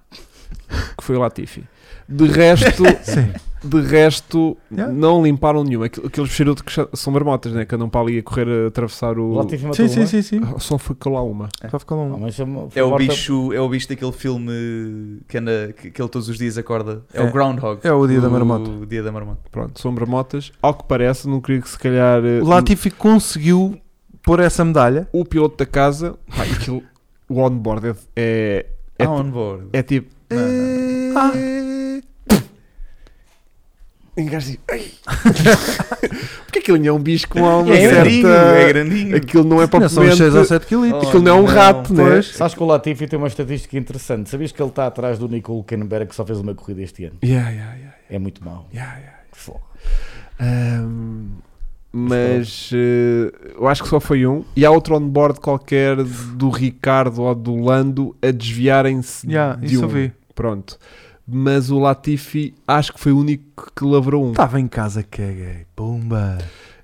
que foi o Latifi. De resto, Sim. de resto Yeah. não limparam nenhuma. Aquilo- Aqueles cheiro de que cha- são marmotas, né? que andam para ali a correr a atravessar o... Ah, Lá tive uma Sim, turma. sim, sim, sim. Só ficou lá uma. Só ficou Não, Ah, um. mas chama- foi É o, morta- bicho, é o bicho daquele filme que, anda, que, que ele todos os dias acorda. É, É. o Groundhog. É o dia da marmota. O dia da marmota. Pronto, são marmotas. Ao que parece, não queria que se calhar... eh, O Latifi conseguiu pôr essa medalha. o piloto da casa, pá, aquilo, o onboard é, é, Ah, on board. é tipo. Não, não, Ah. E um gajo diz, "Ai." Porque aquilo não é um bicho com uma É certa. grandinho, é grandinho. Aquilo não é Não, são propriamente. 6 ou 7 quilímetros. Aquilo não é um Oh, não, rato, não é? pois. Sabes que o Latifi tem uma estatística interessante. Sabias que ele está atrás do Nicole Canberra que só fez uma corrida este ano? Yeah, yeah, yeah, É muito mau. yeah, yeah. Fogo. Ahm, mas eh, eu acho que só foi um. E há outro onboard qualquer do Ricardo ou do Lando a desviarem-se Yeah, de isso um. eu vi. Pronto. Mas o Tá. Latifi acho que foi o único que lavrou um. Estava em casa, caguei. Pumba.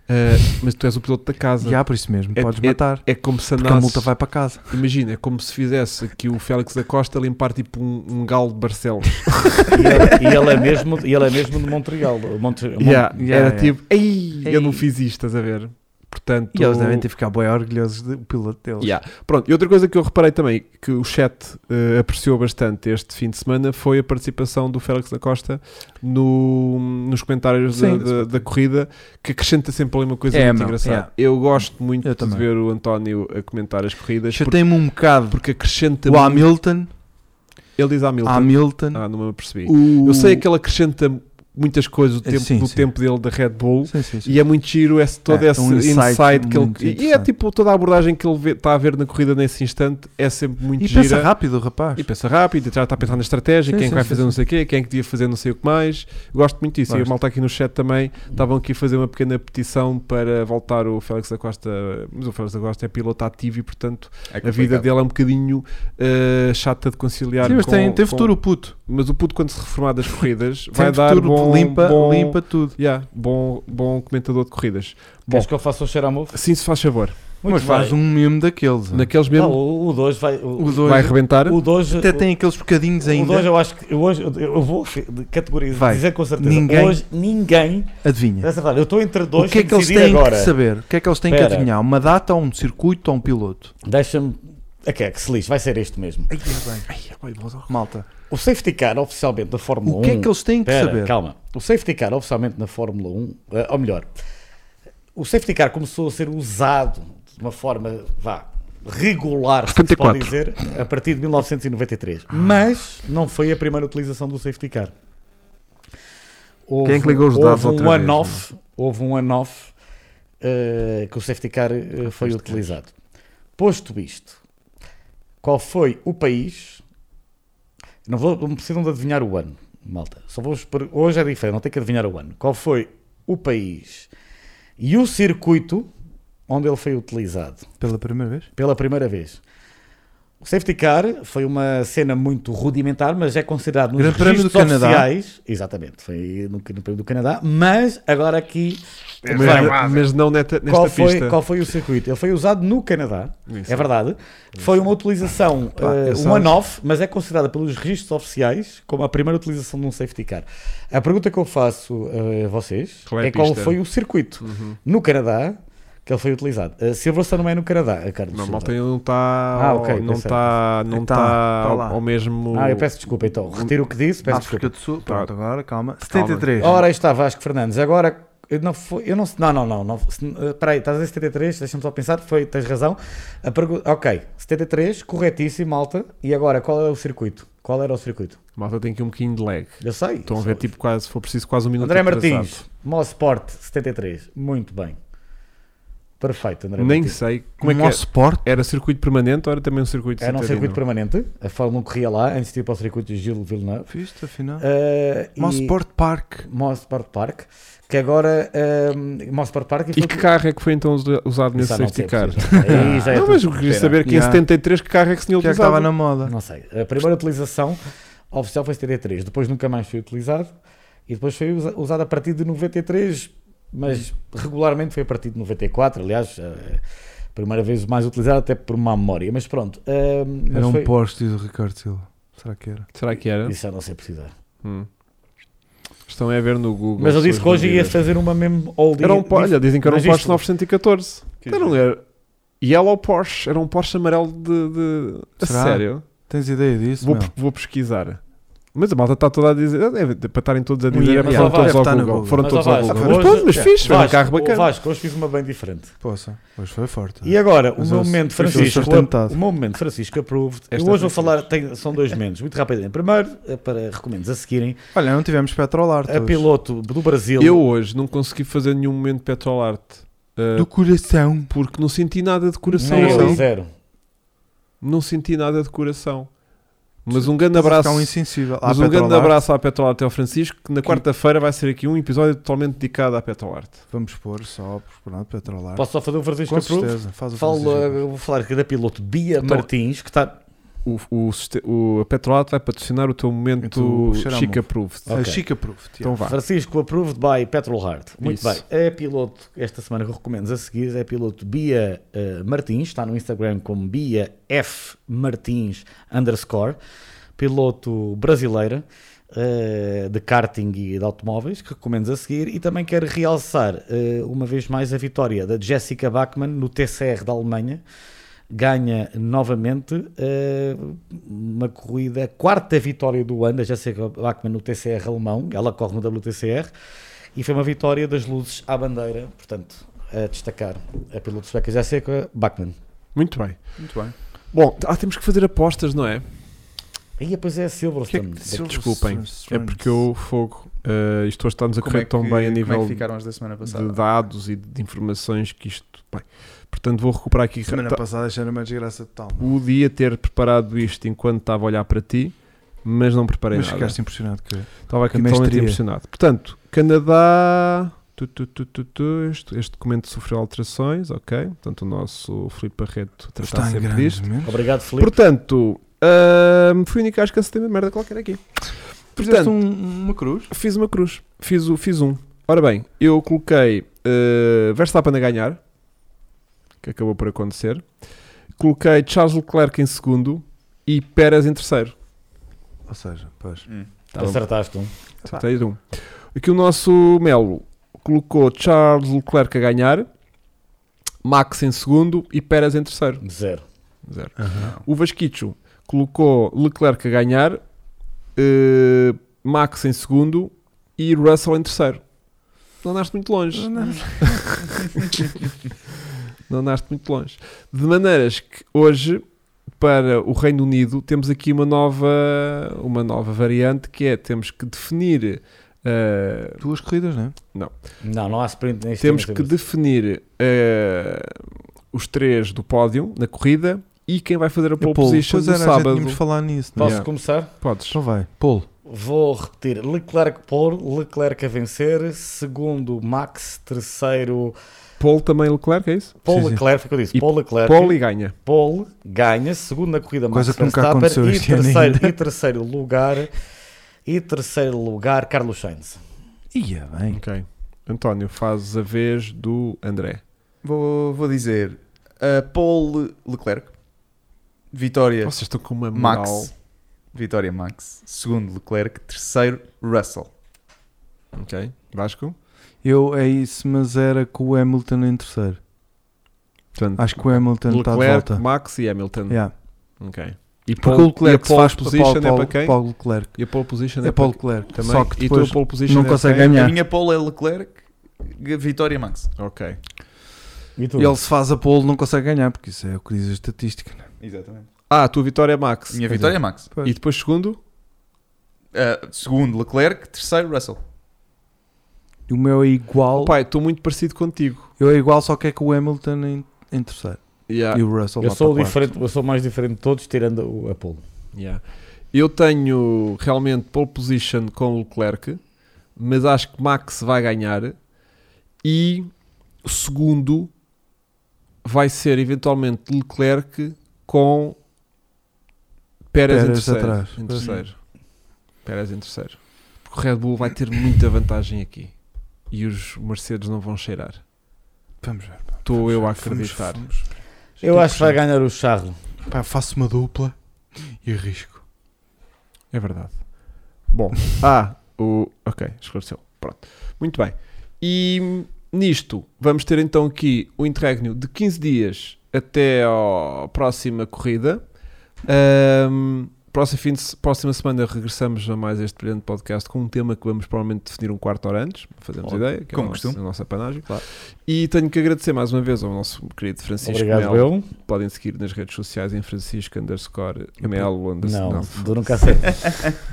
Ah, mas tu és o piloto da casa. Já, por isso mesmo, É- podes matar. É como se porque a multa andasse, vai para casa. imagina, é como se fizesse que o Félix da Costa limpar tipo um, um galo de Barcelos. E ele, e ele é mesmo, e ele é mesmo de Montreal. Monte, Mon- Yeah, yeah, era yeah. tipo, ei, Ei. eu não fiz isto, estás a ver? Portanto, E eles devem ter ficado bem orgulhosos do piloto deles. Yeah. Pronto, e outra coisa que eu reparei também, que o chat eh, apreciou bastante este fim de semana, foi a participação do Félix da Costa no, nos comentários da- Sim. da, da corrida, que acrescenta sempre ali uma coisa É, muito meu, engraçada. yeah. Eu gosto muito Eu de também. ver o António a comentar as corridas, porque, Chatei-me um bocado. porque acrescenta o muito. Hamilton, Ele diz Hamilton. Hamilton, Ah, não me apercebi. o... Eu sei que ele acrescenta muitas coisas do É, tempo, sim, do sim. tempo dele da Red Bull. Sim, sim, sim. E é muito giro esse, todo É, é esse um insight insight, que muito ele. E é interessante. tipo toda a abordagem que ele está a ver na corrida nesse instante é sempre muito E gira. pensa rápido, rapaz. E pensa rápido, já está a pensar na estratégia, quem Sim, é sim, que vai sim, fazer sim. não sei o quê, quem é que devia fazer não sei o que mais. Gosto muito disso. E o Gosto. malta aqui no chat também estavam aqui a fazer uma pequena petição para voltar o Félix da Costa. Mas o Félix da Costa é piloto ativo e, portanto, a vida dele é um bocadinho eh, chata de conciliar. Sim, mas com- tem, tem com- futuro o puto. Mas o puto, quando se reformar das corridas, Tem vai dar futuro, bom, limpa, bom, limpa tudo. yeah, bom, bom comentador de corridas. Queres que eu faça o Xeramove? Assim se faz favor. Muito mas faz bem. um meme daqueles. ó. Naqueles Ah, mesmo o 2 vai. O O dois- vai arrebentar. o dois- até tem aqueles bocadinhos o dois ainda. eu acho que eu hoje eu eu vou fi- de- categorizar Vai. dizer com certeza Ninguém- hoje ninguém Adivinha. dessa forma, eu estou entre dois O que é sem que eles decidir têm agora que saber? O que é que eles têm que Espera. adivinhar? Uma data, ou um circuito ou um piloto? deixa-me ok que se lixe vai ser este mesmo é Malta. o safety car oficialmente da Fórmula O que 1 é que eles têm que Espera, saber? calma. O safety car, oficialmente na Fórmula 1, eh, ou melhor, o safety car começou a ser usado de uma forma, vá, regular, se se pode 74. dizer, a partir de 1993. Mas não foi a primeira utilização do safety car. Houve, Quem é que ligou os dados houve um outra vez, é? on-off, houve um on-off eh, que o safety car eh, foi utilizado. Posto isto, qual foi o país? Não, vou, não precisam de adivinhar o ano, malta. Só vou expor- hoje é diferente, não tem que adivinhar o ano. Qual foi o país e o circuito onde ele foi utilizado Pela primeira vez? pela primeira vez? O safety car foi uma cena muito rudimentar, mas é considerado nos Grande Prémio do registros Canadá. oficiais. Exatamente, foi no, no Prémio do Canadá. Mas agora aqui vem Mas, mas não neta- nesta qual foi, pista. qual foi o circuito? Ele foi usado no Canadá, Isso. Ah, é verdade. Foi uma utilização, Pá, eh, eu um sabes- one-off, mas é considerada pelos registros oficiais como a primeira utilização de um safety car. A pergunta que eu faço eh, a vocês Qual é é, a qual pista? foi o circuito Uhum. no Canadá que ele foi utilizado. Eh, Silverstone não é no Canadá, eh, Carlos. Não, Silva. malta não está Ah, ok, um tá não pensei. está não Tá, está tá lá. ao mesmo Ah, eu peço desculpa então, retiro o que disse, peço desculpa. África do Sul. Tá. Pronto, agora, calma. 73. Ora, aí está Vasco Fernandes. Agora, eu não foi, eu não, não, não, não, não se- eh, peraí, estás a 73, deixa-me só pensar, foi, tens razão. A pergu- ok, 73, corretíssimo, malta. E agora, qual é o circuito? Qual era o circuito? malta tem aqui um bocadinho de lag. Eu sei. Estão a sou- ver tipo quase, se for preciso quase um minuto André atrasado. Martins, Mossport 73, muito bem. Perfeito, André Nem Martins. sei como é que Um é? Sport. era circuito permanente ou era também um circuito Era um citadino? circuito permanente, a Fórmula 1 corria lá, antes de ir para o circuito de Gil Villeneuve. Viste, afinal. Eh, e- Mossport Park. é Mossport Park, que agora um, Mossport Park E que carro é que foi então usa- usado nesse safety car? Aí já é Ah, não, tudo. mas eu queria Pena. saber que Yeah. em 73 que carro é que se tinha O que é que estava na utilizado. moda? Não sei. A primeira utilização oficial foi 73, depois nunca mais foi utilizado e depois foi usa- usado a partir de 93, mas regularmente foi a partir de 94. Aliás, a a primeira vez mais utilizado até por má memória. Mas pronto. hum, mas Era um foi- poste do Ricardo Silva. Será que era? Será que era? Isso já não sei precisar. Hum. Estão é a ver no Google. Mas eu suas disse que hoje ia medidas. fazer uma mesmo oldie. Era um Porsche, olha, dizem que era um mas Porsche isto- 914. Era um era Yellow Porsche, era um Porsche amarelo de... de... A Será? sério? Tens ideia disso? Vou, meu? vou pesquisar. Mas a malta está toda a dizer. é, é, para estarem todos a dizer. Ia, é, mas foram lá vai, todos ao está no Google. Google. Foram Mas, ó, todos ao Vasco, Google. Mas hoje- pronto, mas fixe, era um Vasco, carro o bacana. Vasco, hoje fiz uma bem diferente. Poxa, hoje foi forte. E agora, o Tá. Mas meu eu- momento eu sou Francisco. sustentado. O meu momento Francisco approved. Eu Esta hoje vou foi falar, tem- são dois momentos, muito rapidamente. Primeiro, eh, para recomendos a seguirem, Olha, não tivemos Petrolarte. a piloto do Brasil. Eu hoje não consegui fazer nenhum momento Petrol Art. uh, Do coração. Porque não senti nada de coração. nem eu, ali. é zero. Não senti nada de coração. Mas um grande Abraço. abraço. um insensível. Mas um grande abraço à Petrol Art e ao Francisco. Que na quarta-feira vai ser aqui um episódio totalmente dedicado à Petrol Art. Vamos pôr só, pronto, Petrolarte. Posso só fazer o Francisco Com approved? certeza. Faz o Falo, Francisco. eh, vou falar aqui da piloto Bia Então- Martins, que está. o, o, siste- o- a Petrolat vai patrocinar o teu momento Então, cheira a chica mofo. approved. Ok. A Chica Proof. Então vá. Francisco, approved by Petrol Heart. Muito Isso. bem. É piloto, esta semana que eu recomendo a seguir, é piloto Bia eh, Martins, está no Instagram como Bia F Martins underscore, piloto brasileira eh, de karting e de automóveis, que recomendo a seguir. E também quero realçar eh, uma vez mais a vitória da Jessica Bachmann no TCR da Alemanha. Ganha novamente eh, uma corrida, a quarta vitória do ano da Jessica Bachmann no TCR alemão. Ela corre no WTCR e foi uma vitória das luzes à bandeira. Portanto, a destacar a piloto sueca Jessica Bachmann. Muito bem. Muito bem. Bom, ah, temos que fazer apostas, não é? E depois é a Que é Silverstone. que- Silver Hum, desculpem, É Strands. porque eu, fogo, eh, isto hoje está-nos a Como correr é que, tão bem a nível como é que ficaram as da semana passada? de dados e de informações que isto. Bem, portanto, vou recuperar aqui. Semana Ta- passada já era uma desgraça total. é? Podia ter preparado isto enquanto estava a olhar para ti, mas não preparei Mas nada. ficaste impressionado que Estava aqui Que totalmente mestria. impressionado. Portanto, Canadá. Tu, tu, tu, tu, tu, este, este documento sofreu alterações, ok? Portanto, o nosso Filipe Barreto tratar está em sempre grande disto. momento. Obrigado, Felipe. Portanto, ahm, fui o único acho que acertei uma merda qualquer aqui. Fizeste Portanto, um- uma cruz? fiz uma cruz. Fiz, o- fiz um. Ora bem, eu coloquei eh, Verstappen a ganhar, que acabou por acontecer. Coloquei Charles Leclerc em segundo e Pérez em terceiro. Ou seja, pois. Hum. Acertaste um. Acertei um. Aqui o nosso Melo colocou Charles Leclerc a ganhar, Max em segundo e Pérez em terceiro. Zero. Zero. O Vasquicho colocou Leclerc a ganhar, eh, Max em segundo e Russell em terceiro. Não andaste muito longe. Não andaste muito longe. De maneiras que hoje, para o Reino Unido, temos aqui uma nova, uma nova variante que é temos que definir. eh, Duas corridas, não é? Não, não há sprint neste temos momento. que definir eh, os três do pódio na corrida e quem vai fazer a pole Polo. position Pois no era, já sábado. tínhamos de falar nisso, não Posso é? Yeah. começar? Podes. Então vai. Polo. Vou repetir. Leclerc por, Leclerc a vencer. Segundo, Max. Terceiro, Pole também Leclerc, é isso? Paul Sim, sim. Leclerc. Foi o que eu disse. E Paul Leclerc. Pole e ganha. Paul ganha, segunda corrida Coisa Max que nunca Verstappen, aconteceu e este ano terceiro, ainda. e terceiro lugar e terceiro lugar Carlos Sainz. Ia é bem. Ok. António, faz a vez do André. Vou, vou dizer a Paul Leclerc, Vitória Vocês estão com uma moral. Max, Vitória Max, segundo Leclerc, terceiro Russell. Ok. Vasco? Eu é isso, mas era com o Hamilton em terceiro. Portanto, Acho que o Hamilton Ah, está de Leclerc, volta. Max e Hamilton. Yeah. Ok. E, Porque pole- o Leclerc e a pole faz position para, é Paulo, para quem? Paulo Leclerc. E a pole position é, É Paulo para Leclerc. também. Só que e a depois tua pole position não é consegue para quem? A ganhar. minha Paul é Leclerc, Vitória Max. Ok. E tu? Ele se faz a pole, não consegue ganhar, porque isso é o que diz a estatística. não é? Exatamente. Ah, a tua vitória é Max. Minha Vitória Max. E depois segundo? Ah, segundo Leclerc, terceiro Russell. E O meu é igual. Pai, estou muito parecido contigo. Eu é igual, só que é com o Hamilton em, em terceiro. Yeah. E o Russell eu lá sou para o quarto. diferente, eu sou o mais diferente de todos, tirando o Apollo. Yeah. Eu tenho realmente pole position com o Leclerc, mas acho que Max vai ganhar e o segundo vai ser eventualmente Leclerc com Pérez, em Pérez terceiro. atrás. Em terceiro. Pérez em terceiro. Porque o Red Bull vai ter muita vantagem aqui e os Mercedes não vão cheirar. Vamos ver. Estou eu a Fomos- acreditar. fomos. Eu acho que vai ganhar o Charles. Pá, faço uma dupla e arrisco. É verdade. Bom, ah, o. Ok, esclareceu. Pronto. Muito bem. E nisto, vamos ter então aqui o interregno de 15 dias até à próxima corrida. Ahm, próximo fim de se- próxima semana regressamos a mais este brilhante podcast com um tema que vamos provavelmente definir um quarto hora antes. Fazemos Ótimo. ideia, que é o Como nosso, costume. a nossa panagem. Claro. E tenho que agradecer mais uma vez ao nosso querido Francisco Obrigado, Melo. eu. Podem seguir nas redes sociais em Francisco underscore Melo. unders- Não, não. tu nunca acertas.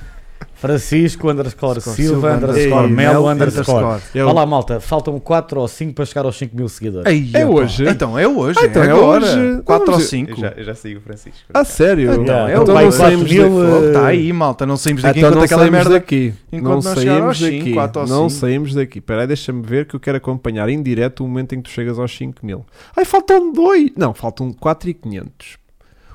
Francisco underscore Score Silva underscore Ei, Melo underscore. É o- Olha lá, malta, faltam 4 ou 5 para chegar aos 5 mil seguidores. Ei, É opa. hoje? Então é hoje. Ah, então é é agora. hoje. 4 ou Vamos ver. 5. Eu já, eu já segui o Francisco. Ah, sério? Então, Então, é então o não Live saímos Quatro daqui. Mil, eh, Está Tá aí, malta. Não saímos daqui Então enquanto não aquela saímos merda. daqui. enquanto não não chegar saímos aos cinco, daqui. quatro ou não cinco. saímos daqui. Espera aí, deixa-me ver que eu quero acompanhar em direto o momento em que tu chegas aos 5 mil. Ai, faltam dois. Não, faltam 4 e 500.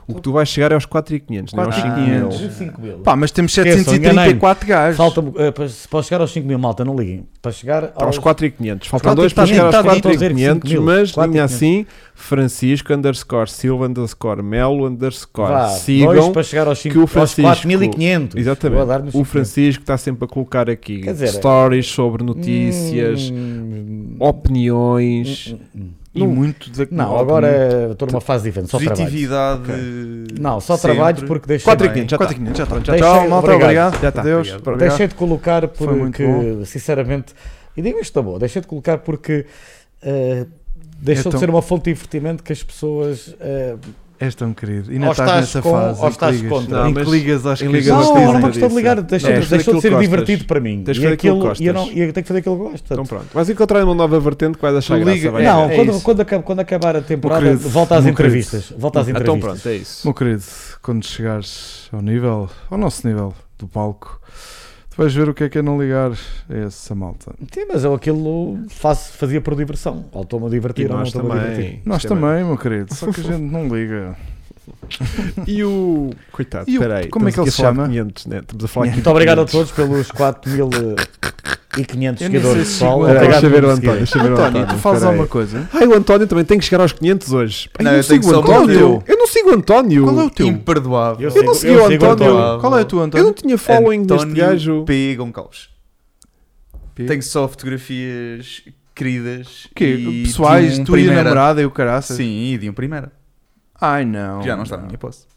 O que tu vais chegar é aos 4,500, não é aos 5,500. 500. 5 mil. Pá, mas É, temos Esqueçam, 734 gajos. Falta, eh, para, para chegar aos 5 mil, malta, não liguem. Para chegar Para aos os 4,500. Faltam Quatro e dois para chegar aos quinhentos. Tá Estava a dizer que 4,500, cinco mil. mas Quatro e tinha quinhentos. assim Francisco underscore Silva underscore Melo underscore vá, dois sigam. para chegar aos, que o cinco, aos Francisco- 4.500. Vou dar-me Exatamente. O 5.500. Francisco está sempre a colocar aqui Quer dizer, stories sobre notícias, Hum, opiniões. hum, hum. E um. muito da Não, agora estou numa fase diferente, só trabalho. Positividade. Não, só sempre. trabalho porque deixei, 4,500, já tá. está. 4,500, já está. Pronto, já Deixa- está. Tchau, malta, obrigado. obrigado. Já está. Adeus. Obrigado. obrigado. deixei de colocar Foi muito porque, sinceramente, e digo isto, tá bom, deixei de colocar porque eh, deixou Então- de ser uma fonte de divertimento que as pessoas eh, És tão querido. E Ou não estás estás nessa com- fase. ou em que estás ligas. contra. Não, Não, em mas- que ligas às em coisas. ligas às Não, coisas era uma dizem questão de ligar, Não, deixou, tens de deixou fazer de ser aquilo que divertido gostas. para mim. Tens de e fazer aquilo que aquilo- e eu, não, gostas. e eu tenho que fazer aquilo que eu gosto. Então portanto. pronto. Vais encontrar uma nova vertente que vais achar Tu liga- graça. vai não, ver. é quando, isso. quando, acaba- quando acabar a temporada, querido, volta às meu querido. entrevistas. Volta às entrevistas. Então pronto, é isso. Meu querido, quando chegares ao nível, ao nosso nível do palco, tu vais ver o que é que é não ligar a essa malta. Sim, mas eu aquilo faço, fazia por diversão. Ou estou-me a E divertir ou não nós estou-me a divertir. também. Nós também, meu querido, só que a gente não liga. E o. Coitado, E o- espera aí. como é que estamos ele aqui a falar chama? de 500, né? Estamos a falar aqui. Muito obrigado a todos pelos 4.500 Eu nem seguidores. sei se pessoal. chegou a- Obrigado Deixa eu ver o por me António. seguirem. Deixa eu ver o António, António. tu fazes espera aí. alguma coisa? Ai, o António também tem que chegar aos 500 hoje. Ai, Não, eu eu tenho sigo o que só António. manter o- Eu não sigo o António. Qual é o teu? Imperdoável. Eu sigo- não segui eu o sigo António. António. Qual é o teu, Eu não António? tinha following deste António gajo. P. Gonçalves. P. Tenho só fotografias queridas. O quê? e Pessoais, de um tu e a primeira. namorada e o caraças? Sim, e de um primeira. Ai não. que já não está na minha posse.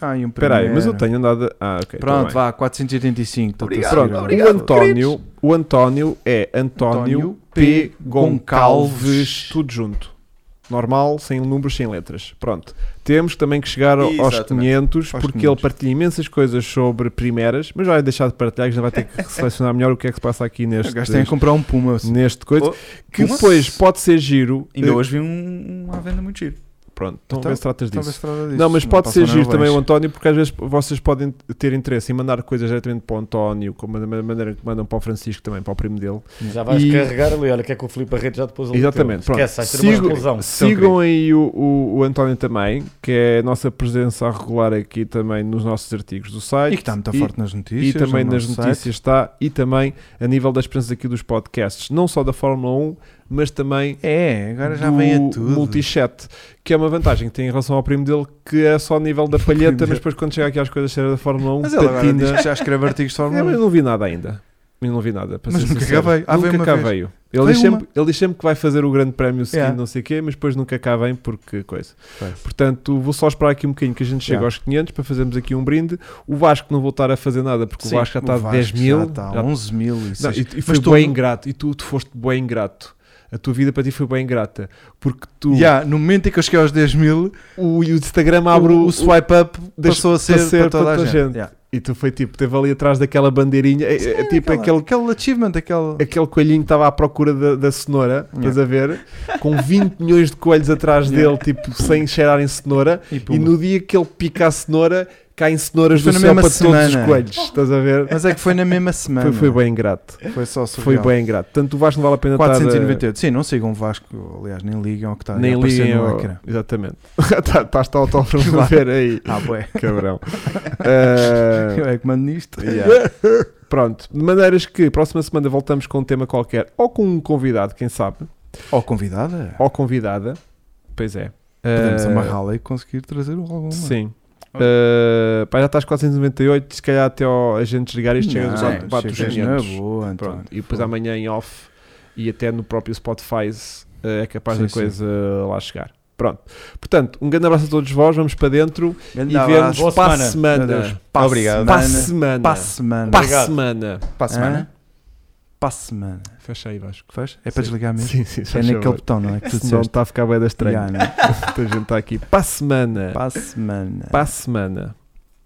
Ai, um Espera aí, primeiro. mas eu tenho andado. a- Ah, ok. tá Pronto, bem. vá, 485. estou-te a Obrigado, seguir Pronto, agora. o António, o António é António António P. P. Goncalves, Goncalves. tudo junto. Normal, sem números, sem letras. Pronto. Temos também que chegar ao- aos Exatamente. 500, Aos porque 500. ele partilha imensas coisas sobre primeiras, mas vai deixar de partilhar, que já vai ter que selecionar melhor o que é que se passa aqui O neste, gajo tem a comprar um Puma. neste coisa. Oh, que Puma? depois pode ser giro. Ainda eh, hoje vi um, uma venda muito giro. Pronto, então, Então, vê se tratas disso. Talvez trata disso. Não, mas pode passa ser nada giro também o abaixo. António, porque às vezes vocês podem ter interesse em mandar coisas diretamente para o António, como da maneira que mandam para o Francisco também, para o primo dele. Já vais E- carregar ali, olha, o que é que o Filipe Arreto já depois ali. Exatamente, pronto. Esquece, vais ter uma Sigo- conclusão. Sigam aí o, o, o António também, que é a nossa presença regular aqui também nos nossos artigos do site. E que está muito forte nas E notícias. é também no nas nosso notícias site. está, e também a nível das presenças aqui dos podcasts, não só da Fórmula 1, mas também É, agora já do vem a tudo. Multichat, que é uma vantagem que tem em relação ao primo dele, que é só a nível da palheta, dele. mas depois quando chega aqui às coisas sérias da Fórmula 1, Mas ele agora diz patina. que já escreve artigos de É, Fórmula 1. mas não vi nada ainda. Eu não vi nada. Para Mas ser nunca cá sincero. veio. Ah, veio nunca uma cá vez. veio. Ele Veio diz, uma. sempre, ele diz sempre que vai fazer o grande prémio seguinte, Yeah. não sei o quê, mas depois nunca cá vem porque coisa. Pois. Portanto, vou só esperar aqui um bocadinho que a gente chegue Yeah. aos 500 para fazermos aqui um brinde. O Vasco não voltar a fazer nada porque Sim, o Vasco já está a Vasco 10 mil. Já está a 11 mil. E Não, seis- e, e foi tu- bem ingrato. E tu, tu foste bem ingrato. A tua vida para ti foi bem ingrata. Porque tu, Yeah, no momento em que eu cheguei aos 10 mil, o, o Instagram Um abre abro o, o, swipe up, deixa- passou a ser para ser para toda para a toda a gente. gente. Yeah. E tu foi tipo, teve ali atrás daquela bandeirinha. é- é, tipo aquele aquele, aquele achievement, aquele. aquele coelhinho que estava à procura da, da cenoura, Yeah. estás a ver? Com 20 milhões de coelhos atrás Yeah. dele, tipo, sem cheirarem cenoura, E e pumba. no dia que ele pica a cenoura, caem cenouras Foi do na céu mesma para todos os semana. coelhos, estás a ver? Mas é que foi na mesma Foi, semana. foi bem ingrato. Foi só Foi surreal. bem é. ingrato. Tanto o Vasco não vale a pena estar eh, 498. Sim, não sigam o Vasco. Aliás, nem ligam ao que está a... Nem a aparecer liguem Ah, no ao... ecrã. Exatamente. Tá- Estás-te a autopromover aí, Ah, bué. cabrão. Ah, Eu é que mando nisto. Yeah. Pronto, de maneiras que próxima semana voltamos com um tema qualquer ou com um convidado, quem sabe, Ou convidada. ou convidada. Pois é. Podemos Ah, amarrá-la e conseguir trazer alguma. Sim. Uh, pá, já estás 498, se calhar até ao, a gente desligar isto chega Não, dos bate- sim, bate os chegas 500. Na boa, António. Pronto, e depois amanhã em off e até no próprio Spotify se, uh, é capaz Sim, da coisa lá chegar. Pronto, portanto, um grande abraço a todos vós, vamos para dentro Grande e vemos Boa para a semana. semana. Adeus. Para a Obrigado. Para a semana. semana. Para a semana. Para a Obrigado. semana. Para a semana. Hã? Para a semana. Fecha aí, Vasco. Faz? É para Sim. desligar mesmo? Sim, sim, É fecha naquele aí. botão, não é? Que tu Senão tá disseste. está a ficar bem da estranha. Yeah, né? a gente está aqui para a semana. Para a semana. Para a semana.